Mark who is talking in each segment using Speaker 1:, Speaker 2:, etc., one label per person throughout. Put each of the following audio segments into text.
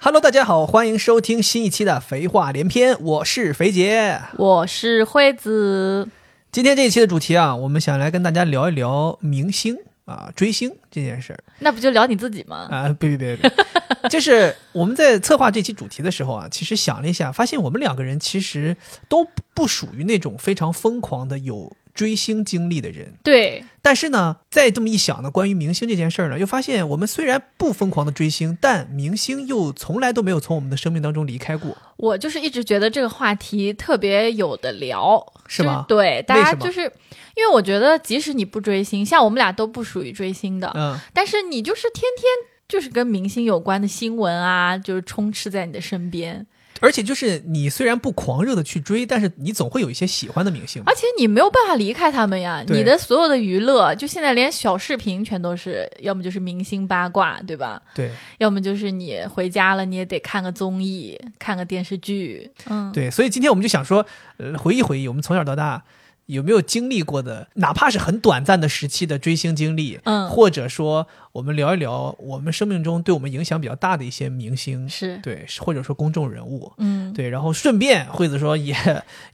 Speaker 1: Hello，大家好，欢迎收听新一期的《肥话连篇》，我是肥杰。
Speaker 2: 我是惠子，
Speaker 1: 今天这一期的主题啊，我们想来跟大家聊一聊明星啊追星这件事儿
Speaker 2: 那不就聊你自己吗？
Speaker 1: 啊。别别别别，就是我们在策划这期主题的时候啊，其实想了一下，发现我们两个人其实都不属于那种非常疯狂的有追星经历的人。
Speaker 2: 对，
Speaker 1: 但是呢，再这么一想呢，关于明星这件事儿呢，又发现我们虽然不疯狂的追星，但明星又从来都没有从我们的生命当中离开过。
Speaker 2: 我就是一直觉得这个话题特别有的聊，
Speaker 1: 是
Speaker 2: 就
Speaker 1: 吗
Speaker 2: 对，大家
Speaker 1: 什么
Speaker 2: 就是因为我觉得，即使你不追星，像我们俩都不属于追星的，
Speaker 1: 嗯，
Speaker 2: 但是你就是天天就是跟明星有关的新闻啊，就是充斥在你的身
Speaker 1: 嗯
Speaker 2: 边，
Speaker 1: 而且就是你虽然不狂热的去追，但是你总会有一些喜欢的明星嘛
Speaker 2: 而。且你没有办法离开他们呀。
Speaker 1: 对
Speaker 2: 你的所有的娱乐，就现在连小视频全都是，要么就是明星八卦，对吧？
Speaker 1: 对
Speaker 2: 要么就是你回家了，你也得看个综艺，看个电视剧，嗯，
Speaker 1: 对，所以今天我们就想说，呃，回忆回忆我们从小到大有没有经历过的，哪怕是很短暂的时期的追星经历，
Speaker 2: 嗯
Speaker 1: 或者说我们聊一聊我们生命中对我们影响比较大的一些明星，
Speaker 2: 是，
Speaker 1: 对，或者说公众人物，
Speaker 2: 嗯，
Speaker 1: 对，然后顺便惠子说也，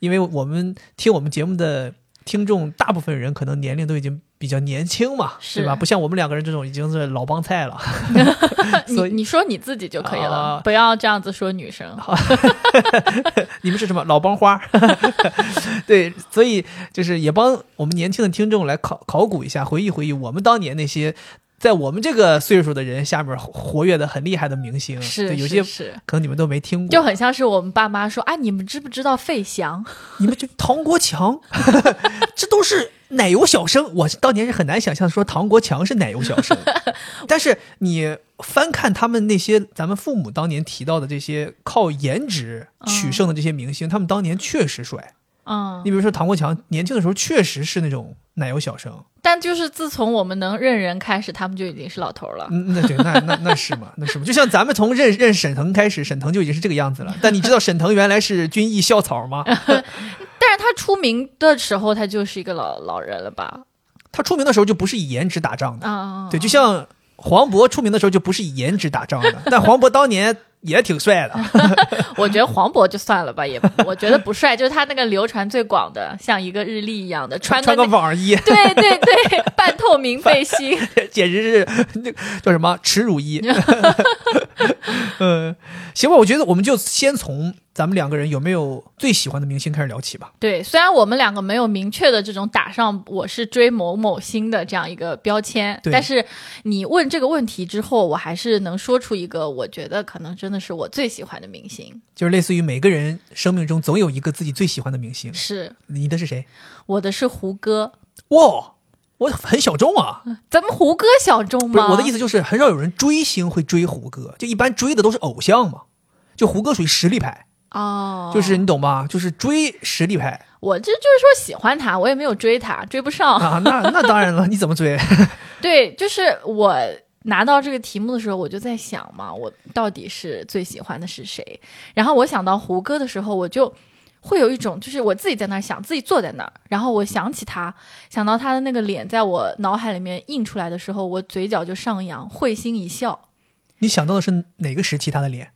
Speaker 1: 因为我们听我们节目的听众，大部分人可能年龄都已经比较年轻嘛，
Speaker 2: 是
Speaker 1: 对吧？不像我们两个人这种已经是老帮菜了，
Speaker 2: 你
Speaker 1: 所以
Speaker 2: 你说你自己就可以了，
Speaker 1: 啊
Speaker 2: 不要这样子说女生。
Speaker 1: 你们是什么老帮花？ 对，所以就是也帮我们年轻的听众来考考古一下，回忆回忆我们当年那些在我们这个岁数的人下面活活跃的很厉害的明星，
Speaker 2: 是
Speaker 1: 对，有
Speaker 2: 是
Speaker 1: 些
Speaker 2: 是，
Speaker 1: 可能你们都没听
Speaker 2: 就
Speaker 1: 过，
Speaker 2: 很像是我们爸妈说，哎，你们知不知道费翔？
Speaker 1: 你们就唐国强， 这都是奶油小生。我当年是很难想象说唐国强是奶油小 生，但是你翻看他们那些咱们父母当年提到的这些靠颜值取胜的这些明星，他们当年确实帅。
Speaker 2: 嗯
Speaker 1: 你，比如说唐国强，年轻的时候确实是那种奶油小生，
Speaker 2: 但就是自从我们能认人开始，他们就已经是老头了。
Speaker 1: 嗯，那对，那那那是嘛，那是嘛，就像咱们从认认沈腾开始，沈腾就已经是这个样子了。但你知道沈腾原来是军艺校草吗？
Speaker 2: 嗯但是他出名的时候，他就是一个老老人了吧？
Speaker 1: 他出名的时候就不是以颜值打仗的，
Speaker 2: 啊，
Speaker 1: 对，就像黄渤出名的时候就不是以颜值打仗的，但黄渤当年也挺帅
Speaker 2: 嗯
Speaker 1: 的，
Speaker 2: 我觉得黄渤就算了吧，也我觉得不帅，就是他那个流传最广的，像一个日历 一样的，穿
Speaker 1: 穿
Speaker 2: 个
Speaker 1: 个
Speaker 2: 那。
Speaker 1: 网衣，
Speaker 2: 对对对，半透明背心，
Speaker 1: 简直是那个叫什么耻辱衣。嗯，行吧，我觉得我们就先从咱们两个人有没有最喜欢的明星开始聊起吧。
Speaker 2: 对，虽然我们两个没有明确的这种打上我是追某某星的这样一个标签，
Speaker 1: 对
Speaker 2: 但是你问这个问题之后，我还是能说出一个我觉得可能真的是我最喜欢的明星，
Speaker 1: 就是类似于每个人生命中总有一个自己最喜欢的明星，
Speaker 2: 是
Speaker 1: 你的是谁？
Speaker 2: 我的是胡歌，
Speaker 1: 哇，我很小众啊，
Speaker 2: 咱们胡歌小众
Speaker 1: 不是
Speaker 2: 嗯吗？
Speaker 1: 我的意
Speaker 2: 思，
Speaker 1: 思就是很少有人追星会追胡歌，就一般追的都是偶像嘛，就胡歌属于实力派，
Speaker 2: 哦，
Speaker 1: 就是你懂吧？就是追实力派
Speaker 2: 我这就是说喜欢他，我也没有追他，追不上。
Speaker 1: 啊，那那当然了，你怎么追？
Speaker 2: 对，就是我拿到这个题目的时候，我就在想嘛，我到底是最喜欢的是谁？然后我想到胡歌的时候，我就会有一种，就是我自己在那儿想，自己坐在那儿，然后我想起他，想到他的那个脸在我脑海里面映出来的时候，我嘴角就上扬，会心一笑。
Speaker 1: 你想到的是哪个时期他的脸？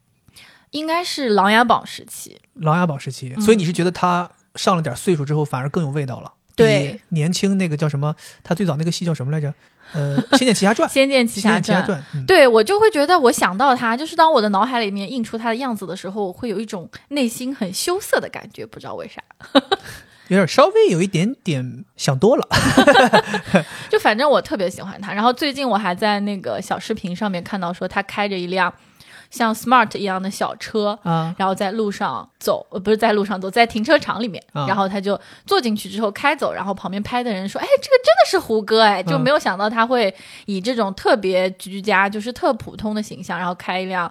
Speaker 2: 应该是《琅琊榜》时期，
Speaker 1: 琅琊榜时期，
Speaker 2: 嗯
Speaker 1: 所以你是觉得他上了点岁数之后反而更有味道了？
Speaker 2: 对，
Speaker 1: 年轻那个叫什么？他最早那个戏叫什么来着？呃，《仙剑奇侠传》。
Speaker 2: 《仙剑奇
Speaker 1: 仙
Speaker 2: 侠
Speaker 1: 剑奇
Speaker 2: 传
Speaker 1: 侠》传，嗯
Speaker 2: 对我就会觉得，我想到他，就是当我的脑海里面映出他的样子的时候，我会有一种内心很羞涩的感觉，不知道为啥。
Speaker 1: 有点稍微有一点点想多了。
Speaker 2: 就反正我特别喜欢他。然后最近我还在那个小视频上面看到说，他开着一辆像 smart 一样的小车。
Speaker 1: 啊，
Speaker 2: 然后在路上走，呃，不是在路上走，在停车场里面，
Speaker 1: 啊
Speaker 2: 然后他就坐进去之后开走，然后旁边拍的人说：“哎，这个真的是胡歌哎！”就
Speaker 1: 嗯
Speaker 2: 没有想到他会以这种特别居家，就是特普通的形象，然后开一辆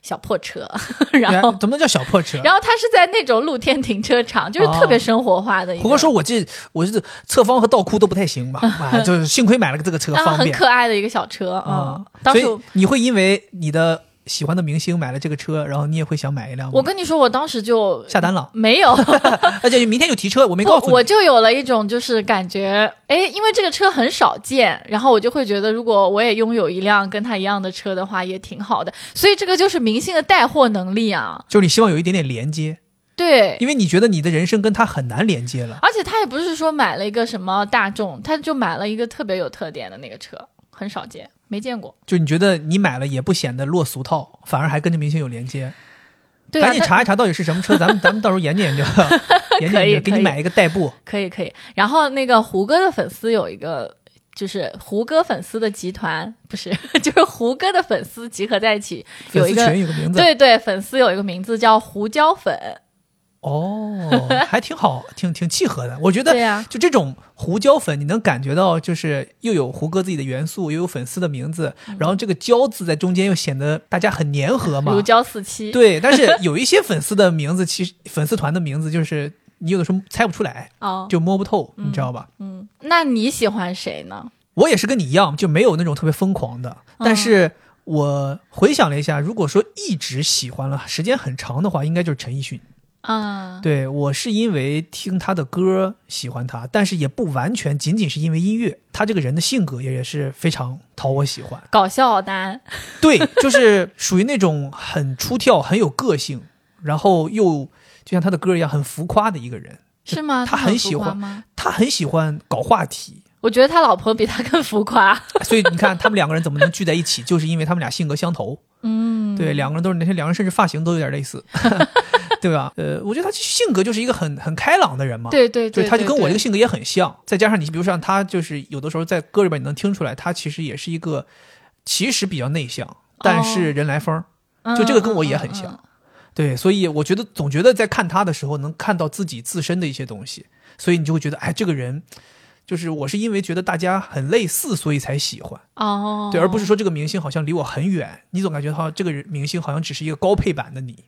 Speaker 2: 小破车， 然后，
Speaker 1: 怎么能叫小破车？
Speaker 2: 然后他是在那种露天停车场，就是特别生活化的一个。
Speaker 1: 哦胡歌说：“我这我这侧方和倒库都不太行 吧，啊，就是幸亏买了个这个车
Speaker 2: 啊，
Speaker 1: 方
Speaker 2: 很
Speaker 1: 便
Speaker 2: 可爱的一个小车嗯
Speaker 1: 啊。
Speaker 2: 当
Speaker 1: 所
Speaker 2: 时
Speaker 1: 以你会因为你的喜欢的明星买了这个车，然后你也会想买一辆吗？
Speaker 2: 我跟你说，我当时就
Speaker 1: 下单 了，
Speaker 2: 没有，
Speaker 1: 而且明天就提车，我没告诉
Speaker 2: 不，
Speaker 1: 你。
Speaker 2: 我就有了一种就是感觉，哎，因为这个车很少见，然后我就会觉得，如果我也拥有一辆跟它一样的车的话，也挺好的。所以这个就是明星的带货能力啊，
Speaker 1: 就是你希望有一点点连接，
Speaker 2: 对。
Speaker 1: 因为你觉得你的人生跟他很难连接了。
Speaker 2: 而且他也不是说买了一个什么大众，他就买了一个特别有特点的那个车，很少见，没见过。
Speaker 1: 就你觉得你买了也不显得落俗套，反而还跟这明星有连接。
Speaker 2: 对啊，
Speaker 1: 赶紧
Speaker 2: 他
Speaker 1: 查一查到底是什么车，咱们咱们到时候研究 研究，研究
Speaker 2: 可以
Speaker 1: 研究，给
Speaker 2: 可
Speaker 1: 你
Speaker 2: 以
Speaker 1: 买一个代步。
Speaker 2: 可以可以。然后那个胡歌的粉丝有一个，就是胡歌粉丝的集团，不是， 就是胡歌的粉丝集合在一起，有
Speaker 1: 粉
Speaker 2: 一
Speaker 1: 丝
Speaker 2: 个
Speaker 1: 群有个名字，
Speaker 2: 对对，粉丝有一个名字叫胡椒粉，
Speaker 1: 哦， 还挺好，挺挺契合的。我觉得
Speaker 2: 对呀、
Speaker 1: 就这种胡椒粉，你能感觉到，就是又有胡歌自己的元素，又有粉丝的名字，
Speaker 2: 嗯
Speaker 1: 然后这个“椒”字在中间又显得大家很粘合嘛
Speaker 2: 如。胶似漆。
Speaker 1: 对，但是有一些粉丝的名字，其实粉丝团的名字，就是你有的时候猜不出来，
Speaker 2: 哦，
Speaker 1: 就摸不透，
Speaker 2: 嗯
Speaker 1: 你知道吧？
Speaker 2: 嗯，那你喜欢谁呢？
Speaker 1: 我也是跟你一样，就没有那种特别疯狂的，
Speaker 2: 嗯
Speaker 1: 但是。我回想了一下，如果说一直喜欢了时间很长的话，应该就是陈奕迅。
Speaker 2: 啊，
Speaker 1: 对我是因为听他的歌喜欢他，但是也不完全仅仅是因为音乐，他这个人的性格也也是非常讨我喜欢。
Speaker 2: 搞笑男，
Speaker 1: 对，就是属于那种很出挑、很有个性，然后又就像他的歌一样很浮夸的一个人。
Speaker 2: 是吗？
Speaker 1: 他
Speaker 2: 很
Speaker 1: 很
Speaker 2: 浮
Speaker 1: 喜
Speaker 2: 夸
Speaker 1: 欢
Speaker 2: 吗？
Speaker 1: 他很喜欢搞话题，
Speaker 2: 我觉得他老婆比他更浮 夸。
Speaker 1: 所以你看他们两个人怎么能聚在一起，就是因为他们俩性格相投。
Speaker 2: 嗯，
Speaker 1: 对，两个人都是那些两个人甚至发型都有点类似， 对吧？呃，我觉得他性格就是一个很很开朗的人嘛。
Speaker 2: 对对
Speaker 1: 对，
Speaker 2: 对，
Speaker 1: 他就跟我这个
Speaker 2: 对
Speaker 1: 性格也很像，再加上你，比如像他，就是有的时候在歌里边你能听出来，他其实也是一个，其实比较内向，但
Speaker 2: 哦
Speaker 1: 是人来疯儿。就这个跟我也很像。
Speaker 2: 嗯嗯嗯嗯
Speaker 1: 对，所以我觉得总觉得在看他的时候能看到自己自身的一些东西，所以你就会觉得，哎，这个人，就是我是因为觉得大家很类似，所以才喜欢，
Speaker 2: 哦，
Speaker 1: 对，而不是说这个明星好像离我很远，你总感觉好像这个人明星好像只是一个高配版的你，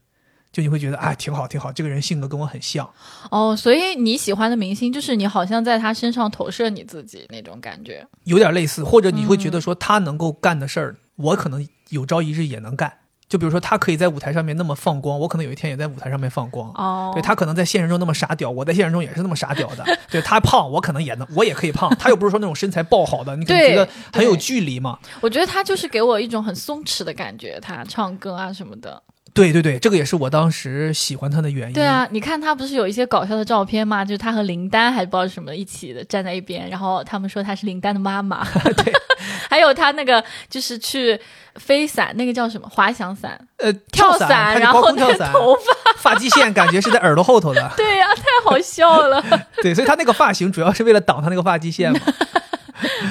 Speaker 1: 就你会觉得，哎，挺好，挺好，这个人性格跟我很像。
Speaker 2: 哦，所以你喜欢的明星就是你好像在他身上投射你自己那种感觉。
Speaker 1: 有点类似，或者你会觉
Speaker 2: 嗯
Speaker 1: 得说他能够干的事儿，我可能有朝一日也能干。就比如说他可以在舞台上面那么放光，我可能有一天也在舞台上面放光。
Speaker 2: 哦，
Speaker 1: 对他可能在现实中那么傻屌，我在现实中也是那么傻屌 的。对他胖，我可能也能，我也可以胖。他又不是说那种身材爆好的，你可能
Speaker 2: 对
Speaker 1: 觉得很有
Speaker 2: 对
Speaker 1: 距离嘛。
Speaker 2: 我觉得他就是给我一种很松弛的感觉，他唱歌啊什么的。
Speaker 1: 对对对，这个也是我当时喜欢他的原因。
Speaker 2: 对，啊，你看他不是有一些搞笑的照片吗？就是他和林丹还不知道是什么一起的站在一边，然后他们说他是林丹的妈 妈。
Speaker 1: 对，
Speaker 2: 还有他那个就是去飞伞，那个叫什么滑翔伞、
Speaker 1: 呃，
Speaker 2: 跳
Speaker 1: 伞，
Speaker 2: 伞，
Speaker 1: 他是
Speaker 2: 然
Speaker 1: 高
Speaker 2: 后
Speaker 1: 空
Speaker 2: 那
Speaker 1: 跳
Speaker 2: 个
Speaker 1: 伞，啊
Speaker 2: 头发，
Speaker 1: 发 际线感觉是在耳朵后头的。
Speaker 2: 对呀、太好 笑了。
Speaker 1: 对，所以他那个发型主要是为了挡他那个发际线嘛。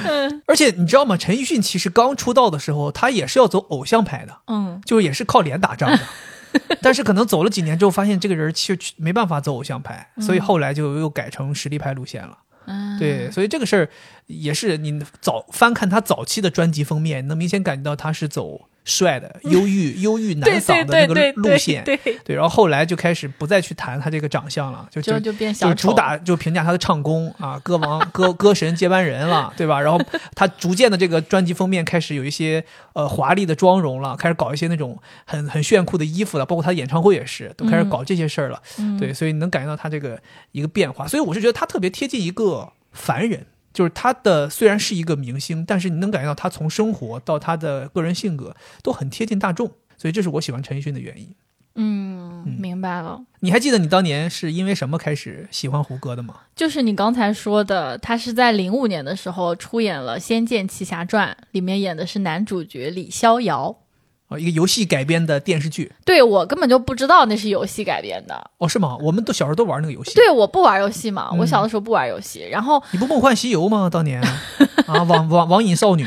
Speaker 2: 嗯
Speaker 1: 而且你知道吗？陈奕迅其实刚出道的时候，他也是要走偶像派的，
Speaker 2: 嗯，
Speaker 1: 就是也是靠脸打 仗的。但是可能走了几年之后，发现这个人其实没办法走偶像派，所以后来就又改成实力派路线了。
Speaker 2: 嗯
Speaker 1: 对，所以这个事儿也是你早翻看他早期的专辑封面，能明显感觉到他是走帅的、忧 郁、忧郁男
Speaker 2: 对
Speaker 1: 嗓的
Speaker 2: 对
Speaker 1: 那
Speaker 2: 对
Speaker 1: 个
Speaker 2: 对
Speaker 1: 路线。
Speaker 2: 对，对
Speaker 1: 对，然后后来就开始不再去谈他这个长相了，就
Speaker 2: 就
Speaker 1: 就
Speaker 2: 就变小
Speaker 1: 就
Speaker 2: 丑
Speaker 1: 主打就评价他的唱功啊， 歌王、歌歌神接班人 了，对吧？然后他逐渐的这个专辑封面开始有一些呃华丽的妆容了，开始搞一些那种很很炫酷的衣服了，包括他演唱会也是都开始搞这些事儿了。
Speaker 2: 嗯
Speaker 1: 对，所以你能感觉到他这个一个变化，所以我是觉得他特别贴近一个凡人。就是他的虽然是一个明星，但是你能感觉到他从生活到他的个人性格都很贴近大众，所以这是我喜欢陈奕迅的原因。
Speaker 2: 嗯，明白了。
Speaker 1: 你还记得你当年是因为什么开始喜欢胡歌的吗？
Speaker 2: 就是你刚才说的，他是在零五年的时候出演了《仙剑奇侠传》，里面演的是男主角李逍遥。
Speaker 1: 啊，一个游戏改编的电视剧
Speaker 2: 对我根本就不知道那是游戏改编的。
Speaker 1: 哦，是吗？我们都小时候都玩那个游戏。，
Speaker 2: 对，我不玩游戏嘛，
Speaker 1: 嗯
Speaker 2: 我小的时候不玩游戏，然后
Speaker 1: 你不《梦幻西游》吗？当年啊，网网网瘾少女，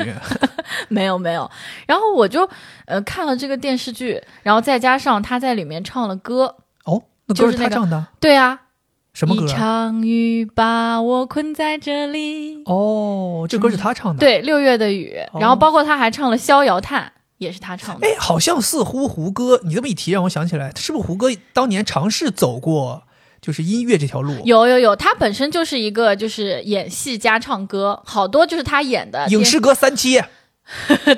Speaker 2: 没有没有，然后我就呃看了这个电视剧，然后再加上他在里面唱了歌，
Speaker 1: 哦，那
Speaker 2: 就
Speaker 1: 歌
Speaker 2: 是
Speaker 1: 他
Speaker 2: 那个
Speaker 1: 唱的，
Speaker 2: 对啊，
Speaker 1: 什么
Speaker 2: 一
Speaker 1: 歌啊？
Speaker 2: 场雨把我困在这里，
Speaker 1: 哦，这歌是他唱的。，
Speaker 2: 对，六月的雨，
Speaker 1: 哦
Speaker 2: 然后包括他还唱了《逍遥叹》，也是他唱的。
Speaker 1: 哎，好像似乎胡歌，你这么一提让我想起来，是不是胡歌当年尝试走过就是音乐这条路？
Speaker 2: 有有有，他本身就是一个就是演戏加唱歌，好多就是他演的
Speaker 1: 影
Speaker 2: 电
Speaker 1: 视歌三期，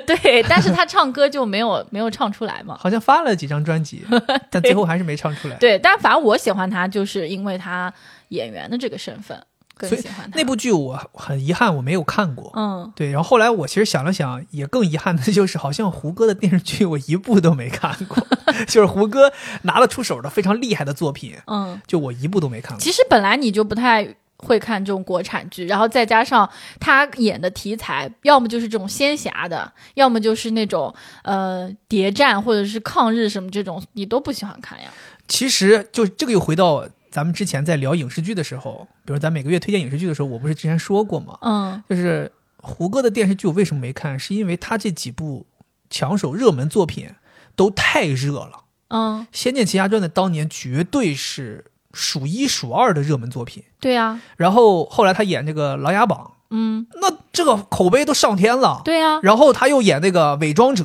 Speaker 2: 对，但是他唱歌就没有没有唱出来嘛。
Speaker 1: 好像发了几张专 辑，但最后还是没唱出来。
Speaker 2: 对，但反正我喜欢他，就是因为他演员的这个身份更
Speaker 1: 所以
Speaker 2: 喜欢他。
Speaker 1: 那部剧我很遗憾我没有看过。
Speaker 2: 嗯，
Speaker 1: 对，然后后来我其实想了想，也更遗憾的就是，好像胡歌的电视剧我一部都没看过，就是胡歌拿得出手的非常厉害的作品，
Speaker 2: 嗯，
Speaker 1: 就我一部都没看过。
Speaker 2: 其实本来你就不太会看这种国产剧，然后再加上他演的题材，要么就是这种仙侠的，要么就是那种呃谍战或者是抗日什么这种，你都不喜欢看呀。
Speaker 1: 其实就这个又回到咱们之前在聊影视剧的时候，比如咱每个月推荐影视剧的时候，我不是之前说过吗？
Speaker 2: 嗯
Speaker 1: 就是胡歌的电视剧我为什么没看，是因为他这几部抢手热门作品都太热了，
Speaker 2: 嗯，
Speaker 1: 《仙剑奇侠传》的当年绝对是数一数二的热门作品。
Speaker 2: 对呀，
Speaker 1: 然后后来他演这个《琅琊榜》，
Speaker 2: 嗯，
Speaker 1: 那这个口碑都上天了。
Speaker 2: 对啊呀，
Speaker 1: 然后他又演那个《伪装者》，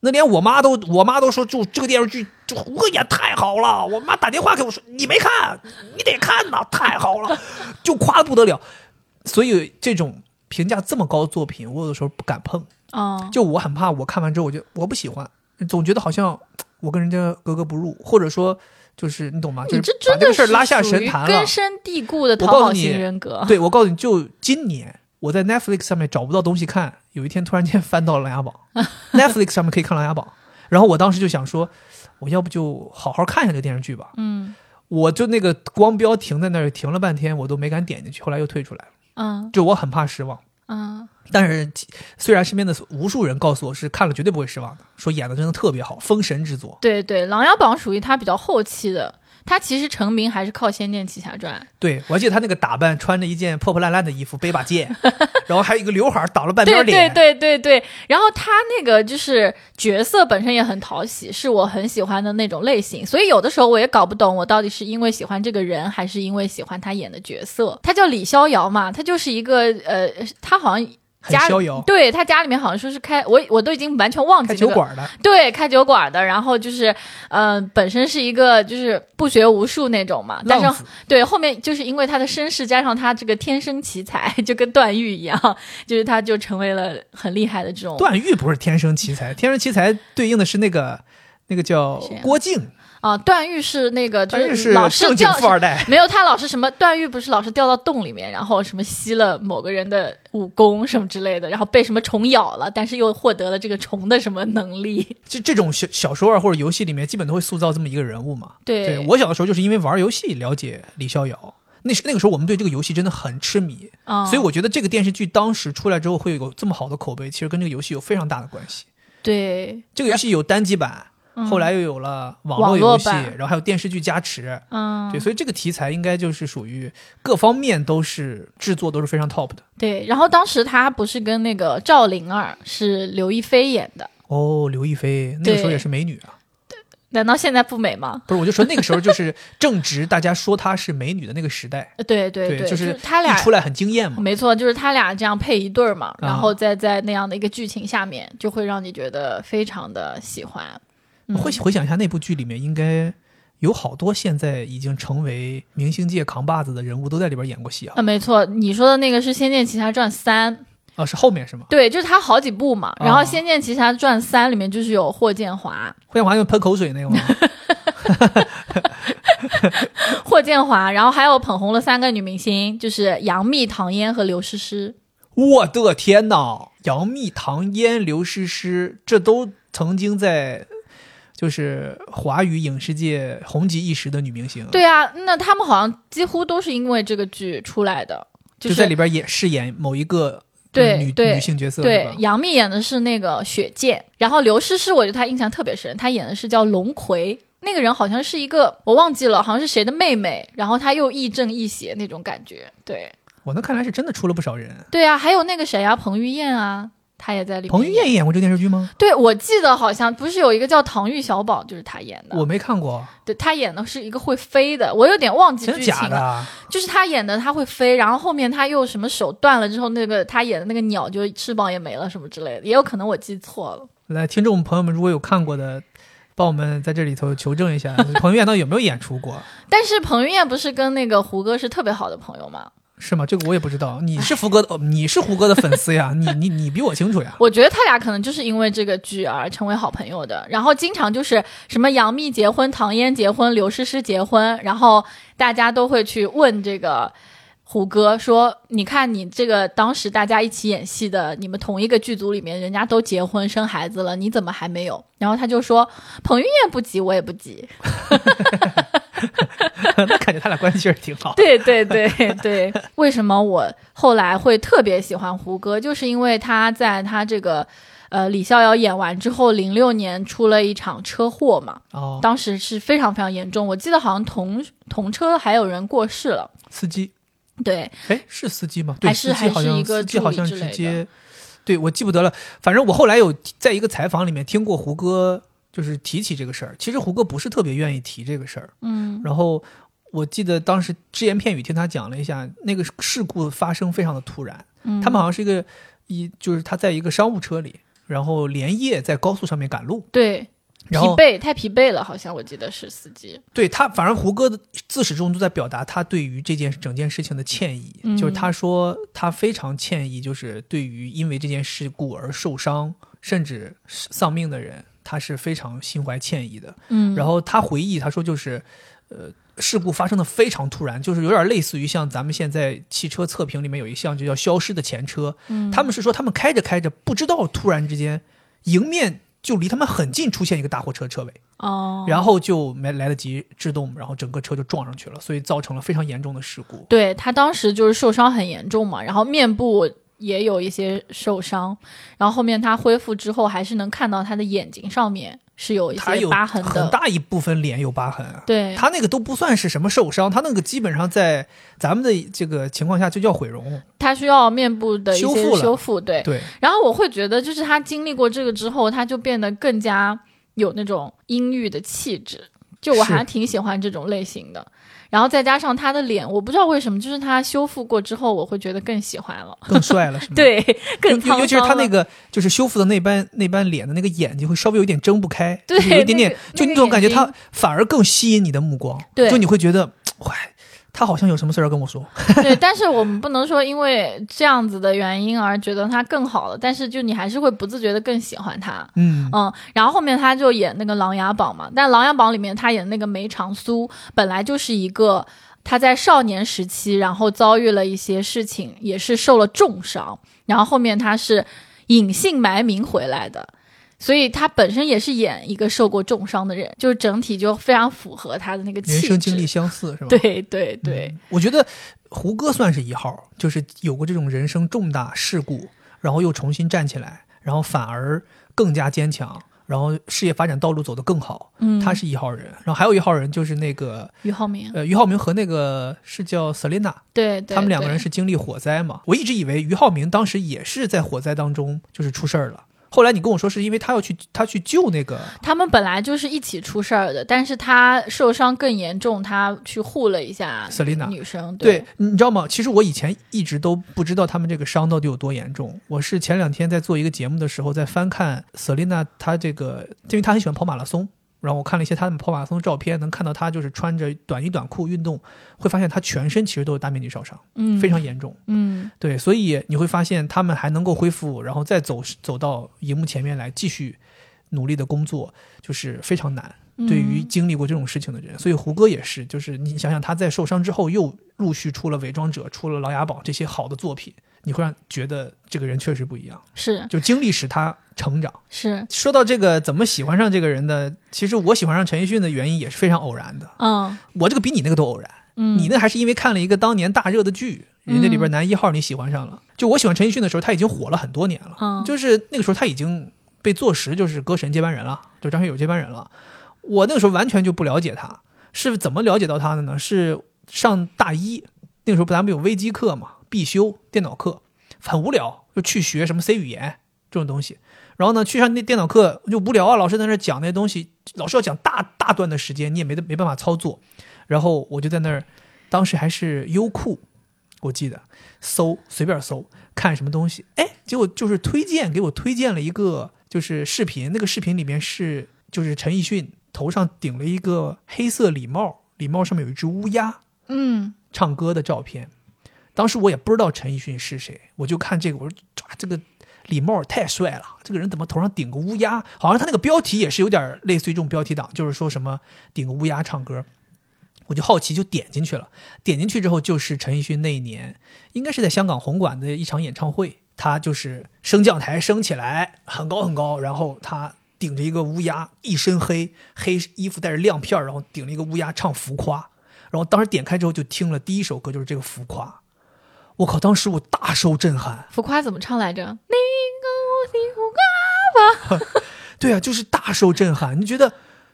Speaker 1: 那连我妈都我妈都说，就这个电视剧，这胡歌演太好了。我妈打电话给我说，你没看，你得看呐，太好了，就夸的不得了。所以这种评价这么高的作品，我有的时候不敢碰，
Speaker 2: 哦，
Speaker 1: 就我很怕我看完之后，我就我不喜欢，总觉得好像我跟人家格格不入，或者说就是你懂吗？就
Speaker 2: 你
Speaker 1: 是
Speaker 2: 这
Speaker 1: 把这
Speaker 2: 真的
Speaker 1: 个事儿
Speaker 2: 是
Speaker 1: 拉下
Speaker 2: 属
Speaker 1: 神
Speaker 2: 于
Speaker 1: 坛了
Speaker 2: 根。深蒂固的
Speaker 1: 我
Speaker 2: 讨
Speaker 1: 告诉
Speaker 2: 好
Speaker 1: 你
Speaker 2: 型人格。
Speaker 1: 对，我告诉你，就今年我在 Netflix 上面找不到东西看，有一天突然间翻到了《琅琊 榜》，Netflix 上面可以看《琅琊榜》，然后我当时就想说，我要不就好好看一下这个电视剧吧。
Speaker 2: 嗯
Speaker 1: 我就那个光标停在那儿，停了半天，我都没敢点进去，后来又退出来了。
Speaker 2: 嗯
Speaker 1: 就我很怕失望，
Speaker 2: 嗯
Speaker 1: 但是其虽然身边的无数人告诉我是看了绝对不会失望的，说演的真的特别好，封神之作。
Speaker 2: 对对，《琅琊榜》属于他比较后期的，他其实成名还是靠《仙剑奇侠传
Speaker 1: 对我还记得他那个打扮，穿着一件破破烂烂的衣服，背把 剑，然后还有一个刘海儿挡了》。半
Speaker 2: 对
Speaker 1: 边
Speaker 2: 对
Speaker 1: 脸。
Speaker 2: 对对对，然后他那个就是角色本身也很讨喜，是我很喜欢的那种类型，所以有的时候我也搞不懂我到底是因为喜欢这个人，还是因为喜欢他演的角色。他叫李逍遥嘛，他就是一个呃，他好像。
Speaker 1: 很
Speaker 2: 家
Speaker 1: 逍遥，
Speaker 2: 对他家里面好像说是开我我都已经完全忘记
Speaker 1: 开
Speaker 2: 那
Speaker 1: 酒
Speaker 2: 个
Speaker 1: 馆儿的。
Speaker 2: 对，开酒馆的，然后就是，嗯、本身是一个就是不学无术那种嘛，但
Speaker 1: 浪
Speaker 2: 是
Speaker 1: 子
Speaker 2: 对后面就是因为他的身世加上他这个天生奇才， 就跟段誉一样，就是他就成为了很厉害的这种
Speaker 1: 段誉不是天生奇 才，天生奇才对应的是那个那个叫
Speaker 2: 谁呀
Speaker 1: 郭靖，
Speaker 2: 啊，段誉是那个就
Speaker 1: 段誉
Speaker 2: 老是
Speaker 1: 正经
Speaker 2: 掉
Speaker 1: 富二代。
Speaker 2: 没有他老是什么段誉不是老是掉到洞里面，然后什么吸了某个人的武功什么之类的，然后被什么虫咬了，但是又获得了这个虫的什么能力，
Speaker 1: 这这种小小说啊或者游戏里面，基本都会塑造这么一个人物嘛。
Speaker 2: 对
Speaker 1: 对我小的时候就是因为玩游戏了解李逍遥，那时那个时候我们对这个游戏真的很痴迷，
Speaker 2: 啊，
Speaker 1: 所以我觉得这个电视剧当时出来之后会有这么好的口碑，其实跟这个游戏有非常大的关系。
Speaker 2: 对，
Speaker 1: 这个游戏有单机版，
Speaker 2: 嗯
Speaker 1: 后来又有了网
Speaker 2: 网
Speaker 1: 络
Speaker 2: 络
Speaker 1: 游戏，
Speaker 2: 版
Speaker 1: 然后还有电视剧加持。
Speaker 2: 嗯，
Speaker 1: 对，所以这个题材应该就是属于各方面都是制作都是非常 top 的。
Speaker 2: 对，然后当时他不是跟那个赵灵儿是刘亦菲演的，
Speaker 1: 哦，刘亦菲那个时候
Speaker 2: 对
Speaker 1: 也是美女啊，
Speaker 2: 难道现在不美吗？
Speaker 1: 不是，我就说那个时候就是正值大家说她是美女的那个时代，
Speaker 2: 呃对对
Speaker 1: 就是
Speaker 2: 他俩
Speaker 1: 一出来很惊艳嘛。
Speaker 2: 没错，就是他俩这样配一对儿嘛，然
Speaker 1: 嗯啊
Speaker 2: 后再在那样的一个剧情下面，就会让你觉得非常的喜欢。嗯
Speaker 1: 回回想一下那部剧里面，应该有好多现在已经成为明星界扛把子的人物都在里边演过戏啊
Speaker 2: 啊，没错，你说的那个是《仙剑奇侠传三》，
Speaker 1: 啊，是后面是吗？
Speaker 2: 对，就是他好几部嘛。然后
Speaker 1: 啊
Speaker 2: 《仙剑奇侠传三》里面就是有霍建华，
Speaker 1: 霍建华用喷口水那个吗？
Speaker 2: 霍建华，然后还有捧红了三个女明星，就是杨幂、唐嫣和刘诗诗。
Speaker 1: 嗯我的天呐，杨幂、唐嫣、刘诗诗，这都曾经在就是华语影视界红极一时的女明星，，
Speaker 2: 对啊，那他们好像几乎都是因为这个剧出来的，
Speaker 1: 就是在里边演饰演某一个
Speaker 2: 对
Speaker 1: 女
Speaker 2: 对
Speaker 1: 女性角色，是
Speaker 2: 对
Speaker 1: 吧，
Speaker 2: 杨幂演的是那个雪见，然后刘诗诗，我对她印象特别深，她演的是叫龙葵，那个人好像是一个我忘记了，好像是谁的妹妹，然后她又亦正亦邪那种感觉。对
Speaker 1: 我那看来是真的出了不少人。
Speaker 2: 对啊，还有那个谁啊，彭于晏啊，她也在里面。
Speaker 1: 彭于晏也演过这电视剧吗？
Speaker 2: 对，我记得好像不是有一个叫《唐钰小宝》，就是她演
Speaker 1: 我
Speaker 2: 的。
Speaker 1: 没看过，
Speaker 2: 对，她演的是一个会飞的，我有点忘记
Speaker 1: 真
Speaker 2: 剧情
Speaker 1: 假
Speaker 2: 了。
Speaker 1: 的啊？
Speaker 2: 就是他演的他会飞，然后后面他又什么手断了之后，那个他演的那个鸟就翅膀也没了什么之类的，也有可能我记错了。
Speaker 1: 来，听众朋友们，如果有看过的，帮我们在这里头求证一 下，彭于晏到底有没有演出过？
Speaker 2: 但是彭于晏不是跟那个胡歌是特别好的朋友吗？
Speaker 1: 是吗？这个我也不知道。你是胡歌的，哦你是胡歌的粉丝呀，你你你比我清楚呀。
Speaker 2: 我觉得他俩可能就是因为这个剧而成为好朋友的，然后经常就是什么杨幂结婚、唐嫣结婚、刘诗诗结婚，然后大家都会去问这个胡歌说：“你看你这个当时大家一起演戏的，你们同一个剧组里面人家都结婚生孩子了，你怎么还没有？”然后他就说：“彭于晏不急，我也不急。
Speaker 1: 那感觉他俩关系确实挺好”。
Speaker 2: 对对对 对，为什么我后来会特别喜欢胡歌，就是因为他在他这个。呃，李逍遥演完之后，零六年出了一场车祸嘛，
Speaker 1: 哦，
Speaker 2: 当时是非常非常严重，我记得好像同同车还有人过世了。
Speaker 1: 司机，
Speaker 2: 对，
Speaker 1: 哎，是司机吗？对，
Speaker 2: 还是
Speaker 1: 司机好像
Speaker 2: 还是一个
Speaker 1: 司机好像
Speaker 2: 助理之
Speaker 1: 直
Speaker 2: 类的
Speaker 1: 接，对我记不得了。反正我后来有在一个采访里面听过胡歌，就是提起这个事儿。其实胡歌不是特别愿意提这个事儿，
Speaker 2: 嗯，
Speaker 1: 然后我记得当时只言片语听他讲了一下，那个事故发生非常的突然，
Speaker 2: 嗯
Speaker 1: 他们好像是一个一就是他在一个商务车里，然后连夜在高速上面赶路，
Speaker 2: 对，疲
Speaker 1: 然后
Speaker 2: 惫太疲惫了，好像我记得是司机。
Speaker 1: 对他，反正胡歌的自始至终都在表达他对于这件整件事情的歉意，
Speaker 2: 嗯
Speaker 1: 就是他说他非常歉意，就是对于因为这件事故而受伤甚至丧命的人，他是非常心怀歉意的。
Speaker 2: 嗯，
Speaker 1: 然后他回忆，他说就是，呃，事故发生的非常突然，就是有点类似于像咱们现在汽车测评里面有一项就叫消失的前车，
Speaker 2: 嗯
Speaker 1: 他们是说他们开着开着，不知道突然之间迎面就离他们很近出现一个大货车车尾，
Speaker 2: 哦，
Speaker 1: 然后就没来得及制动，然后整个车就撞上去了，所以造成了非常严重的事故。
Speaker 2: 对他当时就是受伤很严重嘛，然后面部也有一些受伤，然后后面他恢复之后还是能看到他的眼睛上面是有一
Speaker 1: 他
Speaker 2: 些
Speaker 1: 有
Speaker 2: 疤痕
Speaker 1: 很
Speaker 2: 的。
Speaker 1: 大一部分脸有疤痕啊。
Speaker 2: 对，
Speaker 1: 他那个都不算是什么受伤，他那个基本上在咱们的这个情况下就叫毁容。
Speaker 2: 他需要面部的一
Speaker 1: 修
Speaker 2: 些
Speaker 1: 复了
Speaker 2: 修复，对，
Speaker 1: 对，
Speaker 2: 然后我会觉得，就是他经历过这个之后，他就变得更加有那种阴郁的气质。就我
Speaker 1: 是
Speaker 2: 还挺喜欢这种类型的。然后再加上他的脸，我不知道为什么，就是他修复过之后，我会觉得更喜欢了。
Speaker 1: 更帅了，是吗？
Speaker 2: 对，更
Speaker 1: 嗯尤
Speaker 2: 沧
Speaker 1: 尤其是
Speaker 2: 桑
Speaker 1: 他
Speaker 2: 了
Speaker 1: 那个就是修复的那般那般脸的那个眼睛会稍微有点睁不开，
Speaker 2: 对
Speaker 1: 就是有一点点，
Speaker 2: 那个
Speaker 1: 就
Speaker 2: 那个
Speaker 1: 那种感觉，
Speaker 2: 眼睛
Speaker 1: 他反而更吸引你的目光，
Speaker 2: 对
Speaker 1: 就你会觉得，哎，他好像有什么事儿要跟我说，
Speaker 2: 对，但是我们不能说因为这样子的原因而觉得他更好了，但是就你还是会不自觉的更喜欢他。
Speaker 1: 嗯，
Speaker 2: 嗯，然后后面他就演那个《琅琊榜》嘛，但《琅琊榜》里面他演那个梅长苏，本来就是一个他在少年时期，然后遭遇了一些事情，也是受了重伤，然后后面他是隐姓埋名回来的。所以他本身也是演一个受过重伤的人，就是整体就非常符合他的那个气
Speaker 1: 人
Speaker 2: 质。
Speaker 1: 生经历相似是吧？
Speaker 2: 对对对，
Speaker 1: 嗯，我觉得胡歌算是一号，就是有过这种人生重大事故，然后又重新站起来，然后反而更加坚强。然后事业发展道路走得更好，
Speaker 2: 嗯
Speaker 1: 他是一号人。然后还有一号人就是那个
Speaker 2: 俞灏明，
Speaker 1: 呃，俞灏明和那个是叫 Selina，
Speaker 2: 对对，
Speaker 1: 他们两个
Speaker 2: 对
Speaker 1: 人是经历火灾嘛？我一直以为俞灏明当时也是在火灾当中就是出事儿了。后来你跟我说是因为他要去他去救那个
Speaker 2: 他们本来就是一起出事儿的，但是他受伤更严重，他去护了一下
Speaker 1: Selina
Speaker 2: 女生。
Speaker 1: 对，你知道吗？其实我以前一直都不知道他们这个伤到底有多严重。我是前两天在做一个节目的时候，在翻看 Selina 她这个，因为她很喜欢跑马拉松，然后我看了一些她们跑马拉松的照片，能看到她就是穿着短衣短裤运动，会发现她全身其实都是大面积烧伤，
Speaker 2: 嗯，
Speaker 1: 非常严重。
Speaker 2: 嗯，
Speaker 1: 对，所以你会发现他们还能够恢复，然后再走走到荧幕前面来继续努力的工作，就是非常难。
Speaker 2: 嗯
Speaker 1: 对于经历过这种事情的人，所以胡歌也是，就是你想想他在受伤之后，又陆续出了《伪装者》、出了《琅琊榜》这些好的作品，你会让觉得这个人确实不一样，
Speaker 2: 是
Speaker 1: 就经历使他成长。
Speaker 2: 是，
Speaker 1: 说到这个怎么喜欢上这个人的，其实我喜欢上陈奕迅的原因也是非常偶然的，
Speaker 2: 嗯
Speaker 1: 我这个比你那个都偶然。
Speaker 2: 嗯，
Speaker 1: 你那还是因为看了一个当年大热的剧，人家里边男一号你喜欢上了。就我喜欢陈奕迅的时候，他已经火了很多年了，
Speaker 2: 嗯
Speaker 1: 就是那个时候他已经被坐实就是歌神接班人了，就张学友接班人了。我那个时候完全就不了解他，是怎么了解到他的呢？是上大一那个时候，咱们有微机课嘛，必修电脑课，很无聊，就去学什么 C 语言这种东西。然后呢，去上那电脑课就无聊啊，老师在那儿讲那些东西，老师要讲大大段的时间，你也没得没办法操作。然后我就在那儿，当时还是优酷，我记得搜随便搜看什么东西，哎，结果就是推荐给我推荐了一个就是视频，那个视频里面是就是陈奕迅头上顶了一个黑色礼帽，礼帽上面有一只乌鸦
Speaker 2: 嗯
Speaker 1: 唱歌的照片，当时我也不知道陈奕迅是谁，我就看这个，我说哇，这个李茂儿太帅了，这个人怎么头上顶个乌鸦？好像他那个标题也是有点类似于这种标题党，就是说什么顶个乌鸦唱歌。我就好奇，就点进去了。点进去之后，就是陈奕迅那一年，应该是在香港红馆的一场演唱会，他就是升降台升起来很高很高，然后他顶着一个乌鸦，一身黑，黑衣服带着亮片儿，然后顶着一个乌鸦唱《浮夸》，然后当时点开之后就听了第一首歌就是这个《浮夸》，我靠，当时我大受震撼。
Speaker 2: 浮夸怎么唱来着？你跟我你我
Speaker 1: 对啊，就是大受震撼。你觉得，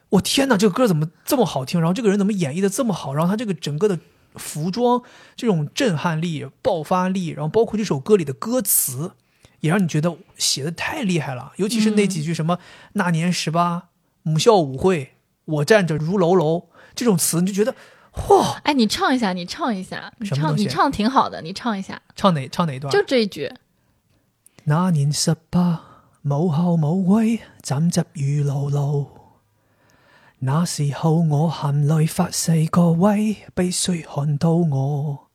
Speaker 1: 我天哪，这个歌怎么这么好听？然后这个人怎么演绎的这么好？然后他这个整个的服装这种震撼力、爆发力，然后包括这首歌里的歌词，也让你觉得写的太厉害了。尤其是那几句什么“那年十八母校舞会，我站着如楼楼”这种词，你就觉得哇，
Speaker 2: 哎，你唱一下，你唱一下，你
Speaker 1: 什么东
Speaker 2: 唱，
Speaker 1: 西啊
Speaker 2: 你唱挺好的，你唱一下，
Speaker 1: 唱哪唱哪一段？
Speaker 2: 就这一句。
Speaker 1: 那年十八，母后母威，斬汁雨露露。那時候我含淚發誓各位，必須看到我。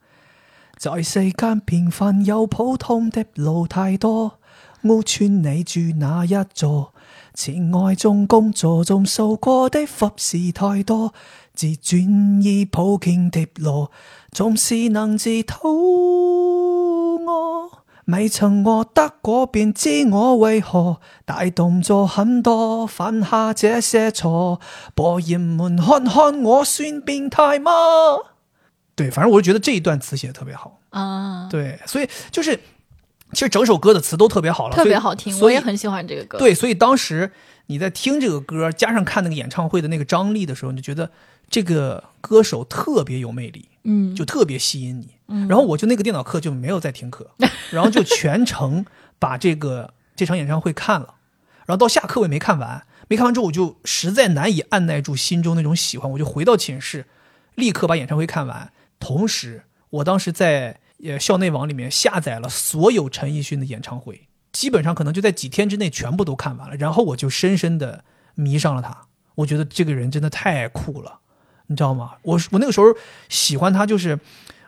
Speaker 1: 在世間平凡又普通的路太多，屋村你住哪一座？前愛中工作中受過的服侍太多，自轉移抱肩疊羅，總是能自討我。未曾獲得果，便知我為何大動作很多，犯下這些錯。博言們看看我算變態嗎？对，反正我就觉得这一段词写的特别好。
Speaker 2: 啊，
Speaker 1: 对，所以就是其实整首歌的词都特别好了，
Speaker 2: 特
Speaker 1: 所以
Speaker 2: 别好听，
Speaker 1: 所
Speaker 2: 我
Speaker 1: 以
Speaker 2: 也很喜欢这个歌。，
Speaker 1: 对，所以当时你在听这个歌，加上看那个演唱会的那个张力的时候，你就觉得这个歌手特别有魅力，
Speaker 2: 嗯，
Speaker 1: 就特别吸引你。然后我就那个电脑课就没有再听课，然后就全程把这个这场演唱会看了，然后到下课我也没看完，没看完之后我就实在难以按耐住心中那种喜欢，我就回到寝室，立刻把演唱会看完。同时，我当时在呃校内网里面下载了所有陈奕迅的演唱会，基本上可能就在几天之内全部都看完了，然后我就深深的迷上了他。我觉得这个人真的太酷了，你知道吗？我我那个时候喜欢他，就是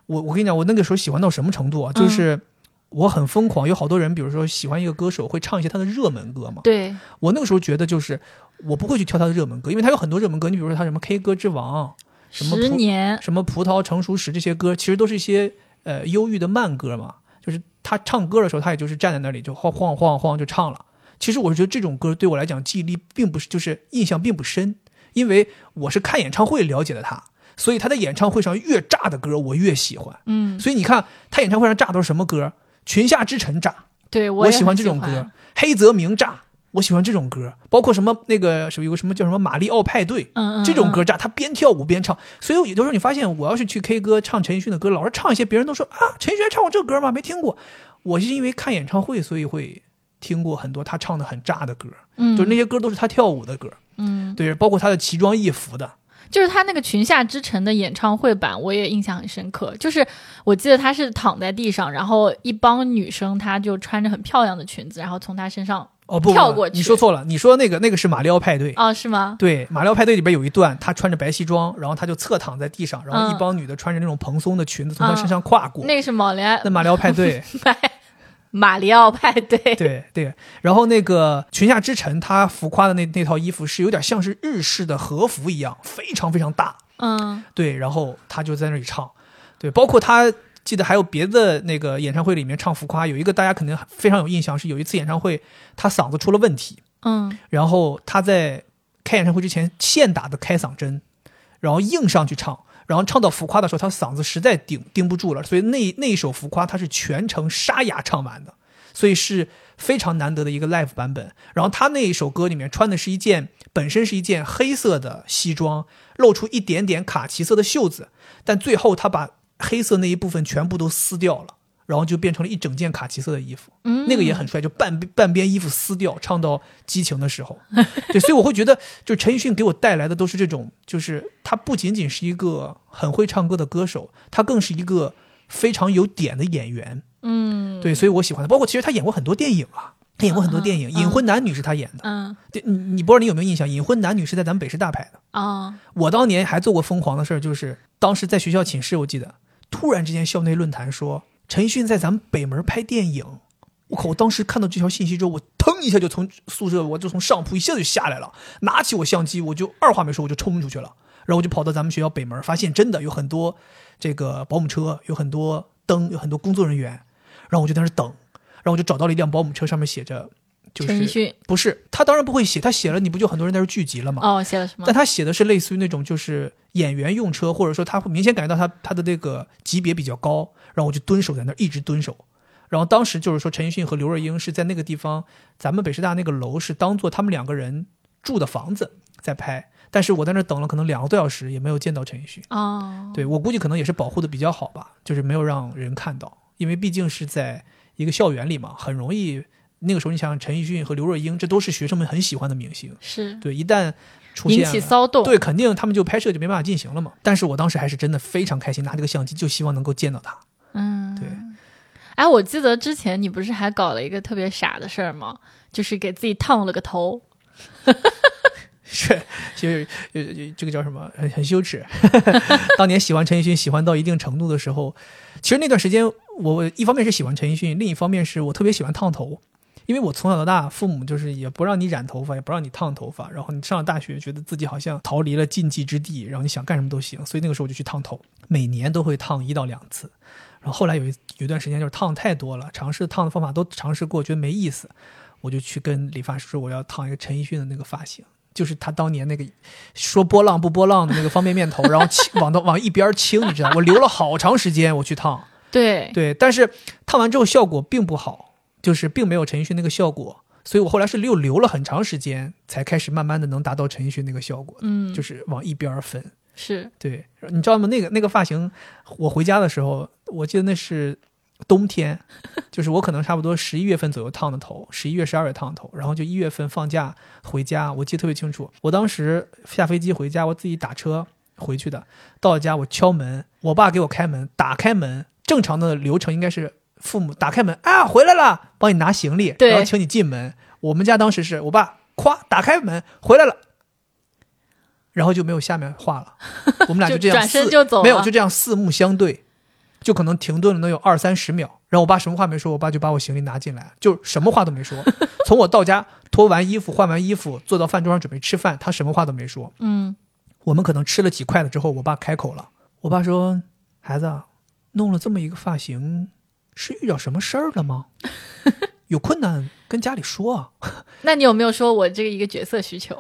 Speaker 1: 我我跟你讲，我那个时候喜欢到什么程度啊？就是我很疯狂，有好多人，比如说喜欢一个歌手，会唱一些他的热门歌嘛。
Speaker 2: 对，
Speaker 1: 我那个时候觉得就是我不会去挑他的热门歌，因为他有很多热门歌，你比如说他什么 K 歌之王，什么
Speaker 2: 十
Speaker 1: 普
Speaker 2: 年，
Speaker 1: 什么葡萄成熟时这些歌，其实都是一些呃忧郁的慢歌嘛。就是他唱歌的时候，他也就是站在那里就晃晃晃晃就唱了。其实我是觉得这种歌对我来讲记忆力并不是，就是印象并不深，因为我是看演唱会了解的他，所以他在演唱会上越炸的歌我越喜欢。
Speaker 2: 嗯，
Speaker 1: 所以你看他演唱会上炸都是什么歌？群下之臣炸，
Speaker 2: 对
Speaker 1: 我
Speaker 2: 也
Speaker 1: 喜
Speaker 2: 很
Speaker 1: 欢这种歌，黑泽明炸，我喜欢这种歌，包括什么那个什么有个什么叫什么玛丽奥派对，
Speaker 2: 嗯嗯，
Speaker 1: 这种
Speaker 2: 嗯
Speaker 1: 歌炸，他边跳舞边唱，所以有的时候你发现，我要是去 K 歌唱陈奕迅的歌，老是唱一些别人都说啊，陈奕迅还唱过这歌吗？没听过。我是因为看演唱会，所以会听过很多他唱的很炸的歌，
Speaker 2: 嗯，
Speaker 1: 就是那些歌都是他跳舞的歌，
Speaker 2: 嗯，
Speaker 1: 对，包括他的奇装异服的，
Speaker 2: 就是他那个《群下之城》的演唱会版，我也印象很深刻。就是我记得他是躺在地上，然后一帮女生，她就穿着很漂亮的裙子，然后从他身上
Speaker 1: 哦不，不
Speaker 2: 跳过去
Speaker 1: 你说错了，你说那个那个是马里奥派对。
Speaker 2: 啊，是吗？
Speaker 1: 对，《马里奥派对》里边有一段，他穿着白西装，然后他就侧躺在地上，然后一帮女的穿着那种蓬松的裙子从他身上跨过。
Speaker 2: 嗯啊那个是马里奥
Speaker 1: 那《马里奥派 对》
Speaker 2: 派马里奥派对，
Speaker 1: 对对，然后那个《裙下之臣》，他浮夸的那那套衣服是有点像是日式的和服一样，非常非常大。
Speaker 2: 嗯
Speaker 1: 对，然后他就在那里唱，对，包括他记得还有别的那个演唱会里面唱浮夸，有一个大家可能非常有印象，是有一次演唱会他嗓子出了问题，
Speaker 2: 嗯，
Speaker 1: 然后他在开演唱会之前现打的开嗓针，然后硬上去唱。然后唱到浮夸的时候，他嗓子实在顶顶不住了，所以那那一首浮夸他是全程沙哑唱完的，所以是非常难得的一个 live 版本。然后他那一首歌里面穿的是一件本身是一件黑色的西装，露出一点点卡其色的袖子，但最后他把黑色那一部分全部都撕掉了，然后就变成了一整件卡其色的衣服。
Speaker 2: 嗯
Speaker 1: 那个也很帅，就半半边衣服撕掉，唱到激情的时候。对，所以我会觉得，就陈奕迅给我带来的都是这种，就是他不仅仅是一个很会唱歌的歌手，他更是一个非常有点的演员。
Speaker 2: 嗯
Speaker 1: 对，所以我喜欢他。包括其实他演过很多电影啊，他演过很多电影，
Speaker 2: 嗯嗯
Speaker 1: 隐婚男女》是他演的。
Speaker 2: 嗯
Speaker 1: 对，你你不知道你有没有印象，《隐婚男女》是在咱们北师大拍的。
Speaker 2: 啊
Speaker 1: 我当年还做过疯狂的事儿，就是当时在学校寝室，我记得突然之间校内论坛说陈奕迅在咱们北门拍电影。我靠！我当时看到这条信息之后，我腾一下就从宿舍，我就从上铺一下就下来了，拿起我相机，我就二话没说，我就冲出去了。然后我就跑到咱们学校北门，发现真的有很多这个保姆车，有很多灯，有很多工作人员。然后我就在那儿等，然后我就找到了一辆保姆车，上面写着就是
Speaker 2: 陈奕迅
Speaker 1: 不是他当然不会写，他写了你不就很多人在这儿聚集了吗？
Speaker 2: 哦，写了什么
Speaker 1: 但？他写的是类似于那种就是演员用车，或者说他会明显感觉到他他的这个级别比较高，然后我就蹲守在那儿一直蹲守。然后当时就是说陈奕迅和刘若英是在那个地方，咱们北师大那个楼是当做他们两个人住的房子在拍，但是我在那儿等了可能两个多小时也没有见到陈奕迅。
Speaker 2: 哦，
Speaker 1: 对我估计可能也是保护的比较好吧，就是没有让人看到，因为毕竟是在一个校园里嘛，很容易。那个时候你想想，陈奕迅和刘若英，这都是学生们很喜欢的明星。
Speaker 2: 是
Speaker 1: 对，一旦出现
Speaker 2: 引
Speaker 1: 了
Speaker 2: 起骚动。
Speaker 1: 对，肯定他们就拍摄就没办法进行了嘛。但是我当时还是真的非常开心，拿这个相机就希望能够见到他。
Speaker 2: 嗯，
Speaker 1: 对。
Speaker 2: 哎，我记得之前你不是还搞了一个特别傻的事儿吗？就是给自己烫了个头。
Speaker 1: 是，就是呃呃这个叫什么，很很羞耻。 当年喜欢陈奕迅，喜欢到一定程度的时候，其实那段时间我一方面是喜欢陈奕迅，另一方面是我特别喜欢烫头，因为我从小到大父母就是也不让你染头发，也不让你烫头发，然后你上了大学，觉得自己好像逃离了禁忌之地，然后你想干什么都行，所以那个时候我就去烫头，每年都会烫一到两次。然后后来有一有一段时间就是烫太多了，尝试烫的方法都尝试过，觉得没意思，我就去跟理发师说我要烫一个陈奕迅的那个发型，就是他当年那个说波浪不波浪的那个方便面头，然后清往到往一边清，你知道，我留了好长时间我去烫，
Speaker 2: 对，
Speaker 1: 对，但是烫完之后效果并不好，就是并没有陈奕迅那个效果，所以我后来是又留了很长时间，才开始慢慢的能达到陈奕迅那个效果，
Speaker 2: 嗯，
Speaker 1: 就是往一边儿分。
Speaker 2: 是
Speaker 1: 对，你知道吗？那个那个发型，我回家的时候，我记得那是冬天，就是我可能差不多十一月份左右烫的头，十一月、十二月烫的头，然后就一月份放假回家，我记得特别清楚。我当时下飞机回家，我自己打车回去的，到了家我敲门，我爸给我开门，打开门，正常的流程应该是父母打开门啊，回来了，帮你拿行李，
Speaker 2: 对
Speaker 1: 然后请你进门。我们家当时是我爸咵打开门回来了。然后就没有下面话 了，我们俩
Speaker 2: 就
Speaker 1: 这样
Speaker 2: 转身
Speaker 1: 四
Speaker 2: 就走
Speaker 1: 没有
Speaker 2: 了
Speaker 1: 就这样四目相对，就可能停顿了能有二三十秒，然后我爸什么话没说，我爸就把我行李拿进来，就什么话都没 说。从我到家脱完衣服换完衣服坐到饭桌上准备吃饭，他什么话都没说。
Speaker 2: 嗯，
Speaker 1: 我们可能吃了几筷子之后，我爸开口了，我爸说：“孩子啊，弄了这么一个发型，是遇到什么事儿了 吗？有困难跟家里说啊。”
Speaker 2: 那你有没有说我这个一个角色需 求？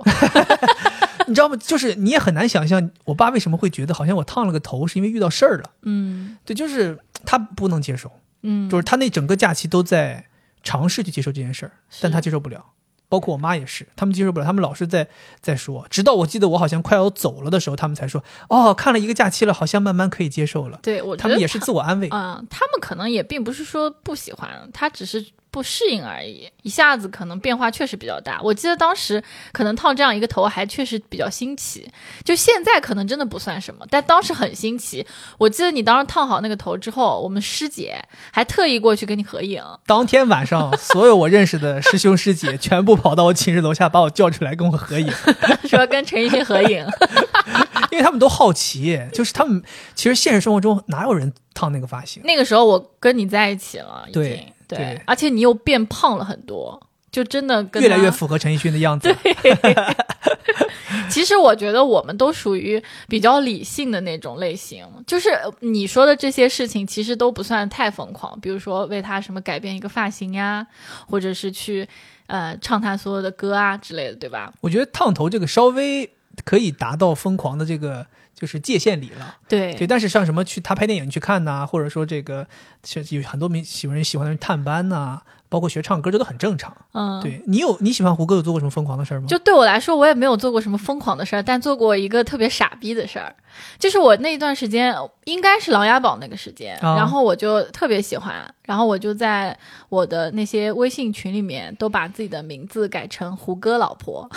Speaker 1: 你知道吗？就是你也很难想象，我爸为什么会觉得好像我烫了个头是因为遇到事儿了。
Speaker 2: 嗯
Speaker 1: 对，就是他不能接受，
Speaker 2: 嗯，
Speaker 1: 就是他那整个假期都在尝试去接受这件事儿，但他接受不了。包括我妈也是，他们接受不了，他们老是在在说，直到我记得我好像快要走了的时候，他们才说，哦，看了一个假期了，好像慢慢可以接受了。
Speaker 2: 对我觉
Speaker 1: 他
Speaker 2: 得
Speaker 1: 们也是自我安慰，
Speaker 2: 嗯，他们可能也并不是说不喜欢，他只是不适应而已。一下子可能变化确实比较大。我记得当时可能烫这样一个头还确实比较新奇，就现在可能真的不算什么，但当时很新奇。我记得你当时烫好那个头之后，我们师姐还特意过去跟你合影。
Speaker 1: 当天晚上，所有我认识的师兄师姐全部跑到我寝室楼下，把我叫出来跟我合影。
Speaker 2: 说跟陈奕迅合影，
Speaker 1: 因为他们都好奇，就是他们其实现实生活中哪有人烫那个发型？
Speaker 2: 那个时候我跟你在一起了，已经
Speaker 1: 对
Speaker 2: 对
Speaker 1: 对
Speaker 2: 而且你又变胖了很多，就真的跟
Speaker 1: 越来
Speaker 2: 他
Speaker 1: 越符合陈奕迅的样子。
Speaker 2: 其实我觉得我们都属于比较理性的那种类型，就是你说的这些事情，其实都不算太疯狂，比如说为他什么改变一个发型呀，或者是去呃唱他所有的歌啊之类的，对吧？
Speaker 1: 我觉得烫头这个稍微可以达到疯狂的这个就是界限里了。
Speaker 2: 对
Speaker 1: 对，但是像什么去他拍电影去看呐、或者说这个是有很多明喜欢人喜欢的人探班呐、包括学唱歌，这都很正常。
Speaker 2: 嗯，
Speaker 1: 对你有你喜欢胡歌有做过什么疯狂的事儿吗？
Speaker 2: 就对我来说，我也没有做过什么疯狂的事儿，但做过一个特别傻逼的事儿，就是我那段时间应该是《琅琊榜》那个时间，
Speaker 1: 啊
Speaker 2: 然后我就特别喜欢，然后我就在我的那些微信群里面都把自己的名字改成胡歌老婆，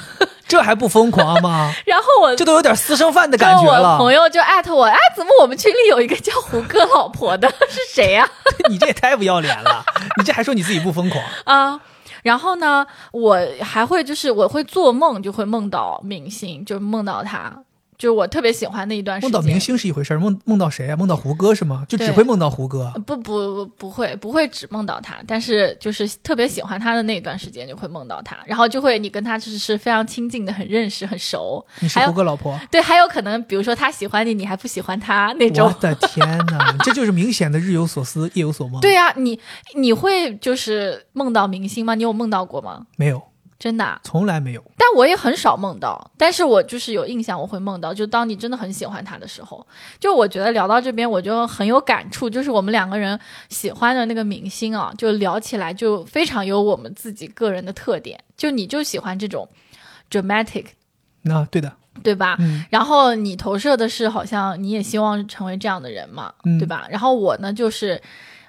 Speaker 1: 这还不疯狂 吗？
Speaker 2: 然后我
Speaker 1: 这都有点私生饭的
Speaker 2: 就
Speaker 1: 感觉
Speaker 2: 我朋
Speaker 1: 了。
Speaker 2: 友就艾特我，哎，怎么我们群里有一个叫胡歌老婆的，是谁呀、
Speaker 1: 你这也太不要脸了！你这还说你自己不疯狂？
Speaker 2: 啊、然后呢，我还会就是我会做梦，就会梦到明星，就梦到他。就是我特别喜欢的一段时
Speaker 1: 梦
Speaker 2: 间。
Speaker 1: 到明星是一回事儿，梦梦到谁啊？梦到胡歌是吗？就只
Speaker 2: 对嗯
Speaker 1: 会梦到胡歌。
Speaker 2: 呃不不不会不会只梦到他，但是就是特别喜欢他的那段时间就会梦到他，然后就会你跟他就是是非常亲近的，很认识很熟，
Speaker 1: 你是
Speaker 2: 还
Speaker 1: 胡
Speaker 2: 有
Speaker 1: 歌老 婆？
Speaker 2: 对，还有可能比如说他喜欢你，你还不喜欢他那
Speaker 1: 我
Speaker 2: 种。
Speaker 1: 的天哪，这就是明显的日有所思，夜有所梦。
Speaker 2: 对，呀、你你会就是梦到明星吗？你有梦到过吗？
Speaker 1: 没有，
Speaker 2: 真的啊、
Speaker 1: 从来没有。
Speaker 2: 但我也很少梦到，但是我就是有印象，我会梦到，就当你真的很喜欢他的时候，就我觉得聊到这边我就很有感触，就是我们两个人喜欢的那个明星啊，就聊起来就非常有我们自己个人的特点，就你就喜欢这种 dramatic，
Speaker 1: 那对的，
Speaker 2: 对吧？
Speaker 1: 嗯
Speaker 2: 然后你投射的是，好像你也希望成为这样的人嘛，
Speaker 1: 嗯
Speaker 2: 对吧？然后我呢，就是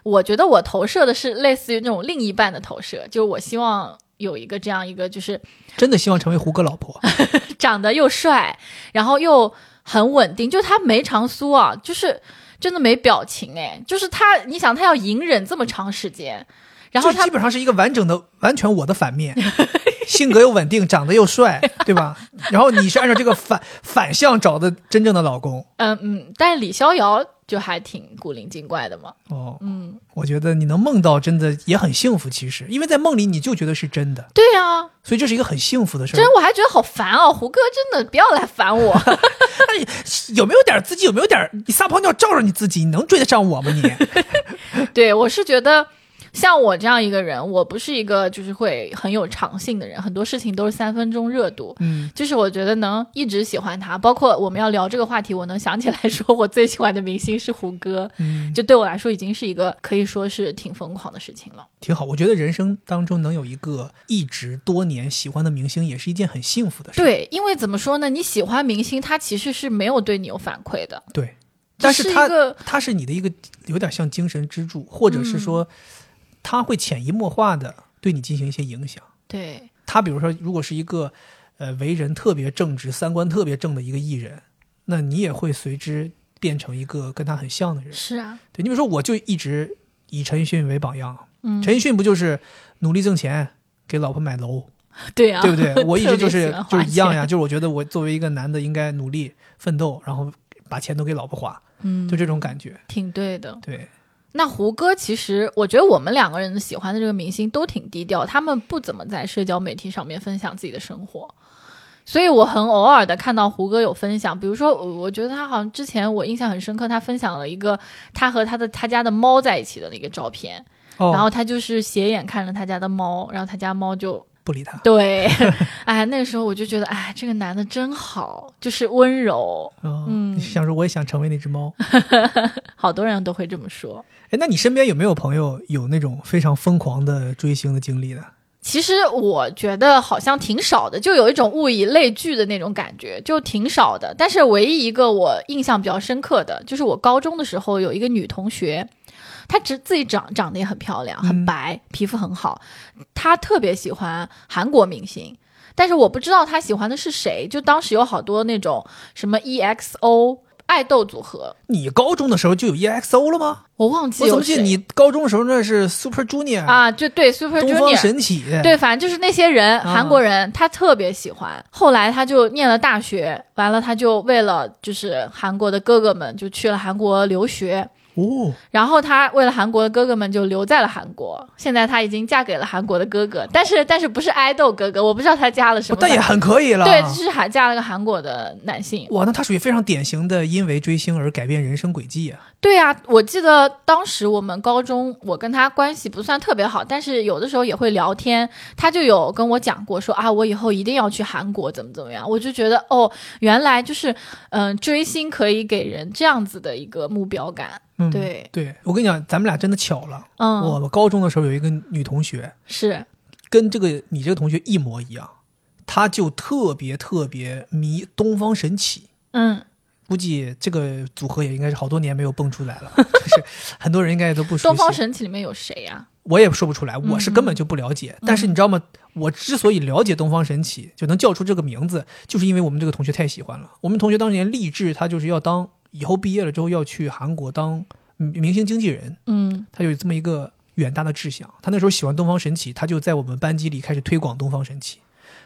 Speaker 2: 我觉得我投射的是类似于那种另一半的投射，就是我希望有一个这样一个，就是
Speaker 1: 真的希望成为胡歌老婆。
Speaker 2: 长得又帅，然后又很稳定，就是他没长苏啊，就是真的没表情哎，就是他，你想他要隐忍这么长时间，然后
Speaker 1: 就是
Speaker 2: 他
Speaker 1: 基本上是一个完整的、完全我的反面，性格又稳定，长得又帅，对吧？然后你是按照这个反反向找的真正的老公
Speaker 2: 嗯嗯，但是李逍遥就还挺古灵精怪的嘛，
Speaker 1: 哦。
Speaker 2: 嗯，
Speaker 1: 我觉得你能梦到真的也很幸福，其实，因为在梦里你就觉得是真的，
Speaker 2: 对啊，
Speaker 1: 所以这是一个很幸福的事儿
Speaker 2: 真。我还觉得好烦哦，胡歌真的不要来烦我，
Speaker 1: 那你有没有点自己？有没有点你撒泡尿照照你自己？你能追得上我吗你？
Speaker 2: 对我是觉得。像我这样一个人，我不是一个就是会很有长性的人，很多事情都是三分钟热度。
Speaker 1: 嗯，
Speaker 2: 就是我觉得能一直喜欢他，包括我们要聊这个话题，我能想起来说我最喜欢的明星是胡歌，
Speaker 1: 嗯，
Speaker 2: 就对我来说已经是一个可以说是挺疯狂的事情了。
Speaker 1: 挺好。我觉得人生当中能有一个一直多年喜欢的明星，也是一件很幸福的事。
Speaker 2: 对，因为怎么说呢，你喜欢明星，他其实是没有对你有反馈的，
Speaker 1: 对，但
Speaker 2: 是
Speaker 1: 是
Speaker 2: 一
Speaker 1: 他
Speaker 2: 个
Speaker 1: 他是你的一个有点像精神支柱，或者是说
Speaker 2: 嗯
Speaker 1: 他会潜移默化的对你进行一些影响。
Speaker 2: 对
Speaker 1: 他比如说，如果是一个呃为人特别正直、三观特别正的一个艺人，那你也会随之变成一个跟他很像的人。
Speaker 2: 是啊，
Speaker 1: 对，你比如说，我就一直以陈奕迅为榜样，
Speaker 2: 嗯，
Speaker 1: 陈奕迅不就是努力挣钱，给老婆买楼，
Speaker 2: 对啊，
Speaker 1: 对不 对？我一直就
Speaker 2: 特别
Speaker 1: 是
Speaker 2: 喜欢花
Speaker 1: 就是一样
Speaker 2: 钱
Speaker 1: 呀，，就是我觉得我作为一个男的应该努力奋斗，然后把钱都给老婆花，
Speaker 2: 嗯，
Speaker 1: 就这种感觉。
Speaker 2: 挺对的。
Speaker 1: 对，
Speaker 2: 那胡歌其实，我觉得我们两个人喜欢的这个明星都挺低调，他们不怎么在社交媒体上面分享自己的生活，所以我很偶尔的看到胡歌有分享，比如说，我我觉得他好像之前我印象很深刻，他分享了一个他和他的他家的猫在一起的那个照片，
Speaker 1: 哦，
Speaker 2: 然后他就是斜眼看着他家的猫，然后他家猫就
Speaker 1: 不理他。
Speaker 2: 对，哎，那个时候我就觉得，哎，这个男的真好，就是温柔，
Speaker 1: 嗯，
Speaker 2: 嗯
Speaker 1: 你想说我也想成为那只猫。
Speaker 2: 好多人都会这么说。
Speaker 1: 哎，那你身边有没有朋友有那种非常疯狂的追星的经历呢？
Speaker 2: 其实我觉得好像挺少的，就有一种物以类聚的那种感觉，就挺少的。但是唯一一个我印象比较深刻的，就是我高中的时候有一个女同学，她只自己长长得也很漂
Speaker 1: 嗯
Speaker 2: 亮，很白，皮肤很好，她特别喜欢韩国明星。但是我不知道她喜欢的是谁，就当时有好多那种什么 EXO 爱豆组合，
Speaker 1: 你高中的时候就有 EXO 了吗？
Speaker 2: 我忘记
Speaker 1: 我怎
Speaker 2: 有
Speaker 1: 么记得
Speaker 2: 谁
Speaker 1: 你高中的时候那是 Super Junior、
Speaker 2: 啊，就对 Super
Speaker 1: 东方
Speaker 2: Junior
Speaker 1: 神起。
Speaker 2: 对，反正就是那些人，
Speaker 1: 啊
Speaker 2: 韩国人，他特别喜欢。后来他就念了大学，完了他就为了就是韩国的哥哥们，就去了韩国留学。
Speaker 1: 哦，
Speaker 2: 然后他为了韩国的哥哥们就留在了韩国，现在她已经嫁给了韩国的哥哥，但是但是不是爱豆哥哥，我不知道她嫁了什么，
Speaker 1: 但也很可以了。
Speaker 2: 对，就是还嫁了个韩国的男性。
Speaker 1: 哇，那他属于非常典型的因为追星而改变人生轨迹啊。
Speaker 2: 对呀、我记得当时我们高中，我跟他关系不算特别好，但是有的时候也会聊天。他就有跟我讲过说啊，我以后一定要去韩国，怎么怎么样。我就觉得哦，原来就是嗯、追星可以给人这样子的一个目标感。
Speaker 1: 嗯，
Speaker 2: 对，
Speaker 1: 对，我跟你讲，咱们俩真的巧了。我
Speaker 2: 嗯，
Speaker 1: 我高中的时候有一个女同学，
Speaker 2: 是
Speaker 1: 跟这个你这个同学一模一样，她就特别特别迷东方神起。
Speaker 2: 嗯，
Speaker 1: 估计这个组合也应该是好多年没有蹦出来了， 就是很多人应该也都不熟
Speaker 2: 东方
Speaker 1: 悉。
Speaker 2: 神起里面有谁呀、
Speaker 1: 我也说不出来，我是根本就不了解。但是你知道吗？我之所以了解东方神起，就能叫出这个名字，就是因为我们这个同学太喜欢了。我们同学当年立志，他就是要当以后毕业了之后要去韩国当嗯明星经纪人，
Speaker 2: 嗯，
Speaker 1: 他有这么一个远大的志向。他那时候喜欢东方神起，他就在我们班级里开始推广东方神起。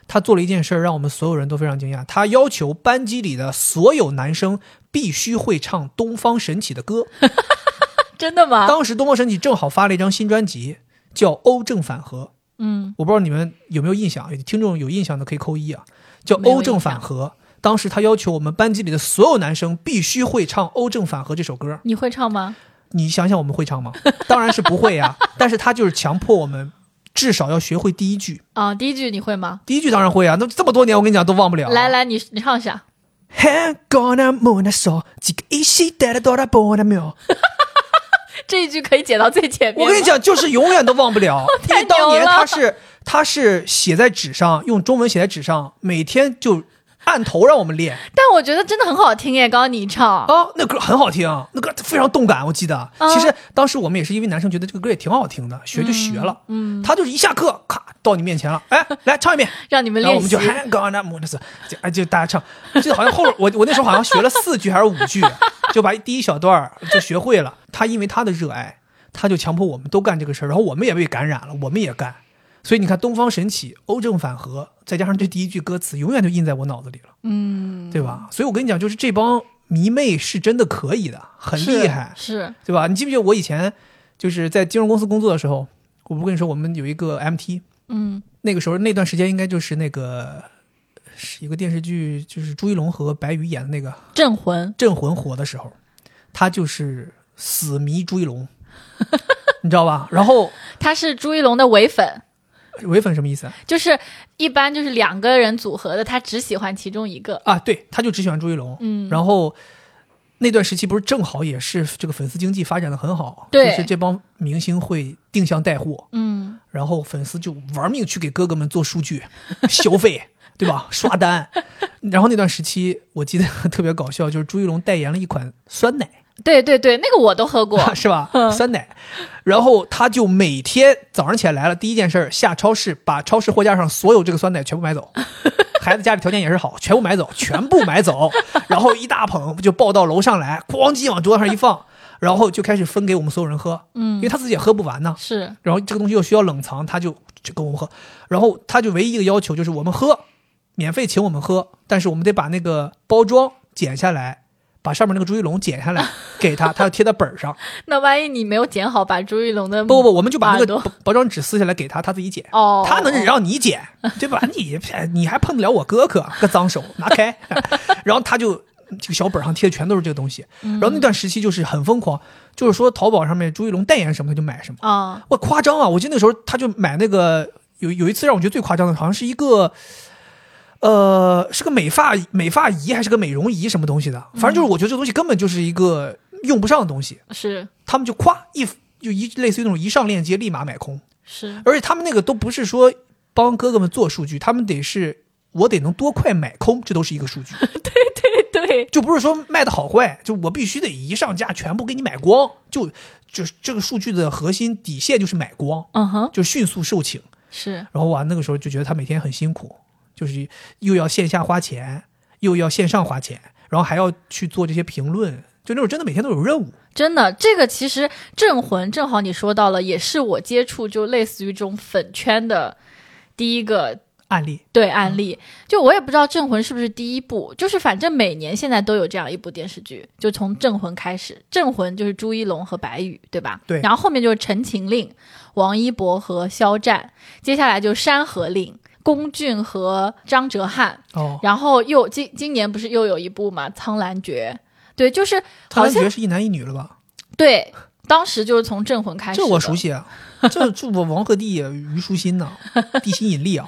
Speaker 1: 他做了一件事儿，让我们所有人都非常惊讶。他要求班级里的所有男生必须会唱东方神起的歌。
Speaker 2: 真的吗？
Speaker 1: 当时东方神起正好发了一张新专辑，叫《欧正反合》。
Speaker 2: 嗯，
Speaker 1: 我不知道你们有没有印象，有听众有印象的可以扣一啊，叫
Speaker 2: 没有
Speaker 1: 欧正反合。当时他要求我们班级里的所有男生必须会唱《欧正反合》这首歌，
Speaker 2: 你会唱吗？
Speaker 1: 你想想我们会 唱吗？当然是不会呀、但是他就是强迫我们至少要学会第一句，
Speaker 2: 啊，第一句你会吗？
Speaker 1: 第一句当然会啊，那这么多年我跟你讲都忘不了、
Speaker 2: 来，来，你你唱一下。这一句可以剪到最前面。
Speaker 1: 我跟你，讲，就是永远都忘不 了，因为当年
Speaker 2: 太牛了
Speaker 1: 他是他是写在纸上，用中文写在纸上，每天就按头让我们练。
Speaker 2: 但我觉得真的很好听耶，刚刚你一唱，
Speaker 1: 啊，那歌很好听，那歌非常动感，我记得。
Speaker 2: 啊
Speaker 1: 其实当时我们也是因为男生觉得这个歌也挺好听的，学就学了。
Speaker 2: 嗯，
Speaker 1: 他就是一下课，咔到你面前了，哎，来唱一遍，
Speaker 2: 让 你们
Speaker 1: 然后
Speaker 2: 练
Speaker 1: 我们
Speaker 2: 习
Speaker 1: 就。喊高那莫那斯，就哎就大家唱，我记得好像后我我那时候好像学了四句还是五句，就把第一小段儿就学会了。他因为他的热爱，他就强迫我们都干这个事儿，然后我们也被感染了，我们也干。所以你看，东方神起、欧正反合，再加上这第一句歌词，永远就印在我脑子里了。
Speaker 2: 嗯，
Speaker 1: 对吧？所以我跟你讲，就是这帮迷妹是真的可以的，很厉害，
Speaker 2: 是
Speaker 1: 对吧？你记不记得我以前就是在金融公司工作的时候，我不跟你说，我们有一个 MT，
Speaker 2: 嗯
Speaker 1: 那个时候那段时间应该就是那个是一个电视剧，就是朱一龙和白宇演的那个《
Speaker 2: 镇魂，
Speaker 1: 镇魂》火的时候，他就是死迷朱一 龙，你知道吧？然后
Speaker 2: 他是朱一龙的伪粉，
Speaker 1: 伪粉什么意思啊？
Speaker 2: 就是一般就是两个人组合的，他只喜欢其中一个。
Speaker 1: 啊，对，他就只喜欢朱一龙。
Speaker 2: 嗯
Speaker 1: 然后那段时期不是正好也是这个粉丝经济发展的很好，
Speaker 2: 对
Speaker 1: 就是这帮明星会定向带货，
Speaker 2: 嗯，
Speaker 1: 然后粉丝就玩命去给哥哥们做数据、消 费，对吧？刷单。然后那段时期我记得特别搞笑，就是朱一龙代言了一款酸奶，
Speaker 2: 对对对，那个我都喝过。 嗯
Speaker 1: 是 吧？酸奶。然后他就每天早上起来来了，第一件事儿下超市把超市货架上所有这个酸奶全部买走。孩子家里条件也是好，全部买走，全部买走，然后一大捧就抱到楼上来，咣叽往桌子上一放，然后就开始分给我们所有人喝，因
Speaker 2: 嗯
Speaker 1: 为，他自己也喝不完呢。
Speaker 2: 是
Speaker 1: 然后这个东西又需要冷藏，他就就跟我们喝。然后他就唯一一个要求就是我们喝，免费请我们喝，但是我们得把那个包装剪下来，把上面那个朱一龙剪下 来给他，他要贴在本儿上。
Speaker 2: 那万一你没有剪好，把朱一龙的
Speaker 1: 不不不，我们就把那
Speaker 2: 耳
Speaker 1: 个
Speaker 2: 朵
Speaker 1: 包包装纸撕下来给他，他自己剪。
Speaker 2: 哦，
Speaker 1: 他能
Speaker 2: 哦
Speaker 1: 让你 剪，对吧？你哎你还碰得了我哥哥，个脏手，拿 开。然后他就这个小本上贴的全都是这个东西。
Speaker 2: 嗯
Speaker 1: 然后那段时期就是很疯狂，就是说淘宝上面朱一龙代言什么他就买什么，
Speaker 2: 啊
Speaker 1: 哇，夸张啊！我记得那时候他就买那个有有一次让我觉得最夸张的，好像是一个。呃，是个美发美发仪还是个美容仪什么东西的？反正
Speaker 2: 嗯
Speaker 1: 就是我觉得这东西根本就是一个用不上的东西，
Speaker 2: 是
Speaker 1: 他们就夸一就一类似于那种一上链接立马买空，
Speaker 2: 是
Speaker 1: 而且他们那个都不是说帮哥哥们做数据，他们得是我得能多快买空，这都是一个数 据，
Speaker 2: 对对，
Speaker 1: 就不是说卖的好坏，就我必须得一上架全部给你买光，就就是这个数据的核心底线就是买光，
Speaker 2: 嗯哼，
Speaker 1: 就迅速售罄。
Speaker 2: 是
Speaker 1: 然后哇，那个时候就觉得他每天很辛苦，就是又要线下花钱，又要线上花钱，然后还要去做这些评论，就那种真的每天都有任务。
Speaker 2: 真的。这个其实镇魂正好你说到了，也是我接触就类似于这种粉圈的第一个
Speaker 1: 案例
Speaker 2: 对案例。就我也不知道镇魂是不是第一部，就是反正每年现在都有这样一部电视剧，就从镇魂开始。镇魂就是朱一龙和白宇，对吧？
Speaker 1: 对
Speaker 2: 然后后面就是《陈情令》，王一博和肖战，接下来就《山河令》，龚俊和张哲瀚。
Speaker 1: 哦，
Speaker 2: 然后又今今年不是又有一部嘛《苍兰诀》，对，就是
Speaker 1: 他
Speaker 2: 好
Speaker 1: 们觉
Speaker 2: 像
Speaker 1: 得是一男一女了吧？
Speaker 2: 对，当时就是从镇魂开始，
Speaker 1: 这我熟。悉啊，这这我王鹤棣、啊虞书欣呐、地心引 力啊，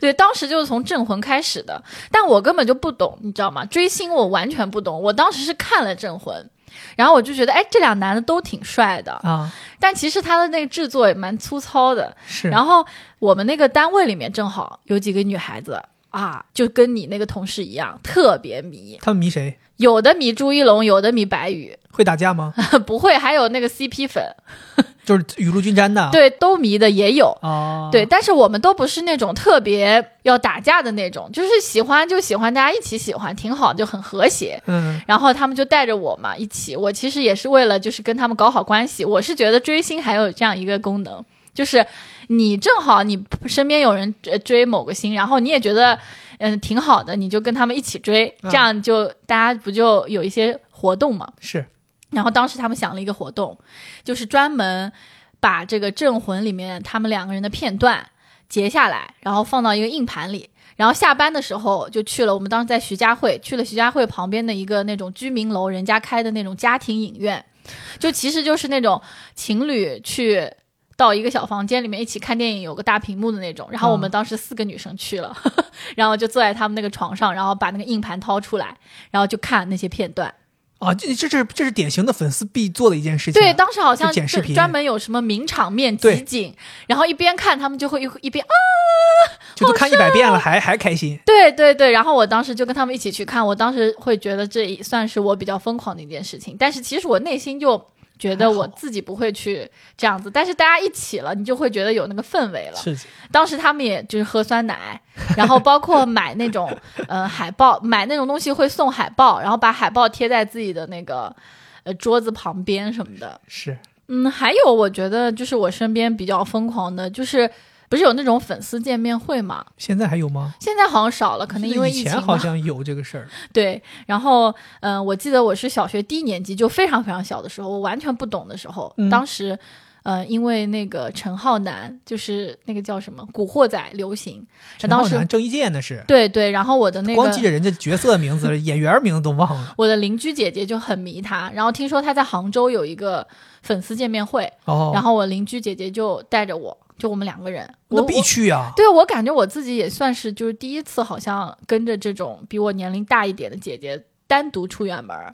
Speaker 2: 对，当时就是从镇魂开始的，但我根本就不懂，你知道吗？追星我完全不懂，我当时是看了镇魂。然后我就觉得，哎，这俩男的都挺帅的，
Speaker 1: 啊
Speaker 2: 但其实他的那个制作也蛮粗糙的。
Speaker 1: 是，
Speaker 2: 然后我们那个单位里面正好有几个女孩子啊，就跟你那个同事一样，特别迷，
Speaker 1: 他们迷谁？
Speaker 2: 有的迷朱一龙，有的迷白宇，
Speaker 1: 会打架吗？
Speaker 2: 不会，还有那个 CP 粉，
Speaker 1: 就是雨露均沾的，
Speaker 2: 对，都迷的也有。
Speaker 1: 啊，
Speaker 2: 对，但是我们都不是那种特别要打架的那种，就是喜欢就喜欢，大家一起喜欢，挺好，就很和谐。
Speaker 1: 嗯，
Speaker 2: 然后他们就带着我嘛一起，我其实也是为了就是跟他们搞好关系。我是觉得追星还有这样一个功能，就是你正好你身边有人追呃追某个星，然后你也觉得嗯挺好的，你就跟他们一起追，
Speaker 1: 嗯
Speaker 2: 这样就大家不就有一些活动嘛？
Speaker 1: 是
Speaker 2: 然后当时他们想了一个活动，就是专门把这个《镇魂》里面他们两个人的片段截下来，然后放到一个硬盘里。然后下班的时候就去了，我们当时在徐家汇，去了徐家汇旁边的一个那种居民楼，人家开的那种家庭影院，就其实就是那种情侣去到一个小房间里面一起看电影，有个大屏幕的那种。然后我
Speaker 1: 嗯
Speaker 2: 们当时四个女生去了， 然后就坐在他们那个床上，然后把那个硬盘掏出来，然后就看那些片段。
Speaker 1: 啊，这这是这是典型的粉丝必做的一件事情。啊
Speaker 2: 对，当时好像
Speaker 1: 就剪视
Speaker 2: 就
Speaker 1: 频
Speaker 2: 专门有什么名场面
Speaker 1: 对
Speaker 2: 集锦，然后一边看他们就会一一边啊，
Speaker 1: 就都看一百遍了，还还开心。
Speaker 2: 对对对。然后我当时就跟他们一起去看，我当时会觉得这也算是我比较疯狂的一件事情，但是其实我内心就觉得
Speaker 1: 还好
Speaker 2: 我自己不会去这样子，但是大家一起了，你就会觉得有那个氛围了。
Speaker 1: 是
Speaker 2: 当时他们也就是喝酸奶，然后包括买那种呃海报，买那种东西会送海报，然后把海报贴在自己的那个呃桌子旁边什么的。
Speaker 1: 是，
Speaker 2: 嗯，还有我觉得就是我身边比较疯狂的，就是不是有那种粉丝见面会嘛？
Speaker 1: 现在还有吗？
Speaker 2: 现在好像少了，可能因为
Speaker 1: 以
Speaker 2: 疫情
Speaker 1: 前
Speaker 2: 吧
Speaker 1: 好。像有这个事儿，
Speaker 2: 对，然后嗯、呃我记得我是小学低年级，就非常非常小的时候，我完全不懂的时候，
Speaker 1: 嗯
Speaker 2: 当时。呃，因为那个陈浩南，就是那个叫什么《古惑仔》流行，
Speaker 1: 陈
Speaker 2: 当
Speaker 1: 浩
Speaker 2: 时
Speaker 1: 南、郑伊健那是，
Speaker 2: 对对，然后我的那个
Speaker 1: 光记着人家角色名 字、演员名字都忘了。
Speaker 2: 我的邻居姐姐就很迷他，然后听说他在杭州有一个粉丝见面会，
Speaker 1: 哦，
Speaker 2: 然后我邻居姐姐就带着我，就我们两个人，我
Speaker 1: 那必
Speaker 2: 我
Speaker 1: 去啊！
Speaker 2: 对我感觉我自己也算是就是第一次，好像跟着这种比我年龄大一点的姐姐单独出远门儿，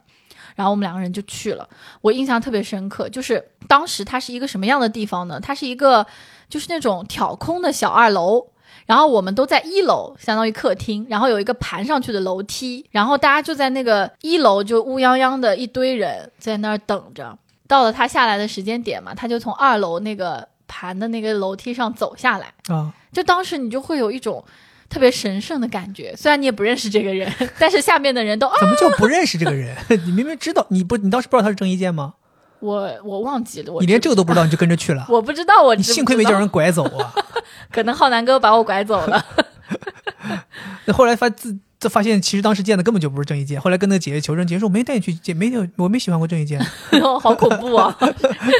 Speaker 2: 然后我们两个人就去了。我印象特别深刻，就是当时它是一个什么样的地方呢？它是一个就是那种挑空的小二楼。然后我们都在一楼，相当于客厅，然后有一个盘上去的楼梯，然后大家就在那个一楼就乌泱泱的一堆人在那儿等着。到了他下来的时间点嘛，他就从二楼那个盘的那个楼梯上走下来，
Speaker 1: 啊，
Speaker 2: 就当时你就会有一种特别神圣的感觉，虽然你也不认识这个人， 但是下面的人都啊，
Speaker 1: 怎么叫不认识这个人？ 你明明知道，你不，你当时不知道他是郑伊健吗？
Speaker 2: 我我忘记了，我
Speaker 1: 你连这个都不知道，你就跟着去了，
Speaker 2: 我不知道 我
Speaker 1: 你
Speaker 2: 知不
Speaker 1: 幸亏没
Speaker 2: 知道
Speaker 1: 叫人，拐走 啊！
Speaker 2: 可能浩南哥把我拐走了。
Speaker 1: 那后来发自自发现，其实当时见的根本就不是郑伊健。后来跟那个姐姐求证，姐姐说我没带你去见，没有，我没喜欢过郑伊 健。
Speaker 2: 好恐怖啊！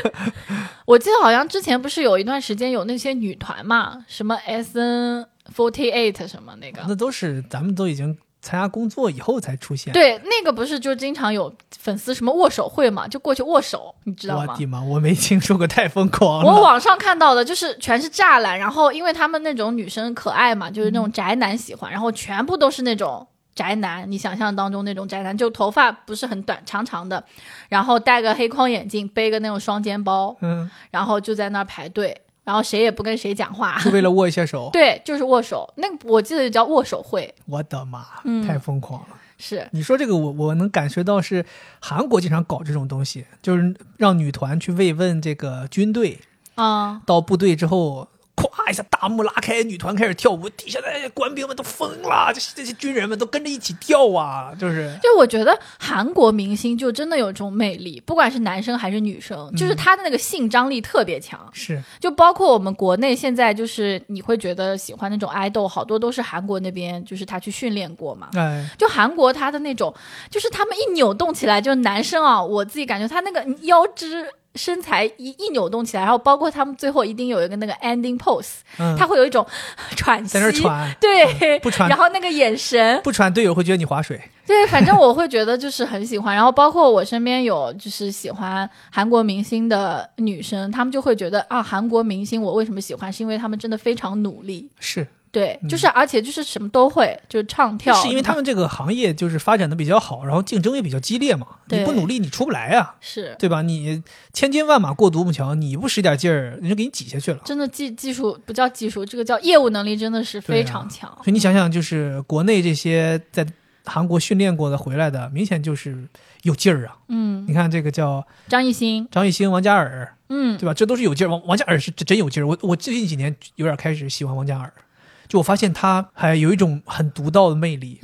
Speaker 2: 我记得好像之前不是有一段时间有那些女团嘛，什么 S N forty eight 什么那个，
Speaker 1: 那都是咱们都已经参加工作以后才出现。，
Speaker 2: 对，那个不是就经常有粉丝什么握手会嘛，就过去握手，你知道
Speaker 1: 我
Speaker 2: 吗？
Speaker 1: 的妈，我没听说过，太疯狂
Speaker 2: 我
Speaker 1: 了。
Speaker 2: 网上看到的就是全是栅栏，然后因为他们那种女生可爱嘛，就是那种宅男喜欢，然后全部都是那种宅男，你想象当中那种宅男，就头发不是很短，长长的，然后戴个黑框眼镜，背个那种双肩包，
Speaker 1: 嗯，
Speaker 2: 然后就在那儿排队，然后谁也不跟谁 讲话，
Speaker 1: 就为了握一下手，
Speaker 2: 对，就是握手，那个我记得叫握手会，
Speaker 1: 我的妈，
Speaker 2: 嗯
Speaker 1: 太疯狂了！
Speaker 2: 是
Speaker 1: 你说这个我，我能感觉到是韩国经常搞这种东西，就是让女团去慰问这个军队，
Speaker 2: 啊、
Speaker 1: 到部队之后。咵一下，大幕拉开，女团开始跳舞，底下的官兵们都疯了，这这些军人们都跟着一起跳啊，就是
Speaker 2: 就我觉得韩国明星就真的有这种魅力，不管是男生还是女生，就是他的那个性张力特别强。
Speaker 1: 是
Speaker 2: 就包括我们国内现在，就是你会觉得喜欢那种爱豆，好多都是韩国那边，就是他去训练过嘛。
Speaker 1: 哎，
Speaker 2: 就韩国他的那种，就是他们一扭动起来，就是男生啊，我自己感觉他那个腰肢。身材一一扭动起来，然后包括他们最后一定有一个那个 ending pose，、
Speaker 1: 嗯，
Speaker 2: 他会有一种喘息，
Speaker 1: 在那儿喘，
Speaker 2: 对，
Speaker 1: 不喘
Speaker 2: 然后那个眼神，
Speaker 1: 不传队友会觉得你划水。
Speaker 2: 对，反正我会觉得就是很喜欢，然后包括我身边有就是喜欢韩国明星的女生，她们就会觉得啊，韩国明星我为什么喜欢，是因为他们真的非常努力，
Speaker 1: 是，
Speaker 2: 对，就是而且就是什么都会，就是唱跳，
Speaker 1: 嗯是因为他们这个行业就是发展的比较好，然后竞争也比较激烈嘛。
Speaker 2: 对
Speaker 1: 你不努力，你出不来啊，
Speaker 2: 是
Speaker 1: 对吧？你千军万马过独木桥，你不使点劲儿，人家给你挤下去了。
Speaker 2: 真的技技术不叫技术，这个叫业务能力真的是非常强，
Speaker 1: 啊所以你想想，就是国内这些在韩国训练过的回来的，明显就是有劲儿啊。
Speaker 2: 嗯，
Speaker 1: 你看这个叫
Speaker 2: 张艺兴，
Speaker 1: 张艺兴、王嘉尔，
Speaker 2: 嗯
Speaker 1: 对吧？这都是有劲儿。王王嘉尔是真真有劲儿。我我最近几年有点开始喜欢王嘉尔，就我发现他还有一种很独到的魅力。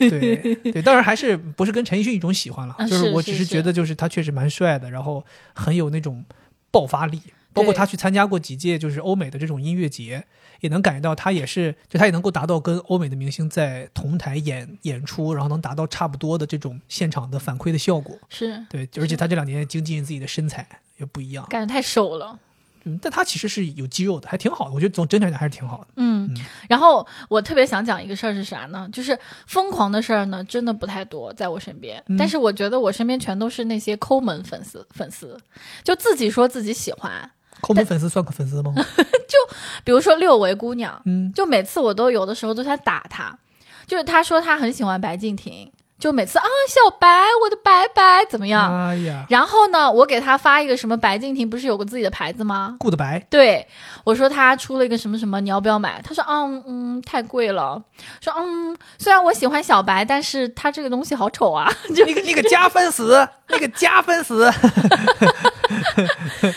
Speaker 1: 对对，当然还是不是跟陈奕迅一种喜欢了
Speaker 2: 啊，
Speaker 1: 就是是我
Speaker 2: 是
Speaker 1: 只是
Speaker 2: 是
Speaker 1: 觉得就是他确实蛮帅的，然后很有那种爆发力。包括他去参加过几届就是欧美的这种音乐节，也能感觉到他也是，就他也能够达到跟欧美的明星在同台演演出，然后能达到差不多的这种现场的反馈的效果。
Speaker 2: 是
Speaker 1: 对，就而且他这两年精进自己的身材也不一样，
Speaker 2: 感觉太瘦了。
Speaker 1: 嗯，但他其实是有肌肉的，还挺好的。我觉得总整体来讲还是挺好的。
Speaker 2: 嗯，然后我特别想讲一个事儿是啥呢？就是疯狂的事儿呢，真的不太多在我身边。
Speaker 1: 嗯
Speaker 2: 但是我觉得我身边全都是那些抠门粉丝，粉丝就自己说自己喜欢，
Speaker 1: 抠门粉丝算个粉 丝吗？
Speaker 2: 比如说六维姑娘，
Speaker 1: 嗯，
Speaker 2: 就每次我都有的时候都想打她，就是她说她很喜欢白敬亭，就每次啊小白，我的白白怎么样？
Speaker 1: 哎呀，
Speaker 2: 然后呢，我给她发一个什么白敬亭不是有个自己的牌子吗？
Speaker 1: 顾得 白，
Speaker 2: 对，我说他出了一个什么什么，你要不要买？他说，嗯嗯，太贵了。说，嗯，虽然我喜欢小白，但是他这个东西好丑啊。
Speaker 1: 那个那个加分死，那个加分死。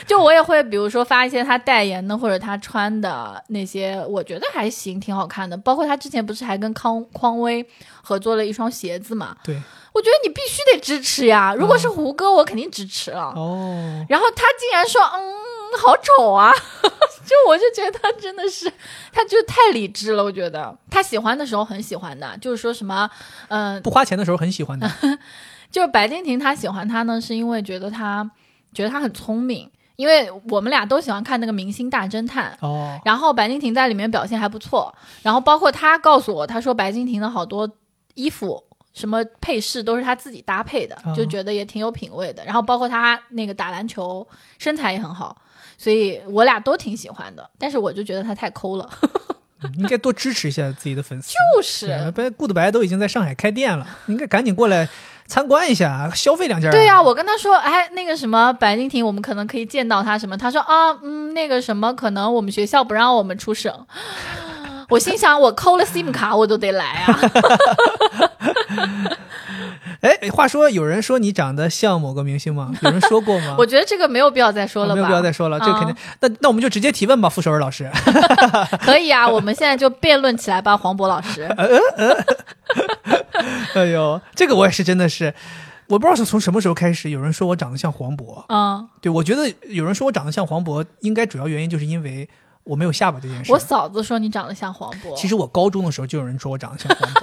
Speaker 2: 就我也会，比如说发一些他代言的或者他穿的那些，我觉得还行，挺好看的。包括他之前不是还跟康匡威合作了一双鞋子嘛？
Speaker 1: 对，
Speaker 2: 我觉得你必须得支持呀。如果是胡歌，我肯定支持啊了。
Speaker 1: 哦，
Speaker 2: 然后他竟然说，嗯，好丑啊！ 就我就觉得他真的是，他就太理智了。我觉得他喜欢的时候很喜欢的，就是说什么，嗯、
Speaker 1: 不花钱的时候很喜欢
Speaker 2: 啊
Speaker 1: 的。
Speaker 2: 就是白敬亭他喜欢他呢，是因为觉得他觉得他很聪明，因为我们俩都喜欢看那个《明星大侦探》。
Speaker 1: 哦，
Speaker 2: 然后白敬亭在里面表现还不错，然后包括他告诉我，他说白敬亭的好多衣服什么配饰都是他自己搭配的，
Speaker 1: 哦
Speaker 2: 就觉得也挺有品味的。然后包括他那个打篮球身材也很好，所以我俩都挺喜欢的。但是我就觉得他太抠了，
Speaker 1: 嗯应该多支持一下自己的粉丝。
Speaker 2: 就
Speaker 1: 对
Speaker 2: 是。
Speaker 1: 白顾得白都已经在上海开店了，你应该赶紧过来参观一下，消费两件。
Speaker 2: 对呀、我跟他说，哎，那个什么白敬亭，我们可能可以见到他什么？他说啊，嗯，那个什么，可能我们学校不让我们出省。 我心想，我抠了 SIM 卡，我都得来啊。？
Speaker 1: 哎，话说有人说你长得像某个明星吗？有人说过吗 啊
Speaker 2: 我觉得这个没有必要再说
Speaker 1: 哦
Speaker 2: 了吧，啊
Speaker 1: 没有必要再说了，这个肯定。那那我们就直接提问吧，傅首尔老师。
Speaker 2: 可以啊，我们现在就辩论起来吧，黄渤 老师。
Speaker 1: 呃哎呦，这个我也是真的是，我不知道是从什么时候开始，有人说我长得像黄渤。
Speaker 2: 嗯，
Speaker 1: 对我觉得有人说我长得像黄渤，应该主要原因就是因为我没有下巴这件事
Speaker 2: 我。嫂子说你长得像黄渤，
Speaker 1: 其实我高中的时候就有人说我长得像 黄渤，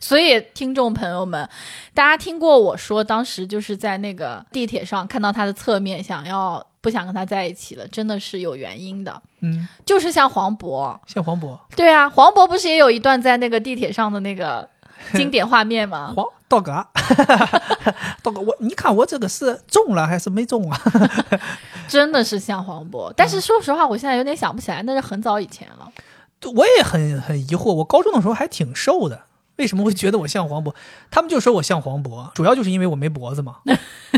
Speaker 2: 所以听众朋友们，大家听过我说，当时就是在那个地铁上看到他的侧面，想要不想跟他在一起了，真的是有原因的，
Speaker 1: 嗯，
Speaker 2: 就是像黄渤。
Speaker 1: 像黄渤，
Speaker 2: 对啊，黄渤不是也有一段在那个地铁上的那个经典画 面吗？
Speaker 1: 黄道格啊，道格，我你看我这个是中了还是没中啊？
Speaker 2: 真的是像黄渤，但是说实话，我现在有点想不起来，那是很早以前
Speaker 1: 嗯
Speaker 2: 了。
Speaker 1: 我也很很疑惑，我高中的时候还挺瘦的，为什么会觉得我像黄渤？他们就说我像黄渤，主要就是因为我没脖子嘛，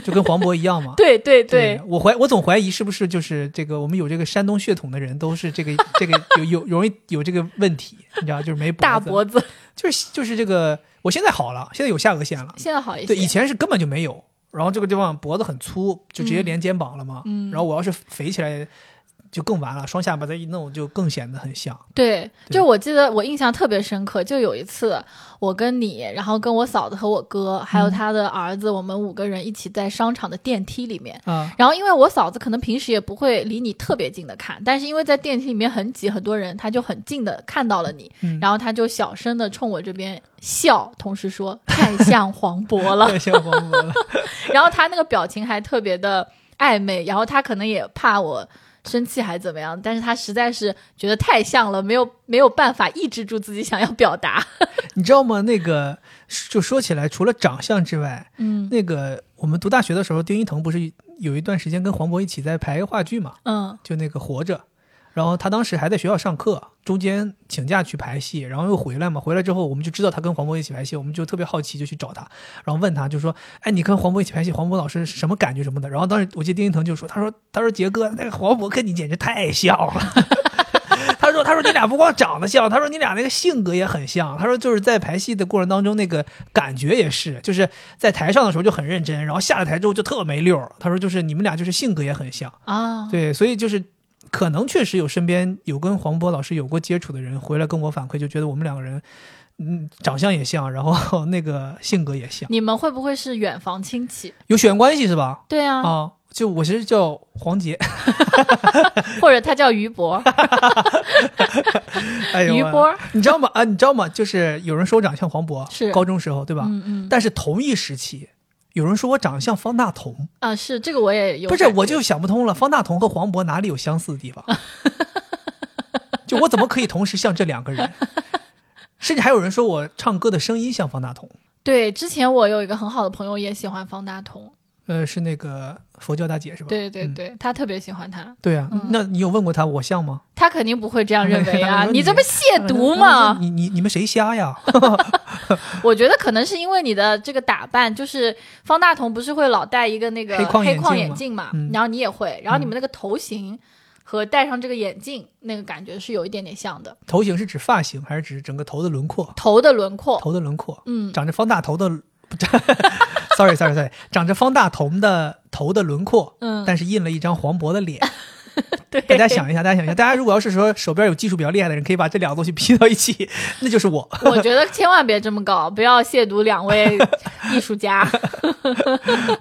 Speaker 1: 就跟黄渤一样嘛。
Speaker 2: 对对对，
Speaker 1: 我怀我总怀疑是不是就是这个我们有这个山东血统的人都是这个 这个有有容易有这个问题，你知道就是没脖子，
Speaker 2: 大脖子，
Speaker 1: 就是就是这个我现在好了，现在有下颚线了，
Speaker 2: 现在好一些。
Speaker 1: 对，以前是根本就没有，然后这个地方脖子很粗，就直接连肩膀了嘛，
Speaker 2: 嗯嗯
Speaker 1: 然后我要是肥起来就更完了，双下巴再一弄就更显得很像，
Speaker 2: 对，
Speaker 1: 对
Speaker 2: 就我记得我印象特别深刻，就有一次我跟你，然后跟我嫂子和我哥，
Speaker 1: 嗯
Speaker 2: 还有他的儿子，我们五个人一起在商场的电梯里面。
Speaker 1: 啊，
Speaker 2: 然后，因为我嫂子可能平时也不会离你特别近的看，但是因为在电梯里面很挤，很多人，她就很近的看到了你，
Speaker 1: 嗯
Speaker 2: 然后她就小声的冲我这边笑，同时说太像黄渤 了。
Speaker 1: 太像黄渤 了。
Speaker 2: 然后她那个表情还特别的暧昧，然后她可能也怕我生气还怎么样，但是她实在是觉得太像了，没有没有办法抑制住自己想要表达。
Speaker 1: 你知道吗？那个就说起来，除了长相之外，
Speaker 2: 嗯
Speaker 1: 那个我们读大学的时候，丁一腾不是有一段时间跟黄渤一起在排话剧嘛，
Speaker 2: 嗯
Speaker 1: 就那个《活着》，然后他当时还在学校上课，中间请假去排戏，然后又回来嘛，回来之后我们就知道他跟黄渤一起排戏，我们就特别好奇，就去找他，然后问他就说：“哎，你跟黄渤一起排戏，黄渤老师什么感觉什么的？”然后当时我记得丁一腾就说：“他说他说杰哥，那个黄渤跟你简直太像了。” 他说：“他说你俩不光长得像，他说你俩那个性格也很像。他说就是在排戏的过程当中，那个感觉也是，就是在台上的时候就很认真，然后下了台之后就特没溜儿。他说就是你们俩就是性格也很像，
Speaker 2: 啊，
Speaker 1: 对，所以就是可能确实有身边有跟黄渤老师有过接触的人回来跟我反馈，就觉得我们两个人嗯，长相也像，然后 那个性格也像，
Speaker 2: 你们会不会是远房亲戚？
Speaker 1: 有血缘关系是吧？
Speaker 2: 对啊，
Speaker 1: 啊，就我其实叫黄 杰，
Speaker 2: 或者他叫于 博、
Speaker 1: 哎呦，
Speaker 2: 于波，儿，
Speaker 1: 你知道吗？啊，你知道吗？就是有人说我长相黄渤，
Speaker 2: 是
Speaker 1: 高中时候对吧？
Speaker 2: 嗯嗯，
Speaker 1: 但是同一时期，有人说我长相方大同，
Speaker 2: 啊，是这个我也有
Speaker 1: 不
Speaker 2: 感
Speaker 1: 是
Speaker 2: 觉，
Speaker 1: 我就想不通了，方大同和黄渤哪里有相似的地方？ 就我怎么可以同时像这两个人？ 甚至还有人说我唱歌的声音像方大同，
Speaker 2: 对之前我有一个很好的朋友也喜欢方大同，
Speaker 1: 呃，是那个佛教大姐是吧？
Speaker 2: 对对
Speaker 1: 嗯
Speaker 2: 对，他特别喜欢他，
Speaker 1: 对啊，
Speaker 2: 嗯
Speaker 1: 那你有问过他我像吗？
Speaker 2: 他肯定不会这样认为
Speaker 1: 他
Speaker 2: 啊，
Speaker 1: 说
Speaker 2: 你
Speaker 1: 你
Speaker 2: 这不亵
Speaker 1: 他
Speaker 2: 渎
Speaker 1: 说
Speaker 2: 吗？
Speaker 1: 你你你们谁瞎呀？
Speaker 2: 我觉得可能是因为你的这个打扮，就是方大同不是会老戴一个那个
Speaker 1: 黑框眼镜
Speaker 2: 黑框
Speaker 1: 吗
Speaker 2: 眼镜嘛，
Speaker 1: 嗯
Speaker 2: 然后你也会，然后你们那个头型和戴上这个眼镜那个感觉是有一点点像的，
Speaker 1: 头型是指发型还是指整个头的轮廓？
Speaker 2: 头的轮廓，
Speaker 1: 头的轮廓，
Speaker 2: 嗯，
Speaker 1: 长着方大头的， 不长，sorry sorry sorry，长着方大同的头的轮廓，
Speaker 2: 嗯
Speaker 1: 但是印了一张黄渤的脸。
Speaker 2: 对，
Speaker 1: 大家想一下，大家想一下，大家如果要是说手边有技术比较厉害的人，可以把这两个东西 拼到一起，那就是我。
Speaker 2: 我觉得千万别这么搞，不要亵渎两位艺 术家。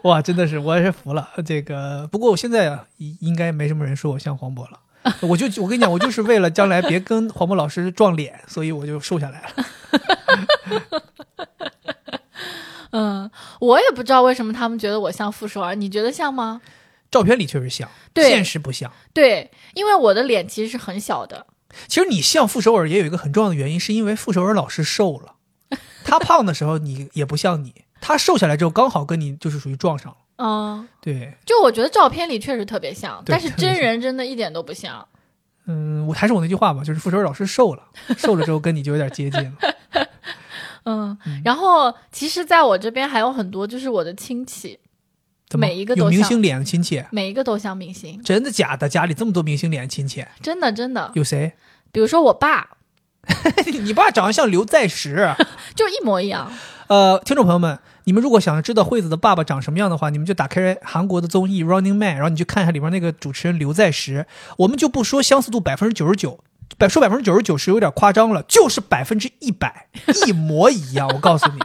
Speaker 1: 哇，真的是，我也是服了。这个，不过我现在啊应应该没什么人说我像黄渤了。我就我跟你讲，我就是为了将来别跟黄渤老师撞脸，所以我就瘦下来了。
Speaker 2: 嗯，我也不知道为什么他们觉得我像傅首尔，你觉得像吗？
Speaker 1: 照片里确实像，
Speaker 2: 对
Speaker 1: 现实不像。
Speaker 2: 对，因为我的脸其实是很小的，
Speaker 1: 其实你像傅首尔也有一个很重要的原因，是因为傅首尔老师瘦了，他胖的时候你也不像你，他瘦下来之后刚好跟你就是属于撞上了。
Speaker 2: 嗯，
Speaker 1: 对，
Speaker 2: 就我觉得照片里确实特别像，
Speaker 1: 对
Speaker 2: 但是
Speaker 1: 特别
Speaker 2: 真
Speaker 1: 像
Speaker 2: 人真的一点都不像。
Speaker 1: 嗯，我还是我那句话吧，就是傅首尔老师瘦了，瘦了之后跟你就有点接 近了。
Speaker 2: 嗯，然后其实在我这边还有很多，就是我的亲戚，
Speaker 1: 怎么
Speaker 2: 每一个都
Speaker 1: 有明
Speaker 2: 像
Speaker 1: 星脸的亲戚，
Speaker 2: 每一个都像明星，
Speaker 1: 真的假的？家里这么多明星脸的亲戚，
Speaker 2: 真的真的。
Speaker 1: 有谁？
Speaker 2: 比如说我爸，
Speaker 1: 你爸长得像刘在石。啊
Speaker 2: 就一模一样。
Speaker 1: 呃，听众朋友们，你们如果想知道惠子的爸爸长什么样的话，你们就打开韩国的综艺《Running Man》，然后你去看一下里面那个主持人刘在石。我们就不说相似度百分之九十九，百说百分之九十九是有点夸张了，就是百分之一百，一模一样。我告诉你，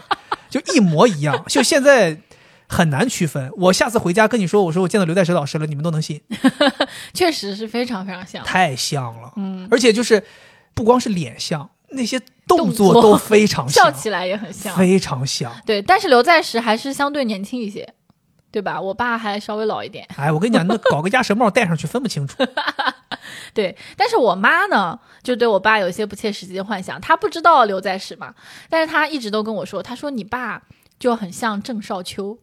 Speaker 1: 就一模一样。就现在。很难区分。我下次回家跟你说，我说我见到刘在石老师了，你们都能信，
Speaker 2: 确实是非常非常像。
Speaker 1: 太像了。
Speaker 2: 嗯，
Speaker 1: 而且就是不光是脸像，那些动
Speaker 2: 动
Speaker 1: 作
Speaker 2: 作
Speaker 1: 都非常
Speaker 2: 笑
Speaker 1: 像，
Speaker 2: 起来也很像。
Speaker 1: 非常像。
Speaker 2: 对，但是刘在石还是相对年轻一些，对吧？我爸还稍微老一点。
Speaker 1: 哎，我跟你讲，那搞个鸭舌帽戴上去分不清楚。
Speaker 2: 对，但是我妈呢，就对我爸有一些不切实际的幻想。她不知道刘在石嘛，但是她一直都跟我说，她说你爸就很像郑少秋。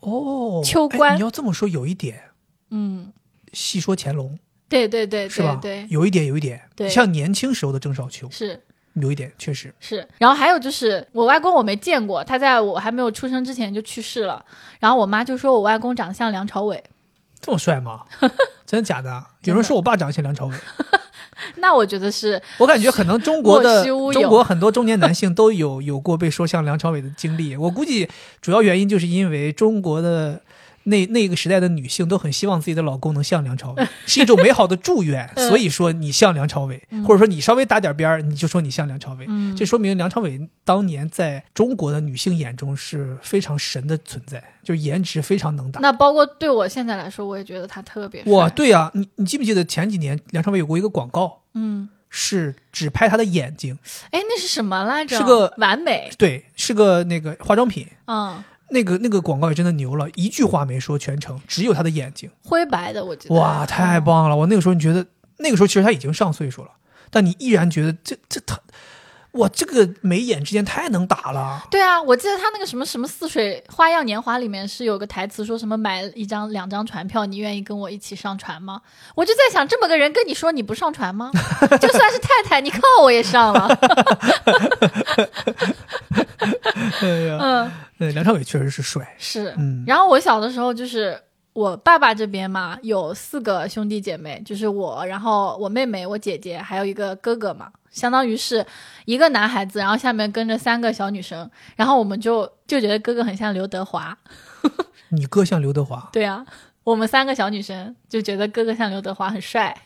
Speaker 1: 哦，
Speaker 2: 秋
Speaker 1: 哎
Speaker 2: 官
Speaker 1: 你要这么说有一点，
Speaker 2: 嗯，
Speaker 1: 细说乾隆
Speaker 2: 对对对
Speaker 1: 是
Speaker 2: 对
Speaker 1: 吧？
Speaker 2: 对，
Speaker 1: 有一点，有一点，
Speaker 2: 对
Speaker 1: 像年轻时候的郑少秋，
Speaker 2: 是
Speaker 1: 有一点确实。
Speaker 2: 是。然后还有就是，我外公我没见过，他在我还没有出生之前就去世了。然后我妈就说我外公长得像梁朝伟，
Speaker 1: 这么帅 吗？真的假的？
Speaker 2: 真的
Speaker 1: 有人说我爸长得像梁朝伟，
Speaker 2: 那我觉得是
Speaker 1: 我感觉可能中国的
Speaker 2: 莫须无有
Speaker 1: 中国很多中年男性都有 有过被说像梁朝伟的经历。我估计主要原因就是因为中国的那那个时代的女性都很希望自己的老公能像梁朝伟，是一种美好的祝愿。
Speaker 2: 嗯
Speaker 1: 所以说你像梁朝伟，
Speaker 2: 嗯
Speaker 1: 或者说你稍微打点边儿，你就说你像梁朝伟。
Speaker 2: 嗯
Speaker 1: 这说明梁朝伟当年在中国的女性眼中是非常神的存在，就是颜值非常能打。
Speaker 2: 那包括对我现在来说，我也觉得他特别帅。
Speaker 1: 哇，对呀、你你记不记得前几年梁朝伟有过一个广告，
Speaker 2: 嗯，
Speaker 1: 是只拍他的眼睛，
Speaker 2: 哎，那是什么来着？
Speaker 1: 是个
Speaker 2: 完美，
Speaker 1: 对，是个那个化妆品，
Speaker 2: 嗯，
Speaker 1: 那个那个广告也真的牛了，一句话没说，全程只有他的眼睛，
Speaker 2: 灰白的，我记得。
Speaker 1: 哇，太棒了！我那个时候你觉得，那个时候其实他已经上岁数了，但你依然觉得这这他，哇，这个眉眼之间太能打 了。
Speaker 2: 对啊，我记得他那个什么什么《似水花样年华》里面是有个台词说什么买一张两张船票，你愿意跟我一起上船吗？我就在想，这么个人跟你说你不上船吗？ 就算是太太，你靠我也上了。
Speaker 1: 哎呀，
Speaker 2: 嗯，
Speaker 1: 对，梁朝伟确实是帅，
Speaker 2: 是。
Speaker 1: 嗯，
Speaker 2: 然后我小的时候就是我爸爸这边嘛，有四个兄弟姐妹，就是我，然后我妹妹、我姐姐，还有一个哥哥嘛，相当于是一个男孩子，然后下面跟着三个小女生，然后我们就就觉得哥哥很像刘德华，
Speaker 1: 你哥像刘德华，
Speaker 2: 对啊，我们三个小女生就觉得哥哥像刘德华很帅。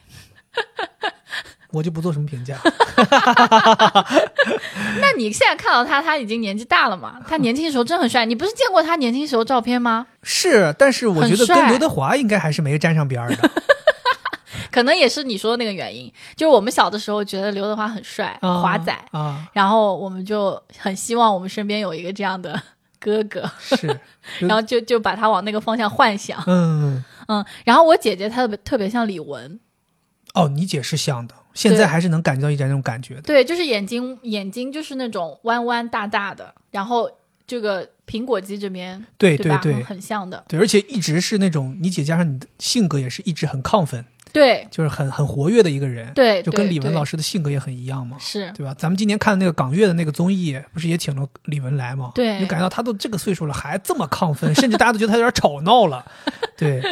Speaker 1: 我就不做什么评 价。
Speaker 2: 那你现在看到他，他已经年纪大了嘛？他年轻的时候真很帅，你不是见过他年轻时候照片吗？
Speaker 1: 是，但是我
Speaker 2: 很
Speaker 1: 觉得跟
Speaker 2: 帅
Speaker 1: 刘德华应该还是没沾上边儿 的
Speaker 2: 可能也是你说的那个原因，就是我们小的时候觉得刘德华很帅，
Speaker 1: 啊
Speaker 2: 华仔，
Speaker 1: 啊，
Speaker 2: 然后我们就很希望我们身边有一个这样的 哥哥，
Speaker 1: 是，
Speaker 2: 然后就就把他往那个方向幻想。
Speaker 1: 嗯，
Speaker 2: 嗯，然后我姐姐她特别特别像李玟，
Speaker 1: 哦，你姐是像的，现
Speaker 2: 对
Speaker 1: 在还是能感觉到一点那种感觉的。
Speaker 2: 对，就是眼睛眼睛就是那种弯弯大大的，然后这个苹果肌这边，
Speaker 1: 对
Speaker 2: 吧？嗯
Speaker 1: 对
Speaker 2: 很很像的，
Speaker 1: 对，而且一直是那种你姐加上你的性格也是一直很亢奋，
Speaker 2: 对
Speaker 1: 就是很很活跃的一个人，
Speaker 2: 对，
Speaker 1: 就跟李玟老
Speaker 2: 师
Speaker 1: 师的性格也很一样嘛，
Speaker 2: 是。
Speaker 1: 对吧？咱们今年看的那个港乐的那个综艺，不是也请了李玟来嘛？
Speaker 2: 对
Speaker 1: 就感觉到她都这个岁数了还这么亢奋，甚至大家都觉得她有点吵闹 了。对，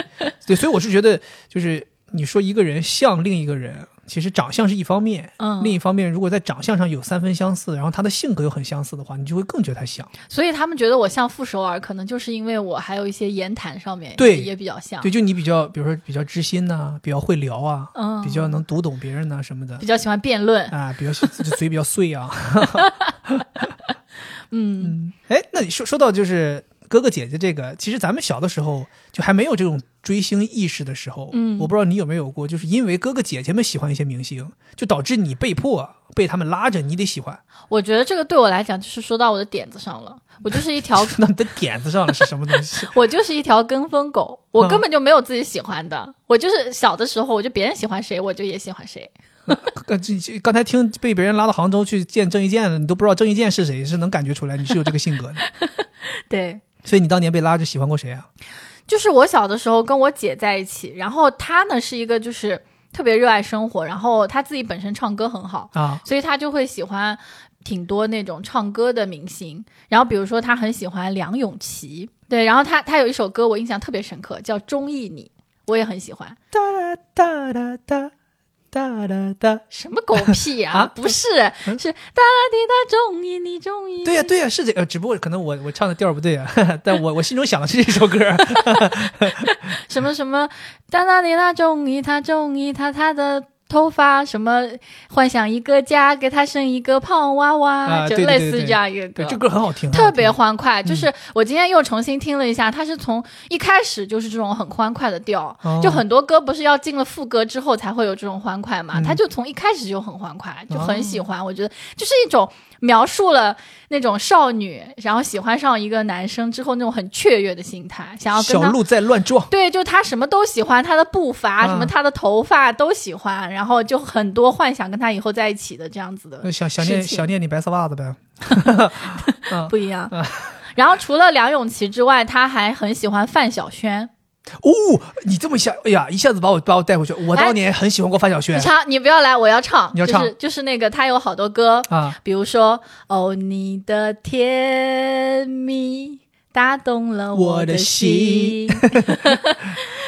Speaker 1: 对，所以我是觉得，就是你说一个人像另一个人，其实长相是一方面。
Speaker 2: 嗯
Speaker 1: 另，一方面，如果在长相上有三分相似，然后他的性格又很相似的话，你就会更觉得他像。
Speaker 2: 所以他们觉得我像傅首尔，可能就是因为我还有一些言谈上面
Speaker 1: 对
Speaker 2: 也比较像，
Speaker 1: 对，就你比较，比如说比较知心呐、比较会聊啊，
Speaker 2: 嗯，
Speaker 1: 比较能读懂别人呐、什么的
Speaker 2: 比较喜欢辩论，
Speaker 1: 啊，比较嘴比较碎啊。
Speaker 2: 嗯，
Speaker 1: 哎，那你说说到就是哥哥姐姐这个，其实咱们小的时候就还没有这种追星意识的时候，
Speaker 2: 嗯
Speaker 1: 我不知道你有没有过，就是因为哥哥姐姐们喜欢一些明星，就导致你被迫被他们拉着，你得喜欢。
Speaker 2: 我觉得这个对我来讲就是说到我的点子上了，我就 是一条，
Speaker 1: 那你的点子上了是什么东西？
Speaker 2: 我就是一条跟风狗，
Speaker 1: 嗯
Speaker 2: 我根本就没有自己喜欢的，我就是小的时候我就别人喜欢谁我就也喜欢谁，
Speaker 1: 呃这这刚才听被别人拉到杭州去见郑伊健了，你都不知道郑伊健是谁，是能感觉出来你是有这个性格的。
Speaker 2: 对，
Speaker 1: 所以你当年被拉着喜欢过谁啊？
Speaker 2: 就是我小的时候跟我姐在一起，然后她呢是一个就是特别热爱生活，然后她自己本身唱歌很好，
Speaker 1: 啊，
Speaker 2: 所以她就会喜欢挺多那种唱歌的明星。然后比如说她很喜欢梁咏琪，对，然后她她有一首歌我印象特别深刻，叫《中意你》，我也很喜欢。
Speaker 1: 哒啦哒啦哒哒啦哒。
Speaker 2: 什么狗屁啊！
Speaker 1: 啊
Speaker 2: 不是，是哒啦滴哒，中意你，中意你。
Speaker 1: 对呀、对呀、是这个，只不过可能我我唱的调儿不对啊， 但我我心中想的是这首歌。
Speaker 2: 什么什么哒哒滴哒，中意他，中意他，他的头发什么，幻想一个家，给他生一个胖娃娃，
Speaker 1: 啊
Speaker 2: 就
Speaker 1: 对对
Speaker 2: 类
Speaker 1: 对
Speaker 2: 似
Speaker 1: 对
Speaker 2: 这样一个歌
Speaker 1: 对，。啊嗯这歌很好听，很好
Speaker 2: 特别
Speaker 1: 听
Speaker 2: 欢快，就是我今天又重新听了一下，它是从一开始就是这种很欢快的调，
Speaker 1: 哦
Speaker 2: 就很多歌不是要进了副歌之后才会有这种欢快嘛，
Speaker 1: 嗯
Speaker 2: 它就从一开始就很欢快，就
Speaker 1: 哦
Speaker 2: 很喜欢。我觉得就是一种描述了那种少女，然后喜欢上一个男生之后那种很雀跃的心态，想要跟
Speaker 1: 小
Speaker 2: 他。
Speaker 1: 鹿在乱撞，
Speaker 2: 对，就他什么都喜欢，他的步伐、
Speaker 1: 啊
Speaker 2: 什么他的头发都喜欢，然后就很多幻想跟他以后在一起的这样子的
Speaker 1: 呃想想
Speaker 2: 事
Speaker 1: 念
Speaker 2: 情
Speaker 1: 想念你白色袜子呗。哦
Speaker 2: 不一
Speaker 1: 啊
Speaker 2: 样。然后除了梁咏琪之外，他还很喜欢范晓萱。
Speaker 1: 哦，你这么一下，哎呀，一下子把我把我带回去。我当年很喜欢过范晓
Speaker 2: 你
Speaker 1: 萱
Speaker 2: 唱，你不要来，我要唱。
Speaker 1: 你要
Speaker 2: 就是
Speaker 1: 唱
Speaker 2: 就是那个，他有好多歌，
Speaker 1: 啊，
Speaker 2: 比如说《哦，你的甜蜜打动了我的心》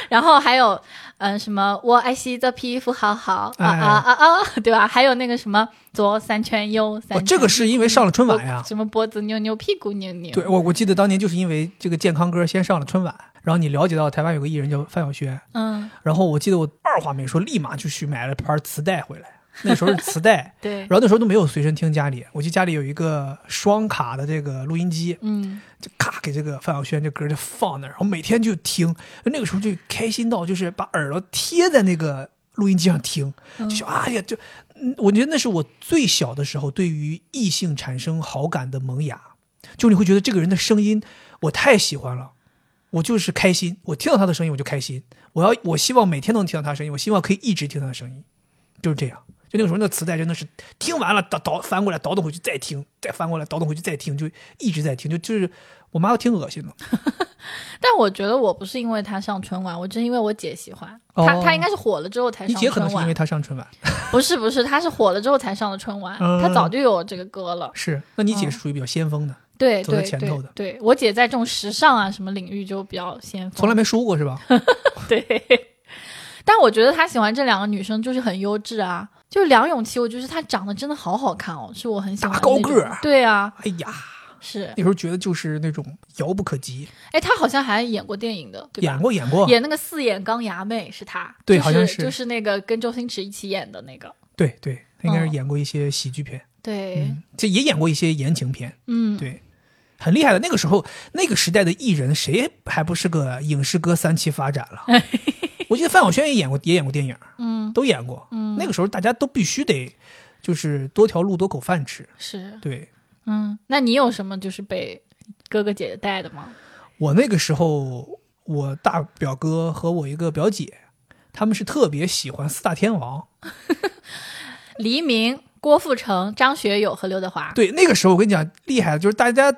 Speaker 2: 然后还有嗯、呃什么我爱惜的皮肤好好啊
Speaker 1: 哎
Speaker 2: 啊啊啊，对吧？还有那个什么左三圈右三
Speaker 1: 我哦
Speaker 2: 圈，
Speaker 1: 这个是因为上了春晚呀。
Speaker 2: 什么脖子扭扭屁股扭扭，
Speaker 1: 对，我我记得当年就是因为这个健康歌先上了春晚，然后你了解到台湾有个艺人叫范晓萱，
Speaker 2: 嗯，，
Speaker 1: 然后我记得我二话没说，立马就去买了盘磁带回来。那时候是磁带
Speaker 2: 对
Speaker 1: 然，后那时候都没有随身听，家里我记得家里有一个双卡的这个录音机，
Speaker 2: 嗯，
Speaker 1: 就咔给这个范晓萱这歌就放那儿，然后每天就听。那个时候就开心到就是把耳朵贴在那个录音机上听，就想哎呀，就嗯我觉得那是我最小的时候对于异性产生好感的萌芽，就你会觉得这个人的声音我太喜欢了。我就是开心，我听到他的声音我就开心。我要，我希望每天都能听到他的声音，我希望可以一直听他的声音，就是这样。就那个时候，那磁带真的是听完了倒倒翻过来倒腾回去再听，再翻过来倒腾回去再听，就一直在听，就就是我妈要听恶心的。
Speaker 2: 但我觉得我不是因为他上春晚，我真因为我姐喜欢、
Speaker 1: 哦
Speaker 2: 他，他应该是火了之后才
Speaker 1: 你
Speaker 2: 上
Speaker 1: 姐可能
Speaker 2: 春
Speaker 1: 是因
Speaker 2: 晚
Speaker 1: 为。她上春晚，
Speaker 2: 不是不是，他是火了之后才上的春晚，
Speaker 1: 嗯
Speaker 2: 他早就有这个歌了。
Speaker 1: 是，那你
Speaker 2: 嗯
Speaker 1: 姐是属于比较先锋的，
Speaker 2: 对
Speaker 1: 走在
Speaker 2: 对
Speaker 1: 前
Speaker 2: 对
Speaker 1: 头的
Speaker 2: 对，我姐在这种时尚啊什么领域就比较先锋，
Speaker 1: 从来没输过是 吧？
Speaker 2: 对。但我觉得他喜欢这两个女生就是很优质啊，就梁咏琪，我觉得她长得真的好好看哦，是我很喜欢的
Speaker 1: 大高
Speaker 2: 那种
Speaker 1: 个儿
Speaker 2: 对啊，
Speaker 1: 哎呀，
Speaker 2: 是，
Speaker 1: 那时候觉得就是那种遥不可及，
Speaker 2: 哎，她好像还演过电影的，对吧？
Speaker 1: 演过演过，
Speaker 2: 演那个四眼钢牙妹是她，
Speaker 1: 对
Speaker 2: 就
Speaker 1: 好像是
Speaker 2: 就是那个跟周星驰一起演的那个，
Speaker 1: 对对，他应该是
Speaker 2: 嗯
Speaker 1: 演过一些喜剧片，
Speaker 2: 对，
Speaker 1: 嗯，这也演过一些言情片，
Speaker 2: 嗯，
Speaker 1: 对，很厉害的。那个时候，那个时代的艺人，谁还不是个影视歌三期发展 了？我记得范晓萱也演过，也演过电影，
Speaker 2: 嗯，
Speaker 1: 都演过。
Speaker 2: 嗯
Speaker 1: 那个时候大家都必须得，就是多条路多口饭吃。
Speaker 2: 是，
Speaker 1: 对
Speaker 2: 嗯，那你有什么就是被哥哥姐姐带的吗？
Speaker 1: 我那个时候，我大表哥和我一个表姐，他们是特别喜欢四大天王。
Speaker 2: 黎明、郭富城、张学友和刘德 华，
Speaker 1: 对，那个时候我跟你讲，厉害的就是大家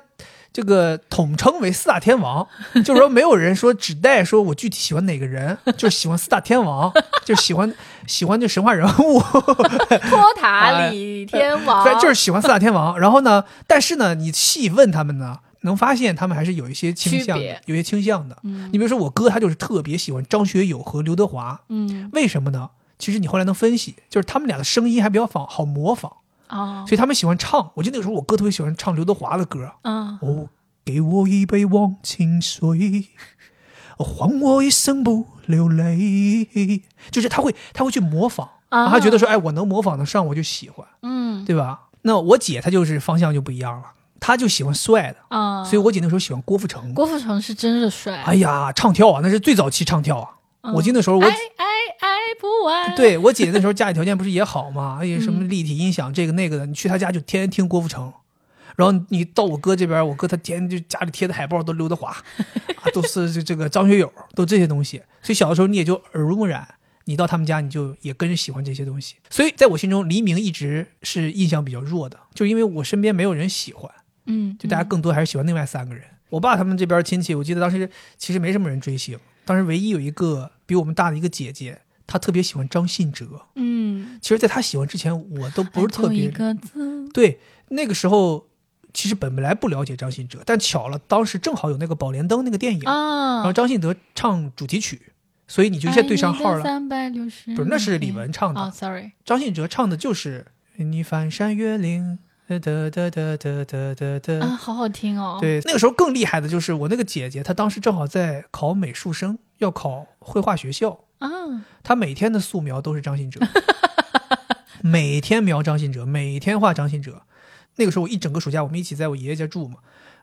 Speaker 1: 这个统称为四大天王，就是说没有人说指代说我具体喜欢哪个人，就是喜欢四大天王，就是喜欢喜欢这神话人物，
Speaker 2: 托塔李天王，
Speaker 1: 哎对，就是喜欢四大天王。然后呢，但是呢，你细问他们呢，能发现他们还是有一些倾向
Speaker 2: 区
Speaker 1: 的
Speaker 2: 别，
Speaker 1: 有一些倾向的。
Speaker 2: 嗯
Speaker 1: 你比如说我哥，他就是特别喜欢张学友和刘德华，
Speaker 2: 嗯
Speaker 1: 为什么呢？其实你后来能分析，就是他们俩的声音还比较仿好模仿，
Speaker 2: 哦
Speaker 1: 所以他们喜欢唱。我记得那个时候我哥特别喜欢唱刘德华的歌，
Speaker 2: 嗯
Speaker 1: 哦，给我一杯忘情水，还我一生不流泪。就是他会，他会去模仿，
Speaker 2: 啊
Speaker 1: 他觉得说，哎，我能模仿得上，我就喜欢，
Speaker 2: 嗯
Speaker 1: 对吧？那我姐她就是方向就不一样了，她就喜欢帅的，
Speaker 2: 啊，
Speaker 1: 所以我姐那时候喜欢郭富城。
Speaker 2: 郭富城是真的帅，
Speaker 1: 哎呀，唱跳啊，那是最早期唱跳啊。
Speaker 2: 嗯
Speaker 1: 我记得那时候我
Speaker 2: 爱爱爱哎不完，，
Speaker 1: 对我姐那时候家里条件不是也好嘛，哎呀，什么立体音响这个那个的，你去她家就天天听郭富城，然后你到我哥这边，我哥他天天就家里贴的海报都刘德华，啊、都是这这个张学友，都这些东西，所以小的时候你也就耳濡目染。你到他们家，你就也跟着喜欢这些东西，所以在我心中，黎明一直是印象比较弱的，就因为我身边没有人喜欢，
Speaker 2: 嗯，
Speaker 1: 就大家更多还是喜欢另外三个人。我爸他们这边亲戚，我记得当时其实没什么人追星，当时唯一有一个比我们大的一个姐姐，她特别喜欢张信哲，
Speaker 2: 嗯，哎
Speaker 1: 其实，在他喜欢之前，我都不是特
Speaker 2: 还就一
Speaker 1: 别
Speaker 2: 个字，
Speaker 1: 对。那个时候，其实本来不了解张信哲，但巧了，当时正好有那个《宝莲灯》那个电影，然后
Speaker 2: 啊，
Speaker 1: 张信哲唱主题曲，所以你就一下对上号了。
Speaker 2: 哎三百六十，
Speaker 1: 不是，那是李玟唱
Speaker 2: 哦
Speaker 1: 的，
Speaker 2: ，sorry，
Speaker 1: 张信哲唱的就是“你翻山越岭”，哒哒哒哒哒哒哒
Speaker 2: 啊，
Speaker 1: 哒。
Speaker 2: 好好听哦，，
Speaker 1: 呃对，那个时候更厉害的就是我那个姐姐，她当时正好在考美术生，要考绘画学校，
Speaker 2: 啊，
Speaker 1: 他每天的素描都是张信哲，每天描张信哲，每天画张信哲。那个时候我一整个暑假，我们一起在我爷爷家住嘛，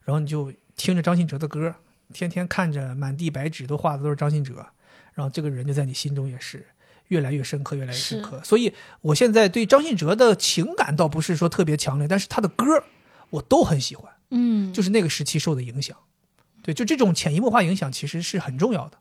Speaker 1: 然后你就听着张信哲的歌，天天看着满地白纸都画的都是张信哲，然后这个人就在你心中也是越来越深刻，越来越深刻。所以我现在对张信哲的情感倒不是说特别强烈，但是他的歌我都很喜欢，
Speaker 2: 嗯，
Speaker 1: 就是那个时期受的影响。对，就这种潜移默化影响其实是很重要的。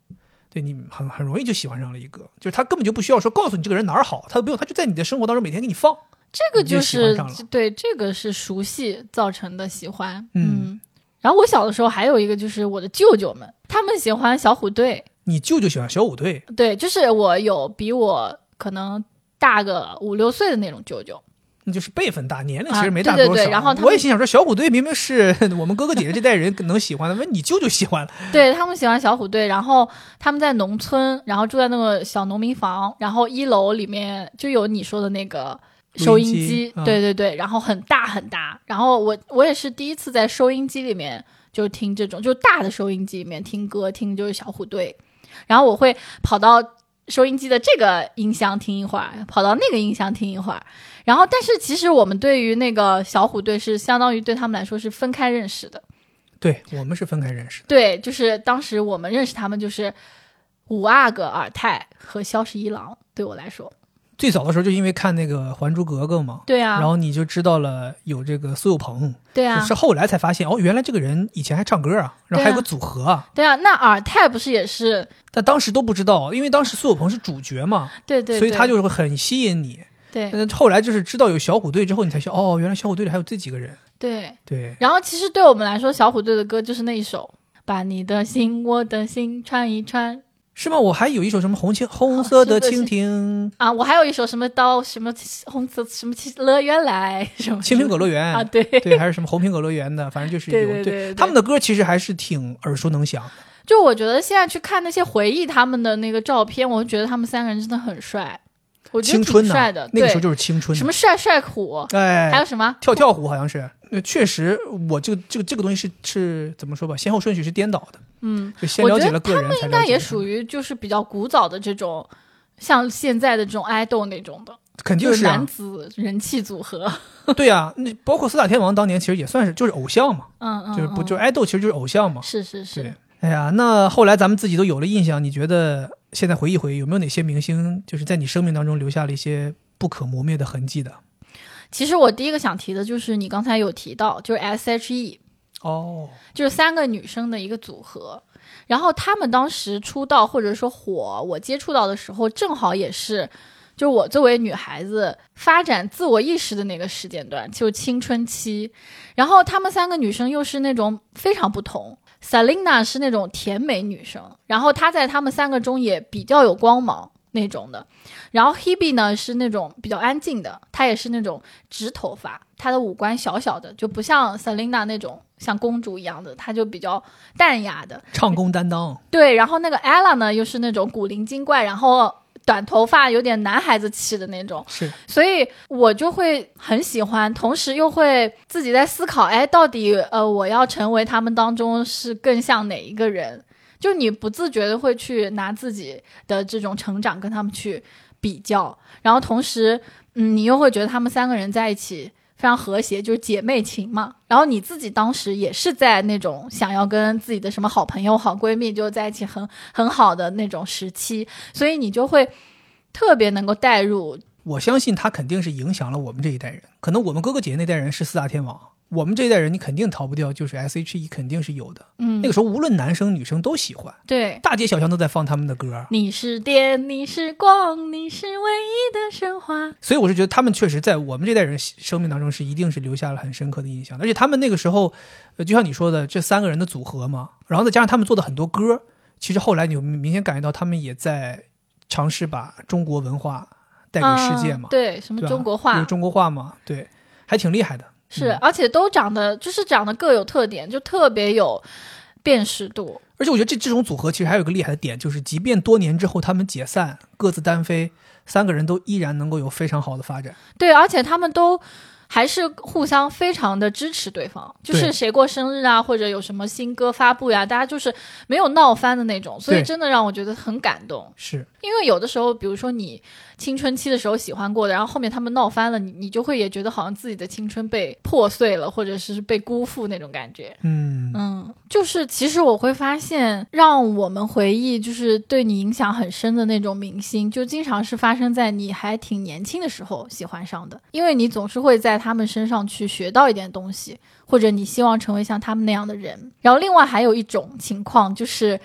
Speaker 1: 对你很很容易就喜欢上了一个，就是他根本就不需要说告诉你这个人哪儿好，他都不用，他就在你的生活当中每天给你放。
Speaker 2: 这个
Speaker 1: 你就
Speaker 2: 就
Speaker 1: 喜欢
Speaker 2: 是
Speaker 1: 上了
Speaker 2: 对，这个是熟悉造成的喜欢。
Speaker 1: 嗯
Speaker 2: 然后我小的时候还有一个就是我的舅舅们，他们喜欢小虎队，
Speaker 1: 你舅舅喜欢小虎队，
Speaker 2: 对，就是我有比我可能大个五六岁的那种舅舅，
Speaker 1: 那就是辈分大，年龄
Speaker 2: 啊
Speaker 1: 其实没大多
Speaker 2: 对
Speaker 1: 少。
Speaker 2: 对对然后他们
Speaker 1: 我也心想说，小虎队明明是 我们哥哥姐姐这代人能喜欢的，问你舅舅喜欢了，
Speaker 2: 对他们喜欢小虎队，然后他们在农村，然后住在那个小农民房，然后一楼里面就有你说的那个收
Speaker 1: 录音
Speaker 2: 音
Speaker 1: 机
Speaker 2: 机，
Speaker 1: 啊
Speaker 2: 对对对，然后很大很大，然后我我也是第一次在收音机里面就听这种，就大的收音机里面听歌，听就是小虎队，然后我会跑到。收音机的这个音箱听一会儿，跑到那个音箱听一会儿，然后但是其实我们对于那个小虎队是相当于对他们来说是分开认识的，
Speaker 1: 对我们是分开认识的。
Speaker 2: 对，就是当时我们认识他们就是五阿哥尔泰和萧十一郎，对我来说，
Speaker 1: 最早的时候就因为看那个《还珠格格》嘛，
Speaker 2: 对啊，
Speaker 1: 然后你就知道了有这个苏有朋，
Speaker 2: 对啊
Speaker 1: 是，后来才发现哦，原来这个人以前还唱歌啊，然后还有个
Speaker 2: 对啊
Speaker 1: 组合啊，
Speaker 2: 对啊，那尔泰不是也是
Speaker 1: 但当时都不知道，因为当时苏有朋是主角嘛，
Speaker 2: 对对对，
Speaker 1: 所以他就嗯会很吸引你。
Speaker 2: 对
Speaker 1: 但是后来就是知道有小虎队之后，你才想哦，原来小虎队里还有这几个人。
Speaker 2: 对。
Speaker 1: 对，
Speaker 2: 然后其实对我们来说，小虎队的歌就是那一首《把你的心我的心串一串》
Speaker 1: 是吗？我还有一首什么红青红色的蜻蜓，
Speaker 2: 啊，我还有一首什么到什么红色什么乐园来什么
Speaker 1: 青苹果乐园
Speaker 2: 啊，对，
Speaker 1: 对，还是什么红苹果乐园的，反正就是有
Speaker 2: 对对对对
Speaker 1: 他们的歌其实还是挺耳熟能详的。
Speaker 2: 就我觉得现在去看那些回忆他们的那个照片，我就觉得他们三个人真的很帅，我觉
Speaker 1: 青
Speaker 2: 得
Speaker 1: 春
Speaker 2: 挺
Speaker 1: 呐、
Speaker 2: 帅的。
Speaker 1: 那个时候
Speaker 2: 对
Speaker 1: 就是青春、
Speaker 2: 什么？帅帅虎，还
Speaker 1: 哎
Speaker 2: 有，什么？
Speaker 1: 跳跳虎好像是。呃确实，我这个这个这个东西是是怎么说吧？先后顺序是颠倒的，
Speaker 2: 嗯，
Speaker 1: 就先了解了个人才了解了他们。
Speaker 2: 应该也属于就是比较古早的这种，像现在的这种爱豆那种的。
Speaker 1: 肯定
Speaker 2: 就是男
Speaker 1: 啊，
Speaker 2: 子人气组合，
Speaker 1: 对啊，那包括四大天王当年其实也算是就是偶像嘛，
Speaker 2: 嗯嗯，
Speaker 1: 就是不
Speaker 2: 嗯
Speaker 1: 就是爱豆其实就是偶像嘛，
Speaker 2: 是是是
Speaker 1: 对，。哎呀，那后来咱们自己都有了印象，你觉得现在回忆回忆，有没有哪些明星就是在你生命当中留下了一些不可磨灭的痕迹的？
Speaker 2: 其实我第一个想提的就是你刚才有提到，就是 E S.H.E，
Speaker 1: 哦，
Speaker 2: 就是三个女生的一个组合。然后她们当时出道或者说火，我接触到的时候，正好也是，就是我作为女孩子发展自我意识的那个时间段，就是青春期。然后她们三个女生又是那种非常不同。Selina 是那种甜美女生，然后她在她们三个中也比较有光芒那种的。然后 Hebe 呢是那种比较安静的，她也是那种直头发，她的五官小小的，就不像 Selina 那种像公主一样的，她就比较淡雅的。
Speaker 1: 唱功担当，
Speaker 2: 对，然后那个 Ella 呢又是那种古灵精怪，然后短头发，有点男孩子气的那种。
Speaker 1: 是
Speaker 2: 所以我就会很喜欢，同时又会自己在思考，哎，到底呃我要成为他们当中是更像哪一个人？就你不自觉的会去拿自己的这种成长跟他们去比较，然后同时，嗯，你又会觉得他们三个人在一起非常和谐，就是姐妹情嘛。然后你自己当时也是在那种想要跟自己的什么好朋友、好闺蜜就在一起很很好的那种时期，所以你就会特别能够带入
Speaker 1: 我相信他肯定是影响了我们这一代人，可能我们哥哥姐姐那代人是四大天王，我们这一代人你肯定逃不掉，就是 S.H.E 肯定是有的。
Speaker 2: 嗯
Speaker 1: 那个时候无论男生女生都喜欢，
Speaker 2: 对，
Speaker 1: 大街小巷都在放他们的歌儿，
Speaker 2: 你是电，你是光，你是唯一的神话。
Speaker 1: 所以我是觉得他们确实在我们这代人生命当中是一定是留下了很深刻的印象。而且他们那个时候，呃，就像你说的，这三个人的组合嘛，然后再加上他们做的很多歌儿，其实后来你有明显感觉到他们也在尝试把中国文化带给世界嘛
Speaker 2: 嗯，对，什么
Speaker 1: 对吧
Speaker 2: 中国话
Speaker 1: 有中嗯国话嘛，对，还挺厉害的。
Speaker 2: 是，而且都长得就是长得各有特点，就特别有辨识度。
Speaker 1: 而且我觉得这这种组合其实还有一个厉害的点，就是即便多年之后他们解散，各自单飞，三个人都依然能够有非常好的发展。
Speaker 2: 对，而且他们都还是互相非常的支持对方，就是
Speaker 1: 对
Speaker 2: 谁过生日啊，或者有什么新歌发布呀、大家就是没有闹翻的那种，所以
Speaker 1: 对
Speaker 2: 真的让我觉得很感动。
Speaker 1: 是，
Speaker 2: 因为有的时候，比如说你青春期的时候喜欢过的，然后后面他们闹翻了，你你就会也觉得好像自己的青春被破碎了，或者是被辜负那种感觉。
Speaker 1: 嗯，
Speaker 2: 嗯，就是其实我会发现，让我们回忆就是对你影响很深的那种明星，就经常是发生在你还挺年轻的时候喜欢上的，因为你总是会在他们身上去学到一点东西，或者你希望成为像他们那样的人。然后另外还有一种情况就是，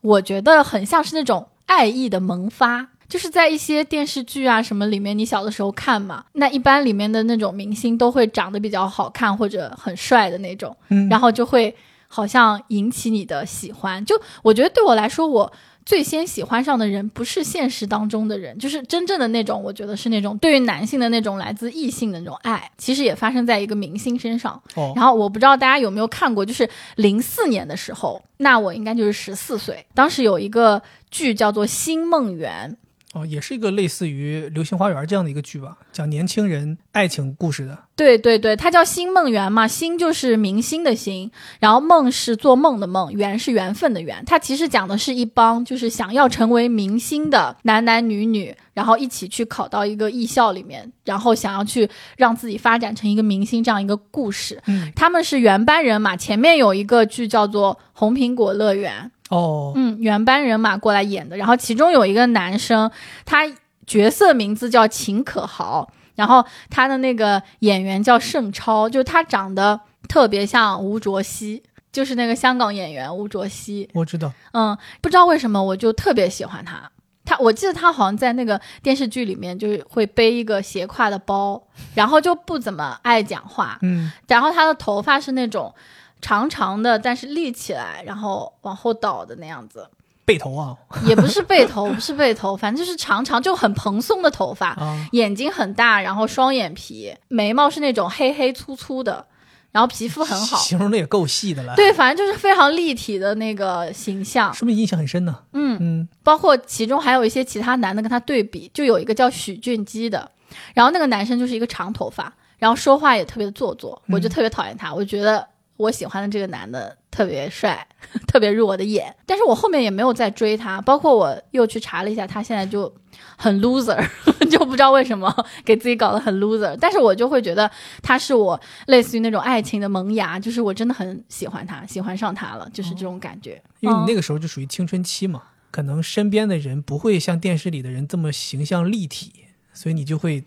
Speaker 2: 我觉得很像是那种爱意的萌发。就是在一些电视剧啊什么里面，你小的时候看嘛，那一般里面的那种明星都会长得比较好看或者很帅的那种，
Speaker 1: 嗯
Speaker 2: 然后就会好像引起你的喜欢。就我觉得对我来说，我最先喜欢上的人不是现实当中的人，就是真正的那种，我觉得是那种对于男性的那种来自异性的那种爱，其实也发生在一个明星身上。
Speaker 1: 哦，
Speaker 2: 然后我不知道大家有没有看过，就是零四年的时候，那我应该就是十四岁，当时有一个剧叫做《新梦缘》。
Speaker 1: 哦，也是一个类似于《流星花园》这样的一个剧吧，讲年轻人爱情故事的。
Speaker 2: 对对对，它叫星梦缘嘛，星就是明星的星，然后梦是做梦的梦，缘是缘分的缘。它其实讲的是一帮就是想要成为明星的男男女女，然后一起去考到一个艺校里面，然后想要去让自己发展成一个明星这样一个故事。
Speaker 1: 嗯，
Speaker 2: 他们是原班人马，前面有一个剧叫做《红苹果乐园》，
Speaker 1: 哦，
Speaker 2: 嗯，原班人马过来演的。然后其中有一个男生，他角色名字叫秦可豪，然后他的那个演员叫盛超，就他长得特别像吴卓羲，就是那个香港演员吴卓羲。
Speaker 1: 我知道，
Speaker 2: 嗯，不知道为什么我就特别喜欢他。他我记得他好像在那个电视剧里面就是会背一个斜挎的包，然后就不怎么爱讲话，
Speaker 1: 嗯，
Speaker 2: 然后他的头发是那种长长的，但是立起来，然后往后倒的那样子，
Speaker 1: 背头啊
Speaker 2: 也不是背头，不是背头，反正就是长长就很蓬松的头发，
Speaker 1: 啊，
Speaker 2: 眼睛很大，然后双眼皮，眉毛是那种黑黑粗粗的，然后皮肤很好，
Speaker 1: 形容的也够细的了，，
Speaker 2: 对，反正就是非常立体的那个形象，
Speaker 1: 说明印象很深呢。
Speaker 2: 嗯。
Speaker 1: 嗯，
Speaker 2: 包括其中还有一些其他男的跟他对比，就有一个叫许俊基的，然后那个男生就是一个长嗯头发，然后说话也特别做作，我就特别讨厌他，我就觉得我喜欢的这个男的特别帅， 特别入我的眼。但是我后面也没有再追他，包括我又去查了一下，他现在就很 loser，就 不知道为什么给自己搞得很 loser。但是我就会觉得他是我类似于那种爱情的萌芽，就是我真的很喜欢他，喜欢上他了，就是这种感觉。
Speaker 1: 因为你那
Speaker 2: 个、
Speaker 1: 个时候就属于青春期嘛，可能身边的人不会像电视里的人这么形象立体，所以你就会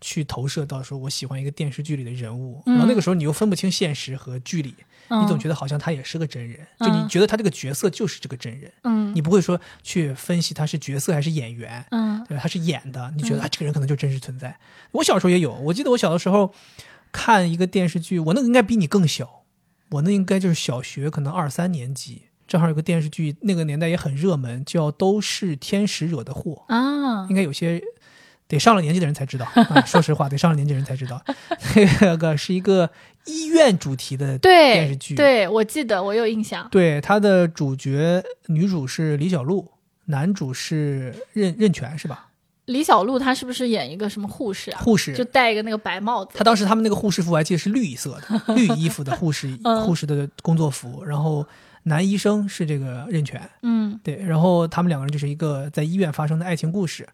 Speaker 1: 去投射到说我喜欢一个电视剧里的人物，
Speaker 2: 嗯
Speaker 1: 然后那个时候你又分不清现实和剧里，
Speaker 2: 嗯、
Speaker 1: 你总觉得好像他也是个真人，就你
Speaker 2: 嗯
Speaker 1: 觉得他这个角色就是这个真人，
Speaker 2: 嗯
Speaker 1: 你不会说去分析他是角色还是演员，
Speaker 2: 嗯
Speaker 1: 对吧，他是演的，你觉得、啊，这个人可能就真实存在。我小时候也有，我记得我小的时候看一个电视剧，我那个应该比你更小，我那应该就是小学可能二三年级，正好有个电视剧，那个年代也很热门，叫《都是天使惹的祸》，
Speaker 2: 啊
Speaker 1: 应该有些。得上了年纪的人才知道啊，说实话，得上了年纪的人才知道， 那个是一个医院主题的
Speaker 2: 对
Speaker 1: 电视剧，
Speaker 2: 对我记得我有印象。
Speaker 1: 对，它的主角女主是李小璐，男主是任任泉是吧？
Speaker 2: 李小璐她是不是演一个什么护士啊？
Speaker 1: 护士
Speaker 2: 就戴一个那个白帽子。
Speaker 1: 他当时他们那个护士服我还记得是绿色 的，绿衣服的护士
Speaker 2: 嗯
Speaker 1: 护士的工作服，然后男医生是这个任泉，
Speaker 2: 嗯
Speaker 1: 对，然后他们两个人就是一个在医院发生的爱情故事。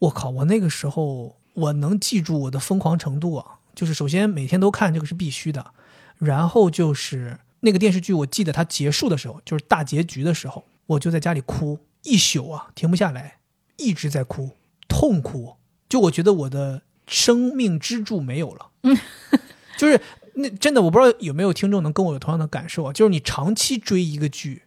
Speaker 1: 我靠，我那个时候我能记住我的疯狂程度啊，就是首先每天都看这个是必须的，然后就是那个电视剧，我记得它结束的时候，就是大结局的时候，我就在家里哭一宿啊，停不下来，一直在哭，痛哭，就我觉得我的生命支柱没有了，嗯， 就是那真的我不知道有没有听众能跟我有同样的感受啊，就是你长期追一个剧。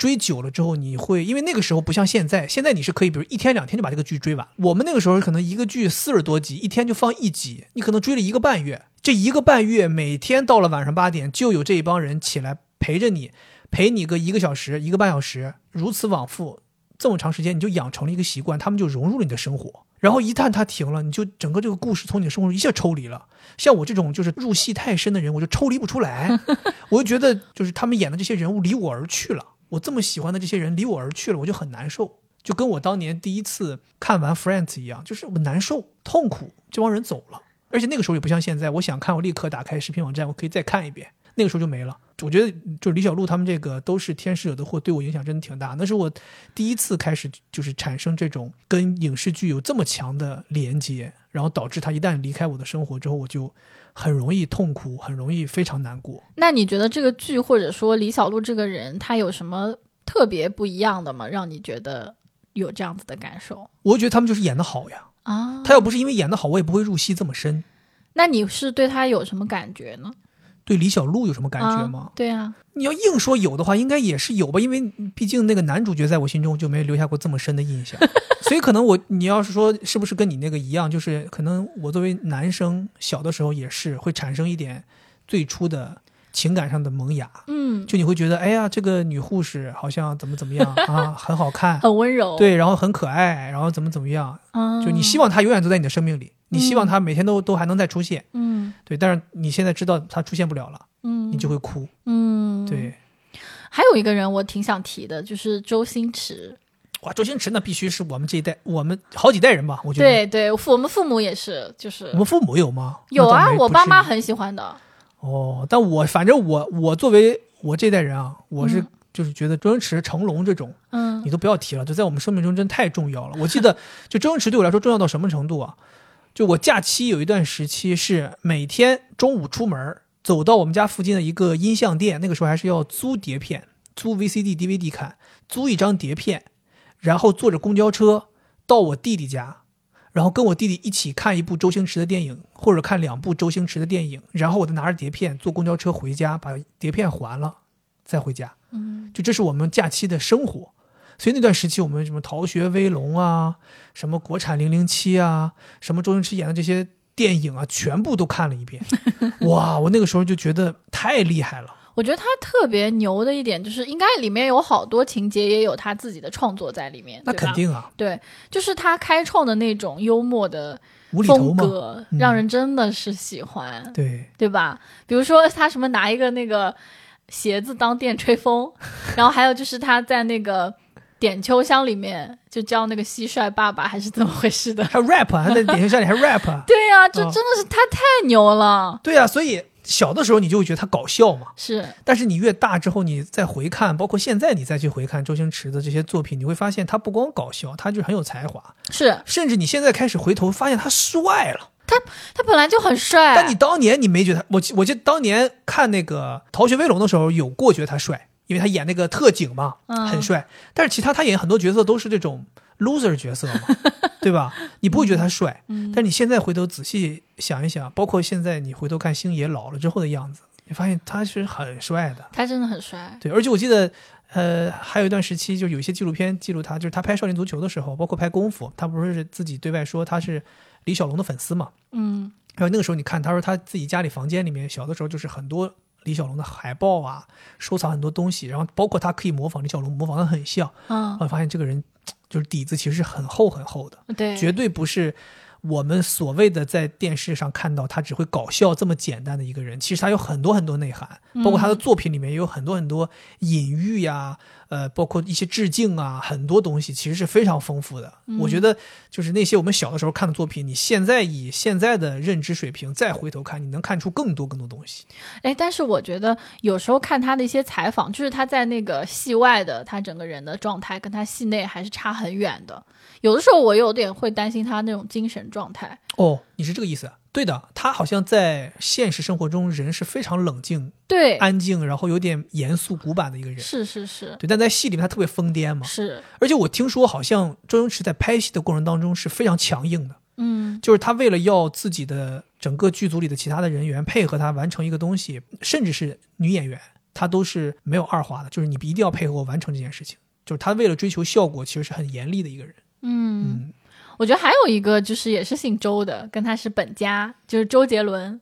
Speaker 1: 追久了之后，你会因为那个时候不像现在，现在你是可以，比如一天两天就把这个剧追完。我们那个时候可能一个剧四十多集，一天就放一集，你可能追了一个半月。这一个半月，每天到了晚上八点，就有这一帮人起来陪着你，陪你个一个小时、一个半小时，如此往复，这么长时间，你就养成了一个习惯，他们就融入了你的生活。然后一旦它停了，你就整个这个故事从你的生活中一下抽离了。像我这种就是入戏太深的人，我就抽离不出来。我就觉得就是他们演的这些人物离我而去了，我这么喜欢的这些人离我而去了，我就很难受，就跟我当年第一次看完《Friends》一样，就是我难受、痛苦，这帮人走了。而且那个时候也不像现在，我想看我立刻打开视频网站，我可以再看一遍。那个时候就没了。我觉得就李小璐他们这个都是天使惹的祸，对我影响真的挺大。那是我第一次开始就是产生这种跟影视剧有这么强的连接，然后导致它一旦离开我的生活之后，我就很容易痛苦，很容易非常难过。
Speaker 2: 那你觉得这个剧或者说李小璐这个人，她有什么特别不一样的吗？让你觉得有这样子的感受
Speaker 1: 我觉得他们就是演的好呀。
Speaker 2: 啊？
Speaker 1: 他要不是因为演的好，我也不会入戏这么深。
Speaker 2: 那你是对她有什么感觉呢？
Speaker 1: 对李小璐有什么感觉吗
Speaker 2: 啊？对啊，
Speaker 1: 你要硬说有的话，应该也是有吧，因为毕竟那个男主角在我心中就没留下过这么深的印象， 所以可能我你要是说是不是跟你那个一样，就是可能我作为男生小的时候也是会产生一点最初的情感上的萌芽，
Speaker 2: 嗯，
Speaker 1: 就你会觉得哎呀，这个女护士好像怎么怎么样啊，很好看，
Speaker 2: 很温柔。，
Speaker 1: 对，然后很可爱，然后怎么怎么样，
Speaker 2: 啊、
Speaker 1: 就你希，望她永远都在你的生命里，你希望她每天都都还能再出现，
Speaker 2: 嗯
Speaker 1: 对，但是你现在知道她出现不了了，
Speaker 2: 嗯，
Speaker 1: 你就会哭，
Speaker 2: 嗯，。
Speaker 1: 对。
Speaker 2: 还有一个人我挺想提的，就是周星驰。
Speaker 1: 哇，周星驰那必须是我们这一代，我们好几代人吧，我觉得。，
Speaker 2: 对对，父我们父母也是，就是
Speaker 1: 我们父母有吗？
Speaker 2: 有
Speaker 1: 那
Speaker 2: 啊
Speaker 1: 倒，没
Speaker 2: 我爸妈
Speaker 1: 不
Speaker 2: 很喜欢的。
Speaker 1: 至于哦，但我反正我我作为我这代人啊，我是
Speaker 2: 嗯
Speaker 1: 就是觉得周星驰、成龙这种，
Speaker 2: 嗯
Speaker 1: 你都不要提了，就在我们生命中真太重要了。我 记得就周星驰对我来说重要到什么程度啊？就我假期有一段时期是每天中午出门儿走到我们家附近的一个音像店，那个时候还是要租碟片，租 VCD、DVD 看，租一张碟片，然后坐着公交车到我弟弟家，然后跟我弟弟一起看一部周星驰的电影，或者看两部周星驰的电影，然后我再拿着碟片坐公交车回家，把碟片还了再回家。
Speaker 2: 嗯
Speaker 1: 就这是我们假期的生活。所以那段时期，我们什么《逃学威龙》啊，什么国产《零零七》啊，什么周星驰演的这些电影啊，全部都看了一 遍。哇，我那个时候就觉得太厉害了。
Speaker 2: 我觉得他特别牛的一点就是，应该里面有好多情节也有他自己的创作在里面，
Speaker 1: 那
Speaker 2: 对
Speaker 1: 肯
Speaker 2: 吧
Speaker 1: 定啊，
Speaker 2: 对，就是他开创的那种幽默的
Speaker 1: 无厘头
Speaker 2: 风
Speaker 1: 嘛。
Speaker 2: 格，
Speaker 1: 嗯
Speaker 2: 让人真的是喜欢，
Speaker 1: 对，
Speaker 2: 对吧？比如说他什么拿一个那个鞋子当电吹风，然后还有就是他在那个点秋香里面就教那个蟋蟀爸爸还是怎么回事的。
Speaker 1: 还有 rap，啊还在点球下里还 rap 啊。
Speaker 2: 对呀、这
Speaker 1: 哦
Speaker 2: 真的是他太牛了。
Speaker 1: 对呀、所以小的时候你就会觉得它搞笑嘛，
Speaker 2: 是
Speaker 1: 但是你越大之后，你再回看，包括现在你再去回看周星驰的这些作品，你会发现他不光搞笑，他就是很有才华，
Speaker 2: 是，
Speaker 1: 甚至你现在开始回头发现他帅了。
Speaker 2: 他本来就很帅。
Speaker 1: 但你当年你没觉得他，我记我记得当年看那个《逃学威龙》的时候有过觉得他帅，因为他演那个特警嘛，
Speaker 2: 嗯
Speaker 1: 很帅。但是其他他演很多角色都是这种 loser 角色 嘛，对吧？你不会觉得他帅，
Speaker 2: 嗯
Speaker 1: 但你现在回头仔细想一想，包括现在你回头看星爷老了之后的样子，你发现他是很帅的。
Speaker 2: 他真的很帅。
Speaker 1: 对，而且我记得，呃，还有一段时期，就有一些纪录片记录他，就是他拍《少林足球》的时候，包括拍《功夫》，他不是自己对外说他是李小龙的粉丝嘛？
Speaker 2: 嗯
Speaker 1: 然后那个时候，你看他说他自己家里房间里面，小的时候就是很多李小龙的海报啊，收藏很多东西，然后包括他可以模仿李小龙，模仿的很像。
Speaker 2: 嗯，
Speaker 1: 我发现这个人就是底子其实是很厚很厚的，
Speaker 2: 对，
Speaker 1: 绝对不是。我们所谓的在电视上看到他只会搞笑这么简单的一个人，其实他有很多很多内涵，
Speaker 2: 嗯
Speaker 1: 包括他的作品里面也有很多很多隐喻呀、呃，包括一些致敬啊，很多东西其实是非常丰富的。
Speaker 2: 嗯
Speaker 1: 我觉得就是那些我们小的时候看的作品，你现在以现在的认知水平再回头看，你能看出更多更多东西。
Speaker 2: 哎，但是我觉得有时候看他的一些采访，就是他在那个戏外的他整个人的状态，跟他戏内还是差很远的。有的时候我有点会担心他那种精神状态。
Speaker 1: 哦，你是这个意思？对的，他好像在现实生活中人是非常冷静、
Speaker 2: 对，
Speaker 1: 安静，然后有点严肃古板的一个人。
Speaker 2: 是是是
Speaker 1: 对，但在戏里面他特别疯癫嘛。
Speaker 2: 是，
Speaker 1: 而且我听说，好像周星驰在拍戏的过程当中是非常强硬的，
Speaker 2: 嗯
Speaker 1: 就是他为了要自己的整个剧组里的其他的人员配合他完成一个东西，甚至是女演员，他都是没有二话的，就是你一定要配合我完成这件事情。就是他为了追求效果，其实是很严厉的一个人。
Speaker 2: 嗯。
Speaker 1: 嗯，
Speaker 2: 我觉得还有一个就是也是姓周的，跟他是本家，就是周杰伦。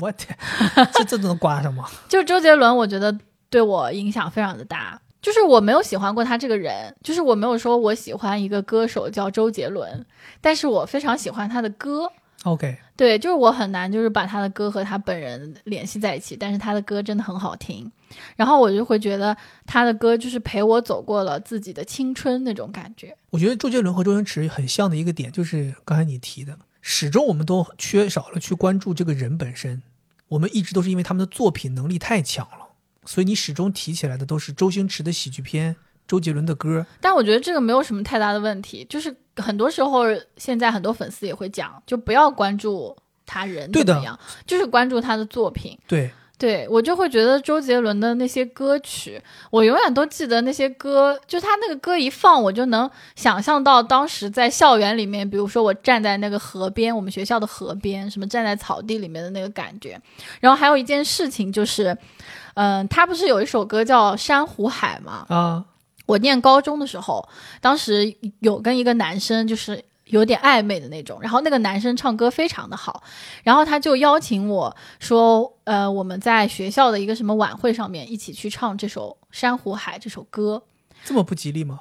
Speaker 1: 我天，嗯这这都能挂上吗？
Speaker 2: 就是周杰伦，我觉得对我影响非常的大。就是我没有喜欢过他这个人，就是我没有说我喜欢一个歌手叫周杰伦，但是我非常喜欢他的歌。
Speaker 1: OK，
Speaker 2: 对，就是我很难就是把他的歌和他本人联系在一起，但是他的歌真的很好听，然后我就会觉得他的歌就是陪我走过了自己的青春那种感觉。
Speaker 1: 我觉得周杰伦和周星驰很像的一个点，就是刚才你提的，始终我们都缺少了去关注这个人本身。我们一直都是因为他们的作品能力太强了，所以你始终提起来的都是周星驰的喜剧片、周杰伦的歌。
Speaker 2: 但我觉得这个没有什么太大的问题，就是很多时候现在很多粉丝也会讲，就不要关注他人
Speaker 1: 对
Speaker 2: 怎
Speaker 1: 的
Speaker 2: 么样，就是关注他的作品。
Speaker 1: 对，
Speaker 2: 对我就会觉得周杰伦的那些歌曲，我永远都记得那些歌，就他那个歌一放，我就能想象到当时在校园里面，比如说我站在那个河边，我们学校的河边，什么站在草地里面的那个感觉。然后还有一件事情就是，嗯、他不是有一首歌叫《珊瑚海》吗？
Speaker 1: 啊，
Speaker 2: 我念高中的时候，当时有跟一个男生就是有点暧昧的那种，然后那个男生唱歌非常的好，然后他就邀请我说，呃，我们在学校的一个什么晚会上面一起去唱这首《珊瑚海》这首歌，
Speaker 1: 这么不吉利吗？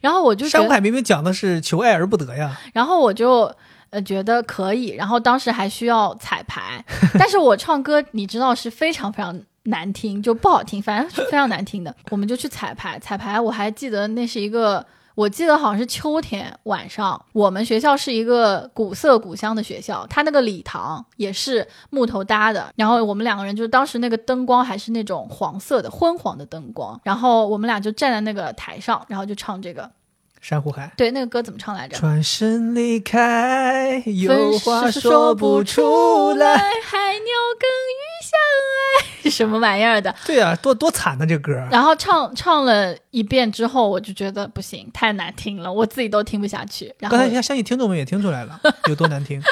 Speaker 2: 然后我就觉
Speaker 1: 山
Speaker 2: 得
Speaker 1: 瑚海明明讲的是求爱而不得呀。
Speaker 2: 然后我就呃觉得可以，然后当时还需要彩排，但是我唱歌你知道是非常非常难听，就不好听，反正是非常难听的。我们就去彩排，彩排我还记得那是一个。我记得好像是秋天晚上，我们学校是一个古色古香的学校，它那个礼堂也是木头搭的。然后我们两个人就是当时那个灯光还是那种黄色的昏黄的灯光，然后我们俩就站在那个台上，然后就唱这个。
Speaker 1: 珊瑚海，
Speaker 2: 对，那个歌怎么唱来着？
Speaker 1: 转身离开，有
Speaker 2: 分
Speaker 1: 话
Speaker 2: 是说
Speaker 1: 不
Speaker 2: 出
Speaker 1: 出来。，
Speaker 2: 海鸟跟鱼相爱， 什么玩意儿的？
Speaker 1: 对呀、多多惨呐、这歌。
Speaker 2: 然后唱唱了一遍之后，我就觉得不行，太难听了，我自己都听不下去。然后
Speaker 1: 刚，才相信听众们也听出来了有多难听，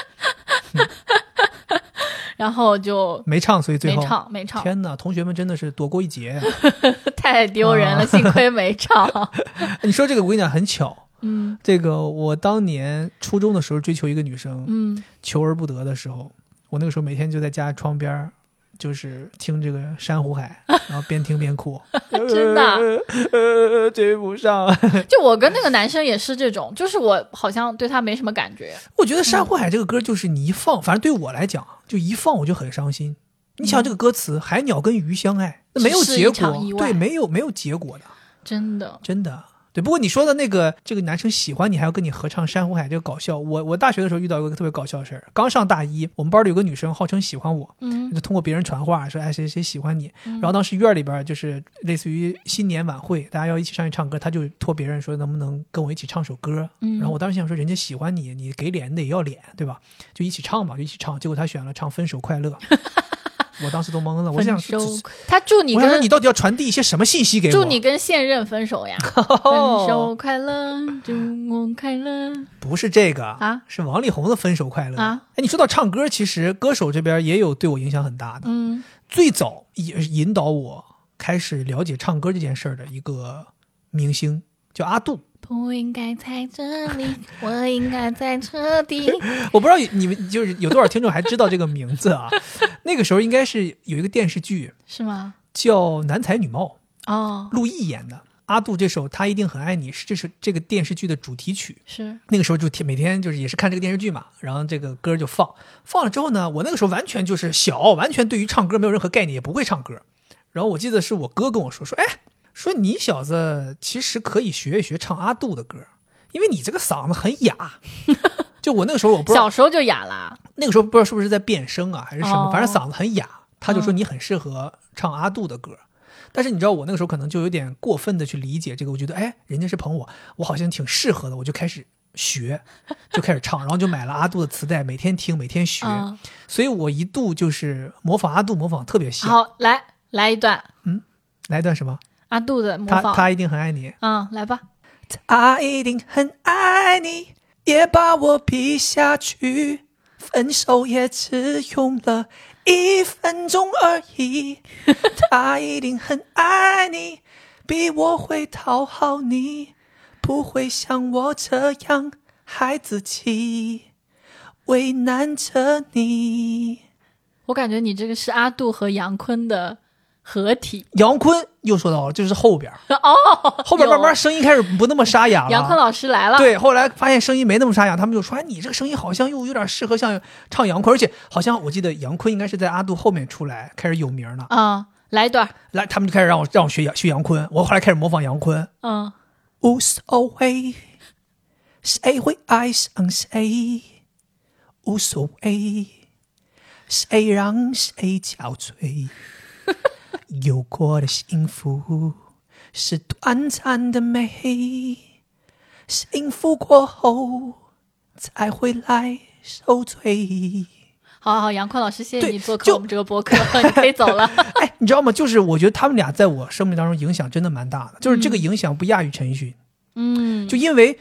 Speaker 2: 然后就
Speaker 1: 没唱，所以最
Speaker 2: 没
Speaker 1: 后
Speaker 2: 唱，没唱，
Speaker 1: 天哪，同学们真的是躲过一劫 呀、
Speaker 2: 太丢人了，
Speaker 1: 啊
Speaker 2: 幸亏没 唱。
Speaker 1: 你说这个，我跟你讲，很巧。
Speaker 2: 嗯
Speaker 1: 这个我当年初中的时候追求一个女生，
Speaker 2: 嗯，
Speaker 1: 求而不得的时候，我那个时候每天就在家窗边儿，就是听这个《珊瑚海》，然后边听边哭，
Speaker 2: 真的啊
Speaker 1: 呃，呃追不上。
Speaker 2: 就我跟那个男生也是这种，就是我好像对他没什么感觉。
Speaker 1: 我觉得《珊瑚海》这个歌就是你一放，反正对我来讲，就一放我就很伤心。你想这个歌词，海鸟跟鱼相爱，那没有
Speaker 2: 嗯只是
Speaker 1: 结
Speaker 2: 一场
Speaker 1: 果
Speaker 2: 意，外
Speaker 1: 对，没有没有结果的，
Speaker 2: 真的，
Speaker 1: 真的。对，不过你说的那个这个男生喜欢你，还要跟你合唱《珊瑚海》，这个搞笑。我我大学的时候遇到一个特别搞笑的事儿，刚上大一，我们班里有个女生号称喜欢我，
Speaker 2: 嗯
Speaker 1: 就通过别人传话说，哎谁谁喜欢你。
Speaker 2: 嗯
Speaker 1: 然后当时院里边就是类似于新年晚会，大家要一起上去唱歌，她就托别人说能不能跟我一起唱首歌。
Speaker 2: 嗯
Speaker 1: 然后我当时想说，人家喜欢你，你给脸得要脸，对吧？就一起唱吧，就一起唱。结果她选了唱《分手快 乐》，我当时都懵了，我想
Speaker 2: 分手
Speaker 1: 说，
Speaker 2: 他祝你
Speaker 1: 我想说
Speaker 2: 跟
Speaker 1: 你到底要传递一些什么信息给我？
Speaker 2: 祝你跟现任分手 呀，分手快乐，祝我快乐。
Speaker 1: 不是这个
Speaker 2: 啊
Speaker 1: 是王力宏的《分手快乐》
Speaker 2: 啊。
Speaker 1: 哎，你说到唱歌，其实歌手这边也有对我影响很大的。
Speaker 2: 嗯
Speaker 1: 最早引引导我开始了解唱歌这件事儿的一个明星叫阿杜，
Speaker 2: 不应该在这里，我应该在车底。
Speaker 1: 我不知道你们就是有多少听众还知道这个名字啊？那个时候应该是有一个电视剧
Speaker 2: 是吗？
Speaker 1: 叫《男才女貌
Speaker 2: 哦》，，
Speaker 1: 陆毅演的。阿杜这首《他一定很爱你》是这是这个电视剧的主题曲。
Speaker 2: 是，
Speaker 1: 那个时候就天每天就是也是看这个电视剧嘛，然后这个歌就放，放了之后呢，我那个时候完全就是小，完全对于唱歌没有任何概念，也不会唱歌。然后我记得是我哥跟我说说，哎，说你小子其实可以学一学唱阿杜的歌，因为你这个嗓子很哑。 就我那个时候我不知道
Speaker 2: 小，时候就哑了。
Speaker 1: 那个时候不知道是不是在变声啊还是什么，
Speaker 2: 哦
Speaker 1: 反正嗓子很哑。他就说你很适合唱阿杜的歌。 但是你知道，我那个时候可能就有点过分的去理解这个，我觉得，哎，人家是捧我，我好像挺适合的，我就开始学，就开始唱，然后就买了阿杜的磁带，每天听，每天学，
Speaker 2: 嗯，
Speaker 1: 所以我一度就是模仿阿杜，模仿特别像。
Speaker 2: 好，来来一段
Speaker 1: 来一段什么？
Speaker 2: 阿杜的模
Speaker 1: 他
Speaker 2: 仿。
Speaker 1: 他一定很爱你，
Speaker 2: 嗯，来吧。
Speaker 1: 他一定很爱你，也把我比下去，分手也只用了一分钟而 已。他一定很爱你，比我会讨好你，不会像我这样孩子气，为难着 你。
Speaker 2: 我感觉你这个是阿杜和杨坤的合体。
Speaker 1: 杨坤又说到了，就是后边儿
Speaker 2: 哦，
Speaker 1: 后边儿慢慢
Speaker 2: 有
Speaker 1: 声音开始不那么沙哑了。
Speaker 2: 杨坤老师来了。，
Speaker 1: 啊对，后来发现声音没那么沙哑，他们就说：“哎，你这个声音好像又有点适合像唱杨坤，而且好像我记得杨坤应该是在阿杜后面出来开始有名了。
Speaker 2: 嗯，来一段。
Speaker 1: 来，他们就开始让我让我学杨学杨坤，我后来开始模仿杨坤，
Speaker 2: 嗯，
Speaker 1: 无所谓，谁会爱上谁，无所谓，谁让谁憔 悴，有过的幸福是短暂的美。幸福过后才会来受罪。
Speaker 2: 好好好，杨坤老师，谢谢
Speaker 1: 对
Speaker 2: 你做客
Speaker 1: 就
Speaker 2: 我们这个播客， 你可以走 了。
Speaker 1: 哎，你知道吗？就是我觉得他们俩在我生命当中影响真的蛮大的，就是这个影响不亚于陈奕迅，
Speaker 2: 嗯，
Speaker 1: 就因为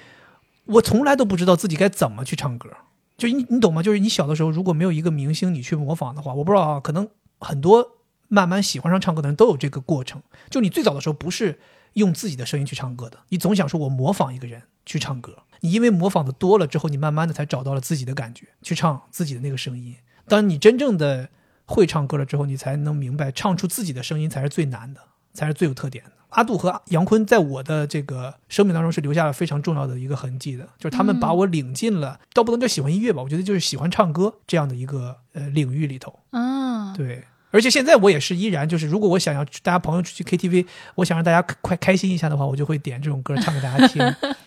Speaker 1: 我从来都不知道自己该怎么去唱歌，就你你懂吗？就是你小的时候如果没有一个明星你去模仿的话，我不知道啊，可能很多慢慢喜欢上唱歌的人都有这个过程。就你最早的时候不是用自己的声音去唱歌的，你总想说我模仿一个人去唱歌，你因为模仿的多了之后，你慢慢的才找到了自己的感觉，去唱自己的那个声音。当你真正的会唱歌了之后，你才能明白唱出自己的声音才是最难的，才是最有特点的。阿杜和杨坤在我的这个生命当中是留下了非常重要的一个痕迹的，就是他们把我领进了，倒不能叫喜欢音乐吧，我觉得就是喜欢唱歌这样的一个呃领域里头。
Speaker 2: 嗯，
Speaker 1: 对，而且现在我也是依然就是，如果我想要大家朋友去 KTV，我想让大家快开心一下的话，我就会点这种歌唱给大家 听，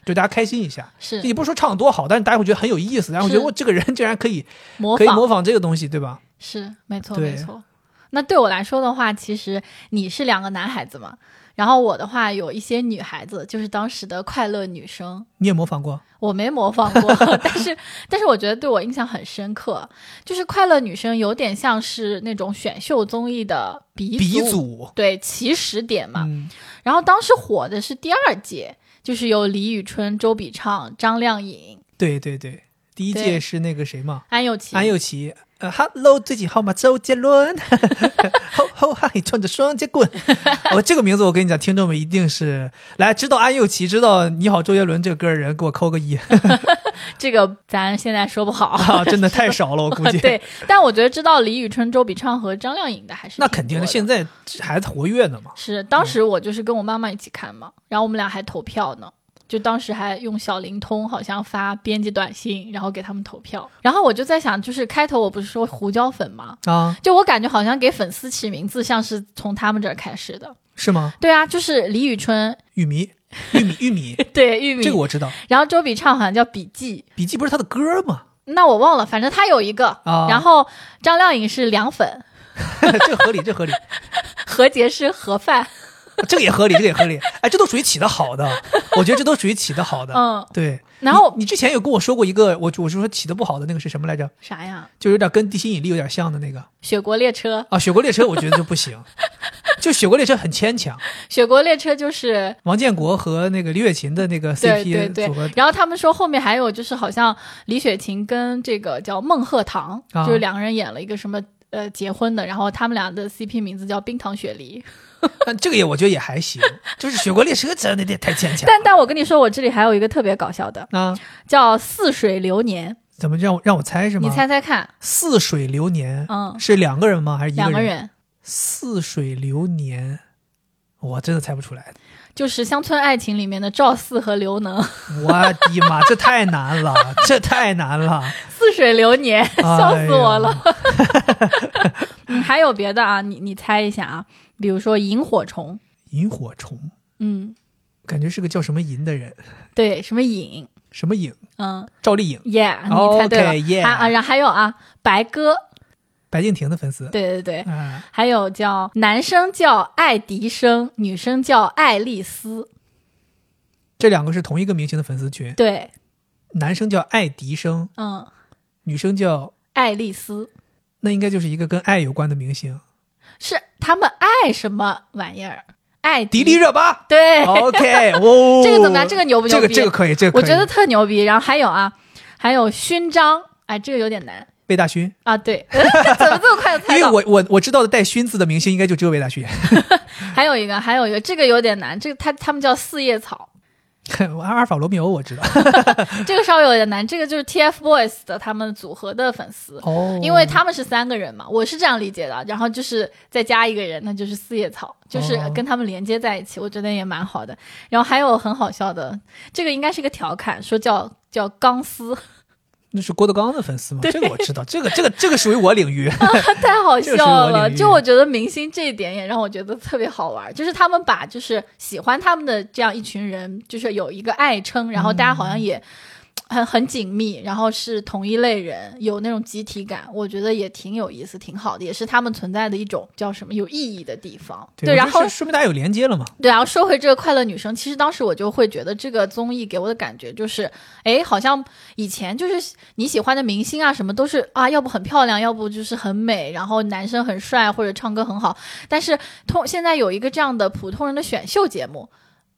Speaker 1: 就大家开心一下。
Speaker 2: 是
Speaker 1: 也不是说唱得多好，但是大家会觉得很有意思，然后觉得
Speaker 2: 是
Speaker 1: 我这个人竟然可以
Speaker 2: 模
Speaker 1: 可以
Speaker 2: 仿
Speaker 1: 模仿这个东西，对吧？
Speaker 2: 是没错
Speaker 1: 对
Speaker 2: 没错。那对我来说的话，其实你是两个男孩子嘛，然后我的话有一些女孩子，就是当时的快乐女生。
Speaker 1: 你也模仿过？
Speaker 2: 我没模仿 过，但是但是我觉得对我印象很深刻，就是快乐女生有点像是那种选秀综艺的鼻
Speaker 1: 鼻
Speaker 2: 祖
Speaker 1: 祖，
Speaker 2: 对起始点嘛。
Speaker 1: 嗯，
Speaker 2: 然后当时火的是第二届，就是有李宇春、周笔畅、张靓颖、
Speaker 1: 对对对，第一届
Speaker 2: 对
Speaker 1: 是那个谁嘛，
Speaker 2: 安又琪。
Speaker 1: 安又琪。呃，Hello，最近好吗？周杰 伦，吼吼哈，嘿，穿着双截棍。我、这个名字，我跟你讲，听众们一定是来知道安又琪，知道你好周杰伦这个歌的人，给我扣个一
Speaker 2: 这个咱现在说不好，
Speaker 1: 啊！真的太少 了，我估计。，
Speaker 2: 对，但我觉得知道李宇春、周笔畅和张靓颖的还是
Speaker 1: 那
Speaker 2: 挺
Speaker 1: 肯定
Speaker 2: 多
Speaker 1: 的，
Speaker 2: 的
Speaker 1: 现在还活跃呢嘛。
Speaker 2: 是当时我就是跟我妈妈一起看嘛，然后我们俩还投票呢。就当时还用小灵通，好像发编辑短信，然后给他们投票。然后我就在想，就是开头我不是说胡椒粉吗？
Speaker 1: 啊，
Speaker 2: 就我感觉好像给粉丝起名字，像是从他们这儿开始的。
Speaker 1: 是吗？
Speaker 2: 对啊，就是李宇春、
Speaker 1: 玉迷玉米玉米，
Speaker 2: 对 玉米。
Speaker 1: 这个我知道。
Speaker 2: 然后周笔畅好像叫笔记，
Speaker 1: 笔记不是他的歌吗？
Speaker 2: 那我忘了，反正他有一个。
Speaker 1: 啊
Speaker 2: 然后张靓颖是凉粉，
Speaker 1: 这合理，这合理，
Speaker 2: 何洁是盒饭。
Speaker 1: 这个也合理，这个也合理。哎，这都属于起的好的，我觉得这都属于起的好的。
Speaker 2: 嗯，
Speaker 1: 对。
Speaker 2: 然后
Speaker 1: 哦你你之前有跟我说过一个，我我就说起的不好的那个是什么来着？
Speaker 2: 啥呀？
Speaker 1: 就有点跟地心引力有点像的那个
Speaker 2: 雪国列车，
Speaker 1: 啊，《雪国列车》我觉得就不行，就《雪国列车》很牵强。
Speaker 2: 雪国列车就是
Speaker 1: 王建国和那个李雪琴的那个
Speaker 2: 对对
Speaker 1: CP 组合
Speaker 2: 对，然后他们说后面还有就是，好像李雪琴跟这个叫孟鹤堂，
Speaker 1: 啊
Speaker 2: 就是两个人演了一个什么呃结婚的，然后他们俩的 CP 名字叫冰糖雪梨。
Speaker 1: 但这个也我觉得也还行，就是《雪国列车》真的有点太牵强。
Speaker 2: 但但我跟你说，我这里还有一个特别搞笑的，
Speaker 1: 啊，
Speaker 2: 叫《似水流年
Speaker 1: 怎么让我让我猜是》，吗？
Speaker 2: 你猜猜看，
Speaker 1: 似水流年，
Speaker 2: 嗯
Speaker 1: 是两个人吗？还是一
Speaker 2: 两
Speaker 1: 个
Speaker 2: 个
Speaker 1: 人？
Speaker 2: 人
Speaker 1: 似水流年，我真的猜不出来。
Speaker 2: 就是《乡村爱情》里面的赵四和刘能，《
Speaker 1: 我的妈，这太难了，这太难了。
Speaker 2: 似水流年》， 笑死我了。
Speaker 1: 哎
Speaker 2: 嗯，还有别的啊，你你猜一下啊，比如说萤火虫，
Speaker 1: 萤火虫，
Speaker 2: 嗯，
Speaker 1: 感觉是个叫什么银的人，
Speaker 2: 对，什么影，
Speaker 1: 什么影？
Speaker 2: 嗯
Speaker 1: 赵丽颖，
Speaker 2: ，yeah，
Speaker 1: 哦 OK，
Speaker 2: 你猜对了。
Speaker 1: yeah
Speaker 2: 还啊，然后还有啊，白鸽，
Speaker 1: 白敬亭的粉丝。
Speaker 2: 对对对，
Speaker 1: 啊，
Speaker 2: 还有叫男生叫爱迪生，女生叫爱丽丝，
Speaker 1: 这两个是同一个明星的粉丝群，
Speaker 2: 对，
Speaker 1: 男生叫爱迪生，
Speaker 2: 嗯，
Speaker 1: 女生叫
Speaker 2: 爱丽丝
Speaker 1: 那应该就是一个跟爱有关的明星，
Speaker 2: 是他们爱什么玩意儿？爱
Speaker 1: 迪丽热巴。
Speaker 2: 对，
Speaker 1: OK，哦，
Speaker 2: 这个怎么样？这个牛不牛
Speaker 1: 这
Speaker 2: 逼？
Speaker 1: 个这个可以，这个可
Speaker 2: 我
Speaker 1: 以。
Speaker 2: 觉得特牛逼。然后还有啊，还有勋章，哎，这个有点难
Speaker 1: 魏大勋，
Speaker 2: 啊，对， 怎么这么快就
Speaker 1: 因
Speaker 2: 猜
Speaker 1: 为
Speaker 2: 到？
Speaker 1: 我我我知道的带“勋”字的明星应该就只有魏大勋。
Speaker 2: 还有一个，还有一个，这个有点难，这个他他们叫四叶草，
Speaker 1: 阿尔法罗密欧我知 道，
Speaker 2: 这个稍微有点难，这个就是 TFBOYS 的他们组合的粉丝。
Speaker 1: 哦
Speaker 2: 因为他们是三个人嘛，我是这样理解的。然后就是再加一个人，那就是四叶草，就是
Speaker 1: 哦
Speaker 2: 跟他们连接在一起，我觉得也蛮好的。然后还有很好笑的，这个应该是个调侃，说叫叫钢丝，
Speaker 1: 那是郭德纲的粉丝嘛，这个我知道，这个这个这个属于我 领域。
Speaker 2: 太好
Speaker 1: 这个是我
Speaker 2: 笑了。
Speaker 1: 领域
Speaker 2: 就我觉得明星这一点也让我觉得特别好玩，就是他们把就是喜欢他们的这样一群人，就是有一个爱称，然后大家好像
Speaker 1: 嗯
Speaker 2: 也。很很紧密，然后是同一类人，有那种集体感，我觉得也挺有意思，挺好的，也是他们存在的一种叫什么有意义的地方。
Speaker 1: 我觉
Speaker 2: 然
Speaker 1: 得
Speaker 2: 后
Speaker 1: 是说明大家有连接了嘛。
Speaker 2: 对，然后说回这个快乐女生，其实当时我就会觉得这个综艺给我的感觉就是，哎，好像以前就是你喜欢的明星啊，什么都是啊，要不很漂亮，要不就是很美，然后男生很帅或者唱歌很好。但是通现在有一个这样的普通人的选秀节目。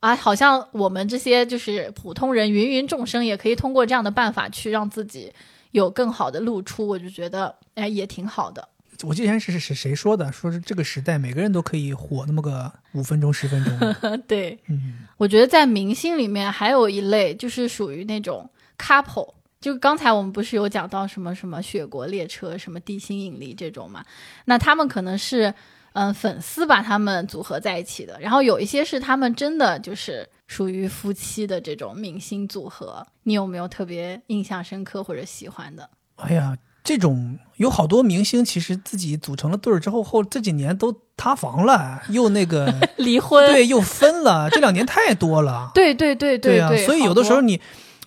Speaker 2: 啊，好像我们这些就是普通人、芸芸众生，也可以通过这样的办法去让自己有更好的露出，我就觉得，哎，也挺好的。
Speaker 1: 我之前是是谁说的？说是这个时代每个人都可以火那么个五分钟十分钟。
Speaker 2: 对，
Speaker 1: 嗯，
Speaker 2: 我觉得在明星里面还有一类就是属于那种 couple，就刚才我们不是有讲到什么什么雪国列车、什么地心引力这种嘛？那他们可能是嗯、呃粉丝把他们组合在一起的，然后有一些是他们真的就是属于夫妻的这种明星组合。你有没有特别印象深刻或者喜欢的？
Speaker 1: 哎呀，这种有好多明星其实自己组成了队儿之后，后这几年都塌房了，又那个
Speaker 2: 离婚？
Speaker 1: 对，又分了，这两年太多了。
Speaker 2: 对对对对
Speaker 1: 啊，所以有的时
Speaker 2: 好
Speaker 1: 候
Speaker 2: 多
Speaker 1: 你，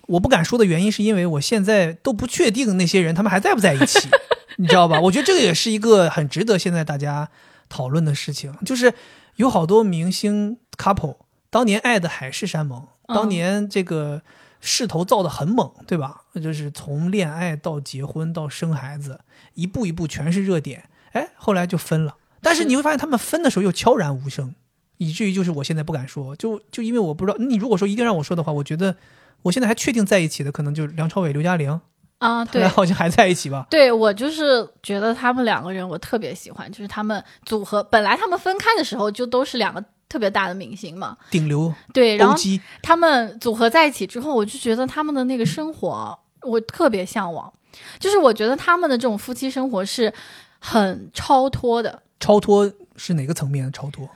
Speaker 1: 我不敢说的原因是因为我现在都不确定那些人他们还在不在一起，你知道吧？我觉得这个也是一个很值得现在大家讨论的事情，就是有好多明星 couple 当年爱的海誓山盟，当
Speaker 2: 嗯
Speaker 1: 年这个势头造的很猛，对吧？就是从恋爱到结婚到生孩子，一步一步全是热点，哎，后来就分了。但是
Speaker 2: 是
Speaker 1: 你会发现他们分的时候又悄然无声，以至于就是我现在不敢说，就就因为我不知道。你如果说一定让我说的话，我觉得我现在还确定在一起的，可能就是梁朝伟、刘嘉玲，
Speaker 2: 啊，
Speaker 1: 他
Speaker 2: 对
Speaker 1: 俩，好像还在一起 吧？
Speaker 2: 对我就是觉得他们两个人我特别喜欢，就是他们组合，本来他们分开的时候就都是两个特别大的明星嘛，
Speaker 1: 顶流
Speaker 2: 对，然后
Speaker 1: OG
Speaker 2: 他们组合在一起之后，我就觉得他们的那个生活我特别向往，就是我觉得他们的这种夫妻生活是很超脱的。
Speaker 1: 超脱是哪个层面的超脱？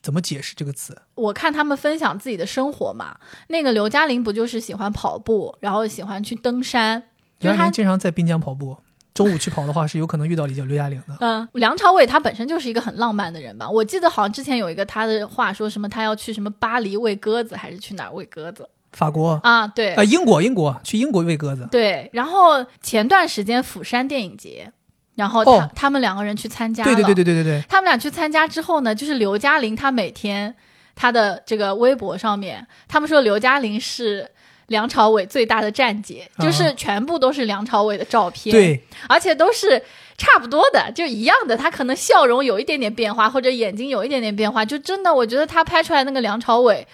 Speaker 1: 怎么解释这个词？
Speaker 2: 我看他们分享自己的生活嘛，那个刘嘉玲不就是喜欢跑步，然后喜欢去登山，就
Speaker 1: 刘嘉
Speaker 2: 是她
Speaker 1: 玲经常在滨江跑步，中午去跑的话，是有可能遇到李九刘嘉玲的。
Speaker 2: 嗯，梁朝伟他本身就是一个很浪漫的人吧？我记得好像之前有一个他的话说什么他要去什么巴黎喂鸽子，还是去哪儿喂鸽子
Speaker 1: 法国啊、
Speaker 2: 啊？对、
Speaker 1: 呃英国，英国去英国喂鸽子，
Speaker 2: 对。然后前段时间釜山电影节，然后他、
Speaker 1: 哦
Speaker 2: 他们两个人去参加了，
Speaker 1: 对对对对对对对，
Speaker 2: 他们俩去参加之后呢，就是刘嘉玲她每天她的这个微博上面，他们说刘嘉玲是。梁朝伟最大的站姐，
Speaker 1: 啊
Speaker 2: 就是全部都是梁朝伟的照片，
Speaker 1: 对，
Speaker 2: 而且都是差不多的，就一样的。他可能笑容有一点点变化，或者眼睛有一点点变化，就真的，我觉得他拍出来那个梁朝伟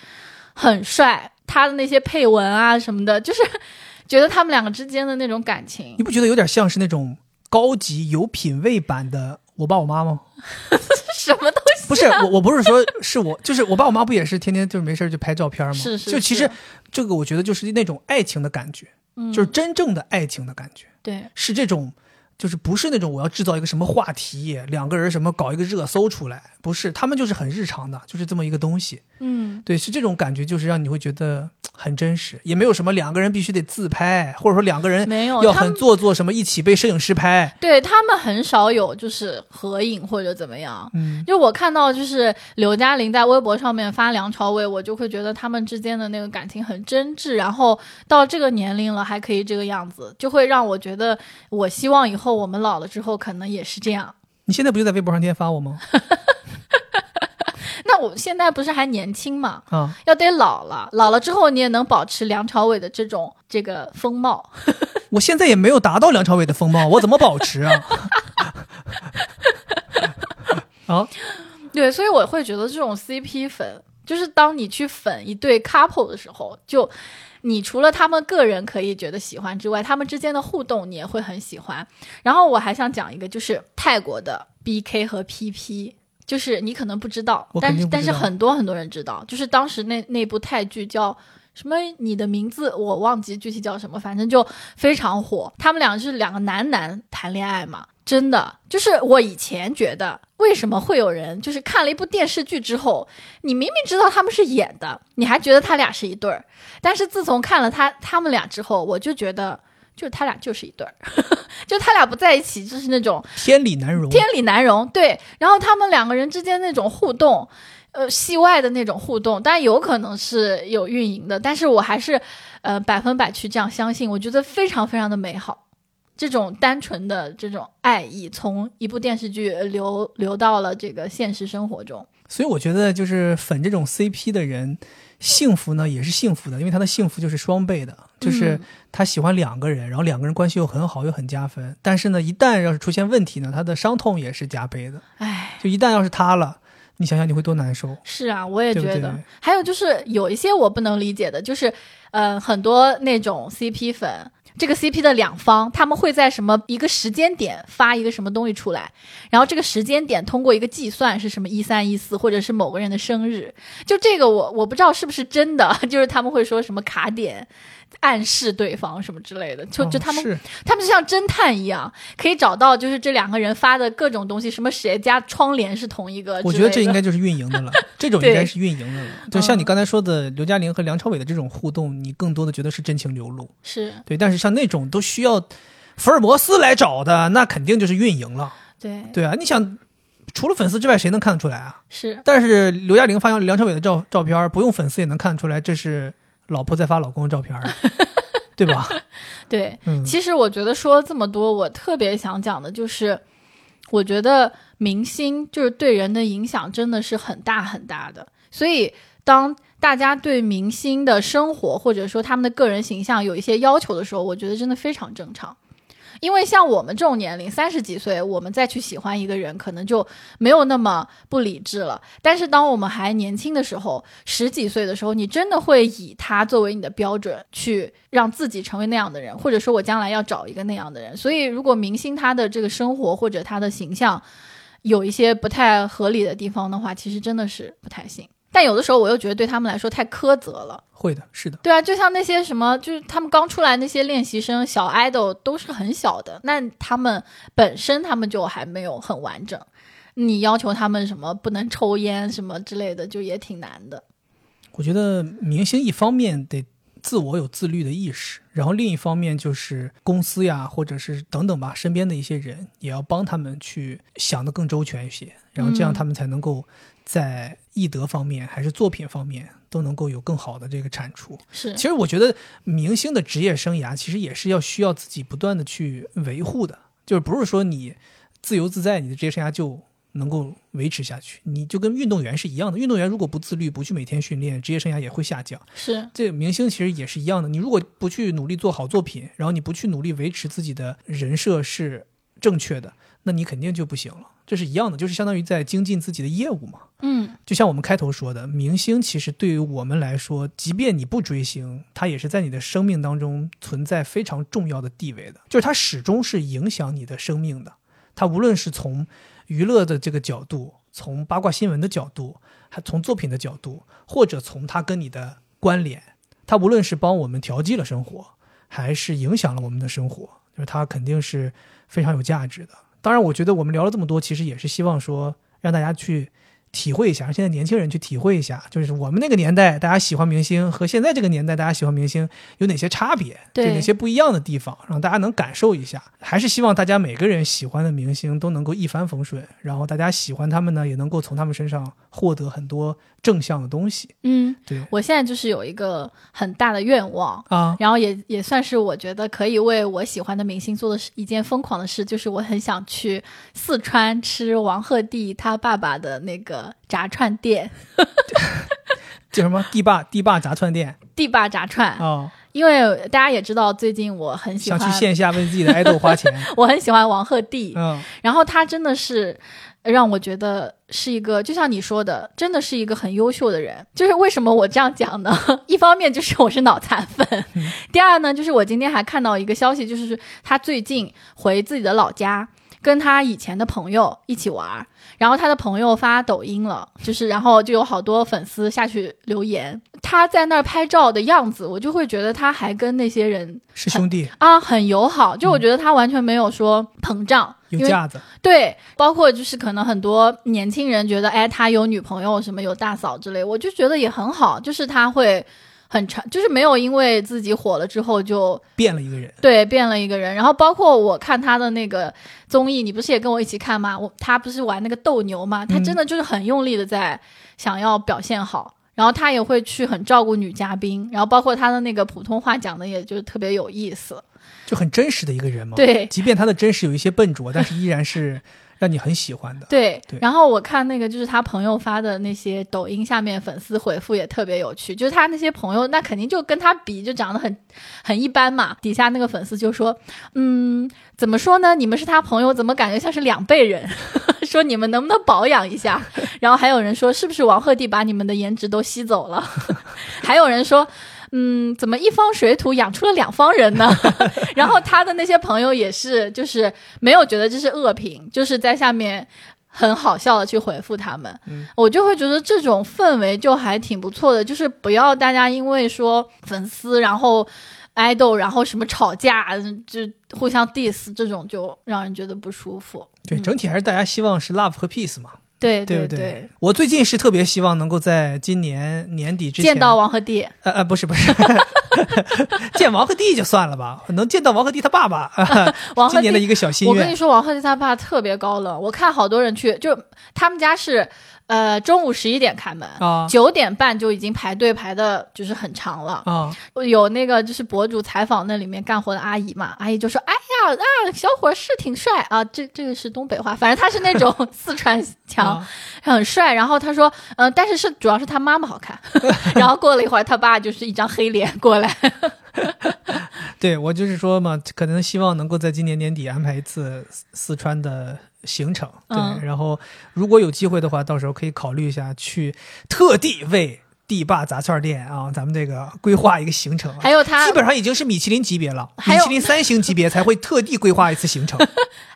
Speaker 2: 很帅，他的那些配文啊什么的，就是觉得他们两个之间的那种感情
Speaker 1: 你，不觉得有点像是那种高级有品位版的我爸我妈吗？
Speaker 2: 什么东西
Speaker 1: 不是，我我不是说是我，就是我爸我妈不也是天天就是没事儿就拍照片吗？
Speaker 2: 是是
Speaker 1: 就其
Speaker 2: 是
Speaker 1: 实这个我觉得就是那种爱情的感觉，
Speaker 2: 嗯
Speaker 1: 就是真正的爱情的感觉，
Speaker 2: 对，
Speaker 1: 是这种。就是不是那种我要制造一个什么话题，两个人什么搞一个热搜出来，不是，他们就是很日常的，就是这么一个东西。
Speaker 2: 嗯，
Speaker 1: 对，是这种感觉，就是让你会觉得很真实，也没有什么两个人必须得自拍，或者说两个人
Speaker 2: 没有
Speaker 1: 要
Speaker 2: 他
Speaker 1: 很
Speaker 2: 们
Speaker 1: 做作，什么一起被摄影师拍。
Speaker 2: 对他们很少有就是合影或者怎么样。
Speaker 1: 嗯，
Speaker 2: 就我看到，就是刘嘉玲在微博上面发梁朝伟，我就会觉得他们之间的那个感情很真挚，然后到这个年龄了还可以这个样子，就会让我觉得，我希望以后我们老了之后可能也是这样。
Speaker 1: 你现在不就在微博上天天发我吗？
Speaker 2: 那我现在不是还年轻嘛，
Speaker 1: 啊，
Speaker 2: 要得老了，老了之后你也能保持梁朝伟的这种这个风貌。
Speaker 1: 我现在也没有达到梁朝伟的风貌，我怎么保持啊？ 啊，
Speaker 2: 对，所以我会觉得这种 CP 粉，就是当你去粉一对 couple 的时候，就你除了他们个人可以觉得喜欢之外，他们之间的互动你也会很喜欢。然后我还想讲一个，就是泰国的 BK 和 PP。就是你可能不知道，
Speaker 1: 我肯
Speaker 2: 但
Speaker 1: 定
Speaker 2: 是
Speaker 1: 不
Speaker 2: 但
Speaker 1: 知
Speaker 2: 是
Speaker 1: 道
Speaker 2: 很多很多人知道，就是当时那那部泰剧叫什么？你的名字我忘记具体叫什么，反正就非常火。他们俩就是两个男男谈恋爱嘛，真的就是我以前觉得，为什么会有人就是看了一部电视剧之后，你明明知道他们是演的，你还觉得他俩是一对儿，但是自从看了他他们俩之后，我就觉得。就是他俩就是一对儿， 就他俩不在一起，就是那种
Speaker 1: 天理难容。
Speaker 2: 天理难容。对，然后他们两个人之间那种互动，呃，戏外的那种互动，当然有可能是有运营的，但是我还是呃百分百去这样相信，我觉得非常非常的美好。这种单纯的这种爱意，从一部电视剧呃流流到了这个现实生活中。
Speaker 1: 所以我觉得就是粉这种 CP 的人，幸福呢也是幸福的，因为他的幸福就是双倍的，就是
Speaker 2: 嗯
Speaker 1: 他喜欢两个人，然后两个人关系又很好，又很加分。但是呢，一旦要是出现问题呢，他的伤痛也是加倍的。
Speaker 2: 唉，
Speaker 1: 就一旦要是塌了，你想想你会多难受。
Speaker 2: 是啊，我也
Speaker 1: 对
Speaker 2: 觉
Speaker 1: 不
Speaker 2: 得。
Speaker 1: 对
Speaker 2: 还有就是有一些我不能理解的，就是呃，很多那种 CP 粉。这个 CP 的两方，他们会在什么一个时间点发一个什么东西出来，然后这个时间点通过一个计算是什么一三一四，或者是某个人的生日，就这个我我不知道是不是真的， 就是他们会说什么卡点暗示对方什么之类的，就就
Speaker 1: 嗯
Speaker 2: 他们
Speaker 1: 是
Speaker 2: 他们就像侦探一样，可以找到就是这两个人发的各种东西，什么谁家窗帘是同一啊个之类的，
Speaker 1: 我觉得这应该就是运营的了，这 种应
Speaker 2: 对嗯
Speaker 1: 该是运营的了。就像你刚才说的，刘嘉玲和梁朝伟的这种互动，你更多的觉得是真情流露，
Speaker 2: 是
Speaker 1: 对。但是像那种都需要福尔摩斯来找的，那肯定就是运营了，
Speaker 2: 对
Speaker 1: 对啊。你想，除了粉丝之外，谁能看得出来啊？
Speaker 2: 是
Speaker 1: 但是刘嘉玲发梁梁朝伟的照照片，不用粉丝也能看得出来，这是老婆在发老公的照片 啊，对吧？
Speaker 2: 对，
Speaker 1: 嗯，
Speaker 2: 其实我觉得说了这么多，我特别想讲的就是，我觉得明星就是对人的影响真的是很大很大的。所以当大家对明星的生活或者说他们的个人形象有一些要求的时候，我觉得真的非常正常。因为像我们这种年龄，三十几岁，我们再去喜欢一个人，可能就没有那么不理智了。但是当我们还年轻的时候，十几岁的时候，你真的会以他作为你的标准，去让自己成为那样的人，或者说我将来要找一个那样的人。所以，如果明星他的这个生活或者他的形象有一些不太合理的地方的话，其实真的是不太行。但有的时候，我又觉得对他们来说太苛责了。
Speaker 1: 会的，是的。
Speaker 2: 对啊，就像那些什么，就是他们刚出来那些练习生、小 idol 都是很小的，那他们本身他们就还没有很完整，你要求他们什么不能抽烟什么之类的，就也挺难的。
Speaker 1: 我觉得明星一方面得自我有自律的意识，然后另一方面就是公司呀，或者是等等吧，身边的一些人也要帮他们去想得更周全一些，然后这样
Speaker 2: 嗯
Speaker 1: 他们才能够在艺德方面还是作品方面都能够有更好的这个产出。
Speaker 2: 是
Speaker 1: 其实我觉得明星的职业生涯其实也是要需要自己不断的去维护的，就是不是说你自由自在，你的职业生涯就能够维持下去。你就跟运动员是一样的，运动员如果不自律，不去每天训练，职业生涯也会下降。
Speaker 2: 是，
Speaker 1: 这明星其实也是一样的，你如果不去努力做好作品，然后你不去努力维持自己的人设是正确的，那你肯定就不行了。这是一样的，就是相当于在精进自己的业务嘛。
Speaker 2: 嗯，
Speaker 1: 就像我们开头说的，明星其实对于我们来说，即便你不追星，他也是在你的生命当中存在非常重要的地位的，就是他始终是影响你的生命的。他无论是从娱乐的这个角度，从八卦新闻的角度，还从作品的角度，或者从他跟你的关联，他无论是帮我们调剂了生活，还是影响了我们的生活，就是他肯定是非常有价值的。当然，我觉得我们聊了这么多，其实也是希望说让大家去体会一下，让现在年轻人去体会一下，就是我们那个年代大家喜欢明星和现在这个年代大家喜欢明星有哪些差别，
Speaker 2: 对
Speaker 1: 有哪些不一样的地方，让大家能感受一下。还是希望大家每个人喜欢的明星都能够一帆风顺，然后大家喜欢他们呢，也能够从他们身上获得很多正向的东西。
Speaker 2: 嗯，
Speaker 1: 对
Speaker 2: 我现在就是有一个很大的愿望。
Speaker 1: 啊，
Speaker 2: 然后也也算是我觉得可以为我喜欢的明星做的事一件疯狂的事，就是我很想去四川吃王鹤棣他爸爸的那个炸串店，
Speaker 1: 叫 什么地霸地霸炸串店
Speaker 2: 地坝炸串。
Speaker 1: 啊、哦
Speaker 2: 因为大家也知道，最近我很喜
Speaker 1: 想
Speaker 2: 欢，
Speaker 1: 去线下为自己的爱豆花 钱。
Speaker 2: 我很喜欢王鹤棣，
Speaker 1: 嗯，
Speaker 2: 然后他真的是让我觉得是一个，就像你说的，真的是一个很优秀的人。就是为什么我这样讲呢？ 一方面就是我是脑残粉，
Speaker 1: 嗯
Speaker 2: 第二呢，就是我今天还看到一个消息，就是他最近回自己的老家。跟他以前的朋友一起玩儿，然后他的朋友发抖音了，就是然后就有好多粉丝下去留言，他在那儿拍照的样子，我就会觉得他还跟那些人
Speaker 1: 是兄弟，
Speaker 2: 啊很友好，就我觉得他完全没有说膨胀，
Speaker 1: 有
Speaker 2: 因为
Speaker 1: 架子。
Speaker 2: 对，包括就是可能很多年轻人觉得，哎，他有女朋友什么有大嫂之类，我就觉得也很好，就是他会很长，就是没有因为自己火了之后就
Speaker 1: 变了一个人。
Speaker 2: 对变了一个人。然后包括我看他的那个综艺，你不是也跟我一起看吗？我他不是玩那个斗牛吗？他真的就是很用力的在想要表现好。然后他也会去很照顾女嘉宾，然后包括他的那个普通话讲的，也就是特别有意思。
Speaker 1: 就很真实的一个人嘛。，
Speaker 2: 对，
Speaker 1: 即便他的真实有一些笨拙，但是依然 是让你很喜欢的。
Speaker 2: 对，
Speaker 1: 对
Speaker 2: 然后我看那个就是他朋友发的那些抖音下面粉丝回复也特别有趣，就是他那些朋友那肯定就跟他比就长得很很一般嘛，底下那个粉丝就说，嗯，怎么说呢？你们是他朋友，怎么感觉像是两辈人？ 说你们能不能保养一下？ 然后还有人说，是不是王鹤棣把你们的颜值都吸走了？ 还有人说。嗯，怎么一方水土养出了两方人呢？ 然后他的那些朋友也是，就是没有觉得这是恶评，就是在下面很好笑的去回复他们，
Speaker 1: 嗯
Speaker 2: 我就会觉得这种氛围就还挺不错的，就是不要大家因为说粉丝，然后爱豆，然后什么吵架，就互相 diss 这种就让人觉得不舒服。
Speaker 1: 对，
Speaker 2: 嗯
Speaker 1: 整体还是大家希望是 love 和 peace 嘛，
Speaker 2: 对
Speaker 1: 对不
Speaker 2: 对，
Speaker 1: 我最近是特别希望能够在今年年底之前
Speaker 2: 见到王鹤棣，
Speaker 1: 呃呃，不是不是， 见王鹤棣就算了吧，能见到王鹤棣他爸爸，啊
Speaker 2: 王鹤
Speaker 1: 今年的
Speaker 2: 棣。
Speaker 1: 一个小心
Speaker 2: 我跟你
Speaker 1: 愿。
Speaker 2: 说，王鹤棣他爸特别高冷。我看好多人去，就他们家是，呃，中午十一点开门，
Speaker 1: 啊
Speaker 2: 九、点半就已经排队排的，就是很长了。
Speaker 1: 啊，
Speaker 2: 有那个就是博主采访那里面干活的阿姨嘛，阿姨就说：“哎呀，啊，小伙是挺帅啊，这这个是东北话，反正他是那 种四川腔，
Speaker 1: 啊
Speaker 2: 很帅。”然后他说：“嗯、但是是主要是他妈妈 好看。”然后过了一会儿，他爸就是一张黑脸过来。
Speaker 1: 对我就是说嘛，可能希望能够在今年年底安排一次四四川的行程，对，
Speaker 2: 嗯
Speaker 1: 然后如果有机会的话，到时候可以考虑一下去特地为地坝杂串店啊，咱们这个规划一个行程啊、
Speaker 2: 还有他
Speaker 1: 基，本上已经是米其林级别了，
Speaker 2: 还
Speaker 1: 米
Speaker 2: 有
Speaker 1: 其林三星级别才会特地规划一次行 程。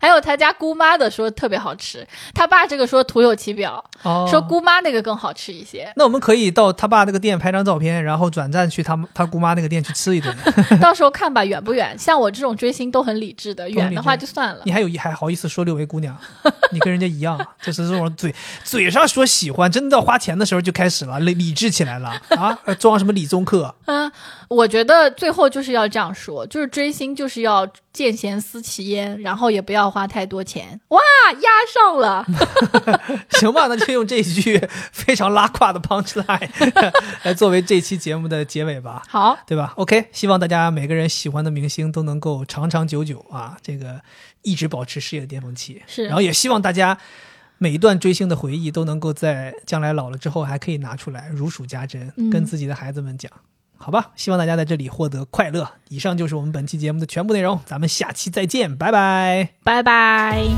Speaker 2: 还有他家姑妈的说特别好吃，他爸这个说徒有其表，
Speaker 1: 哦。
Speaker 2: 说姑妈那个更好吃一些
Speaker 1: 那我们可以到他爸那个店拍张照片，然后转战去他们他姑妈那个店去吃一顿。
Speaker 2: 到时候看吧，远不远？像我这种追星都很理智的，
Speaker 1: 理智
Speaker 2: 远的话就算了
Speaker 1: 你。还有还好意思说六维姑娘？ 你跟人家一样，就是这种嘴嘴上说喜欢，真的到花钱的时候就开始了，理理智起来了啊，呃装什么理综课？
Speaker 2: 嗯，我觉得最后就是要这样说，就是追星就是要见贤思齐焉，然后也不要花太多钱。哇，压上了，
Speaker 1: 行吧，那就用这一句非常拉胯的 punch line 来作为这期节目的结尾吧，
Speaker 2: 好，
Speaker 1: 对吧？OK，希望大家每个人喜欢的明星都能够长长久久啊，这个一直保持事业的巅峰期。
Speaker 2: 是
Speaker 1: 然后也希望大家每一段追星的回忆都能够在将来老了之后还可以拿出来如数家珍，
Speaker 2: 嗯
Speaker 1: 跟自己的孩子们讲。好吧，希望大家在这里获得快乐。以上就是我们本期节目的全部内容，咱们下期再见，拜拜。
Speaker 2: 拜拜。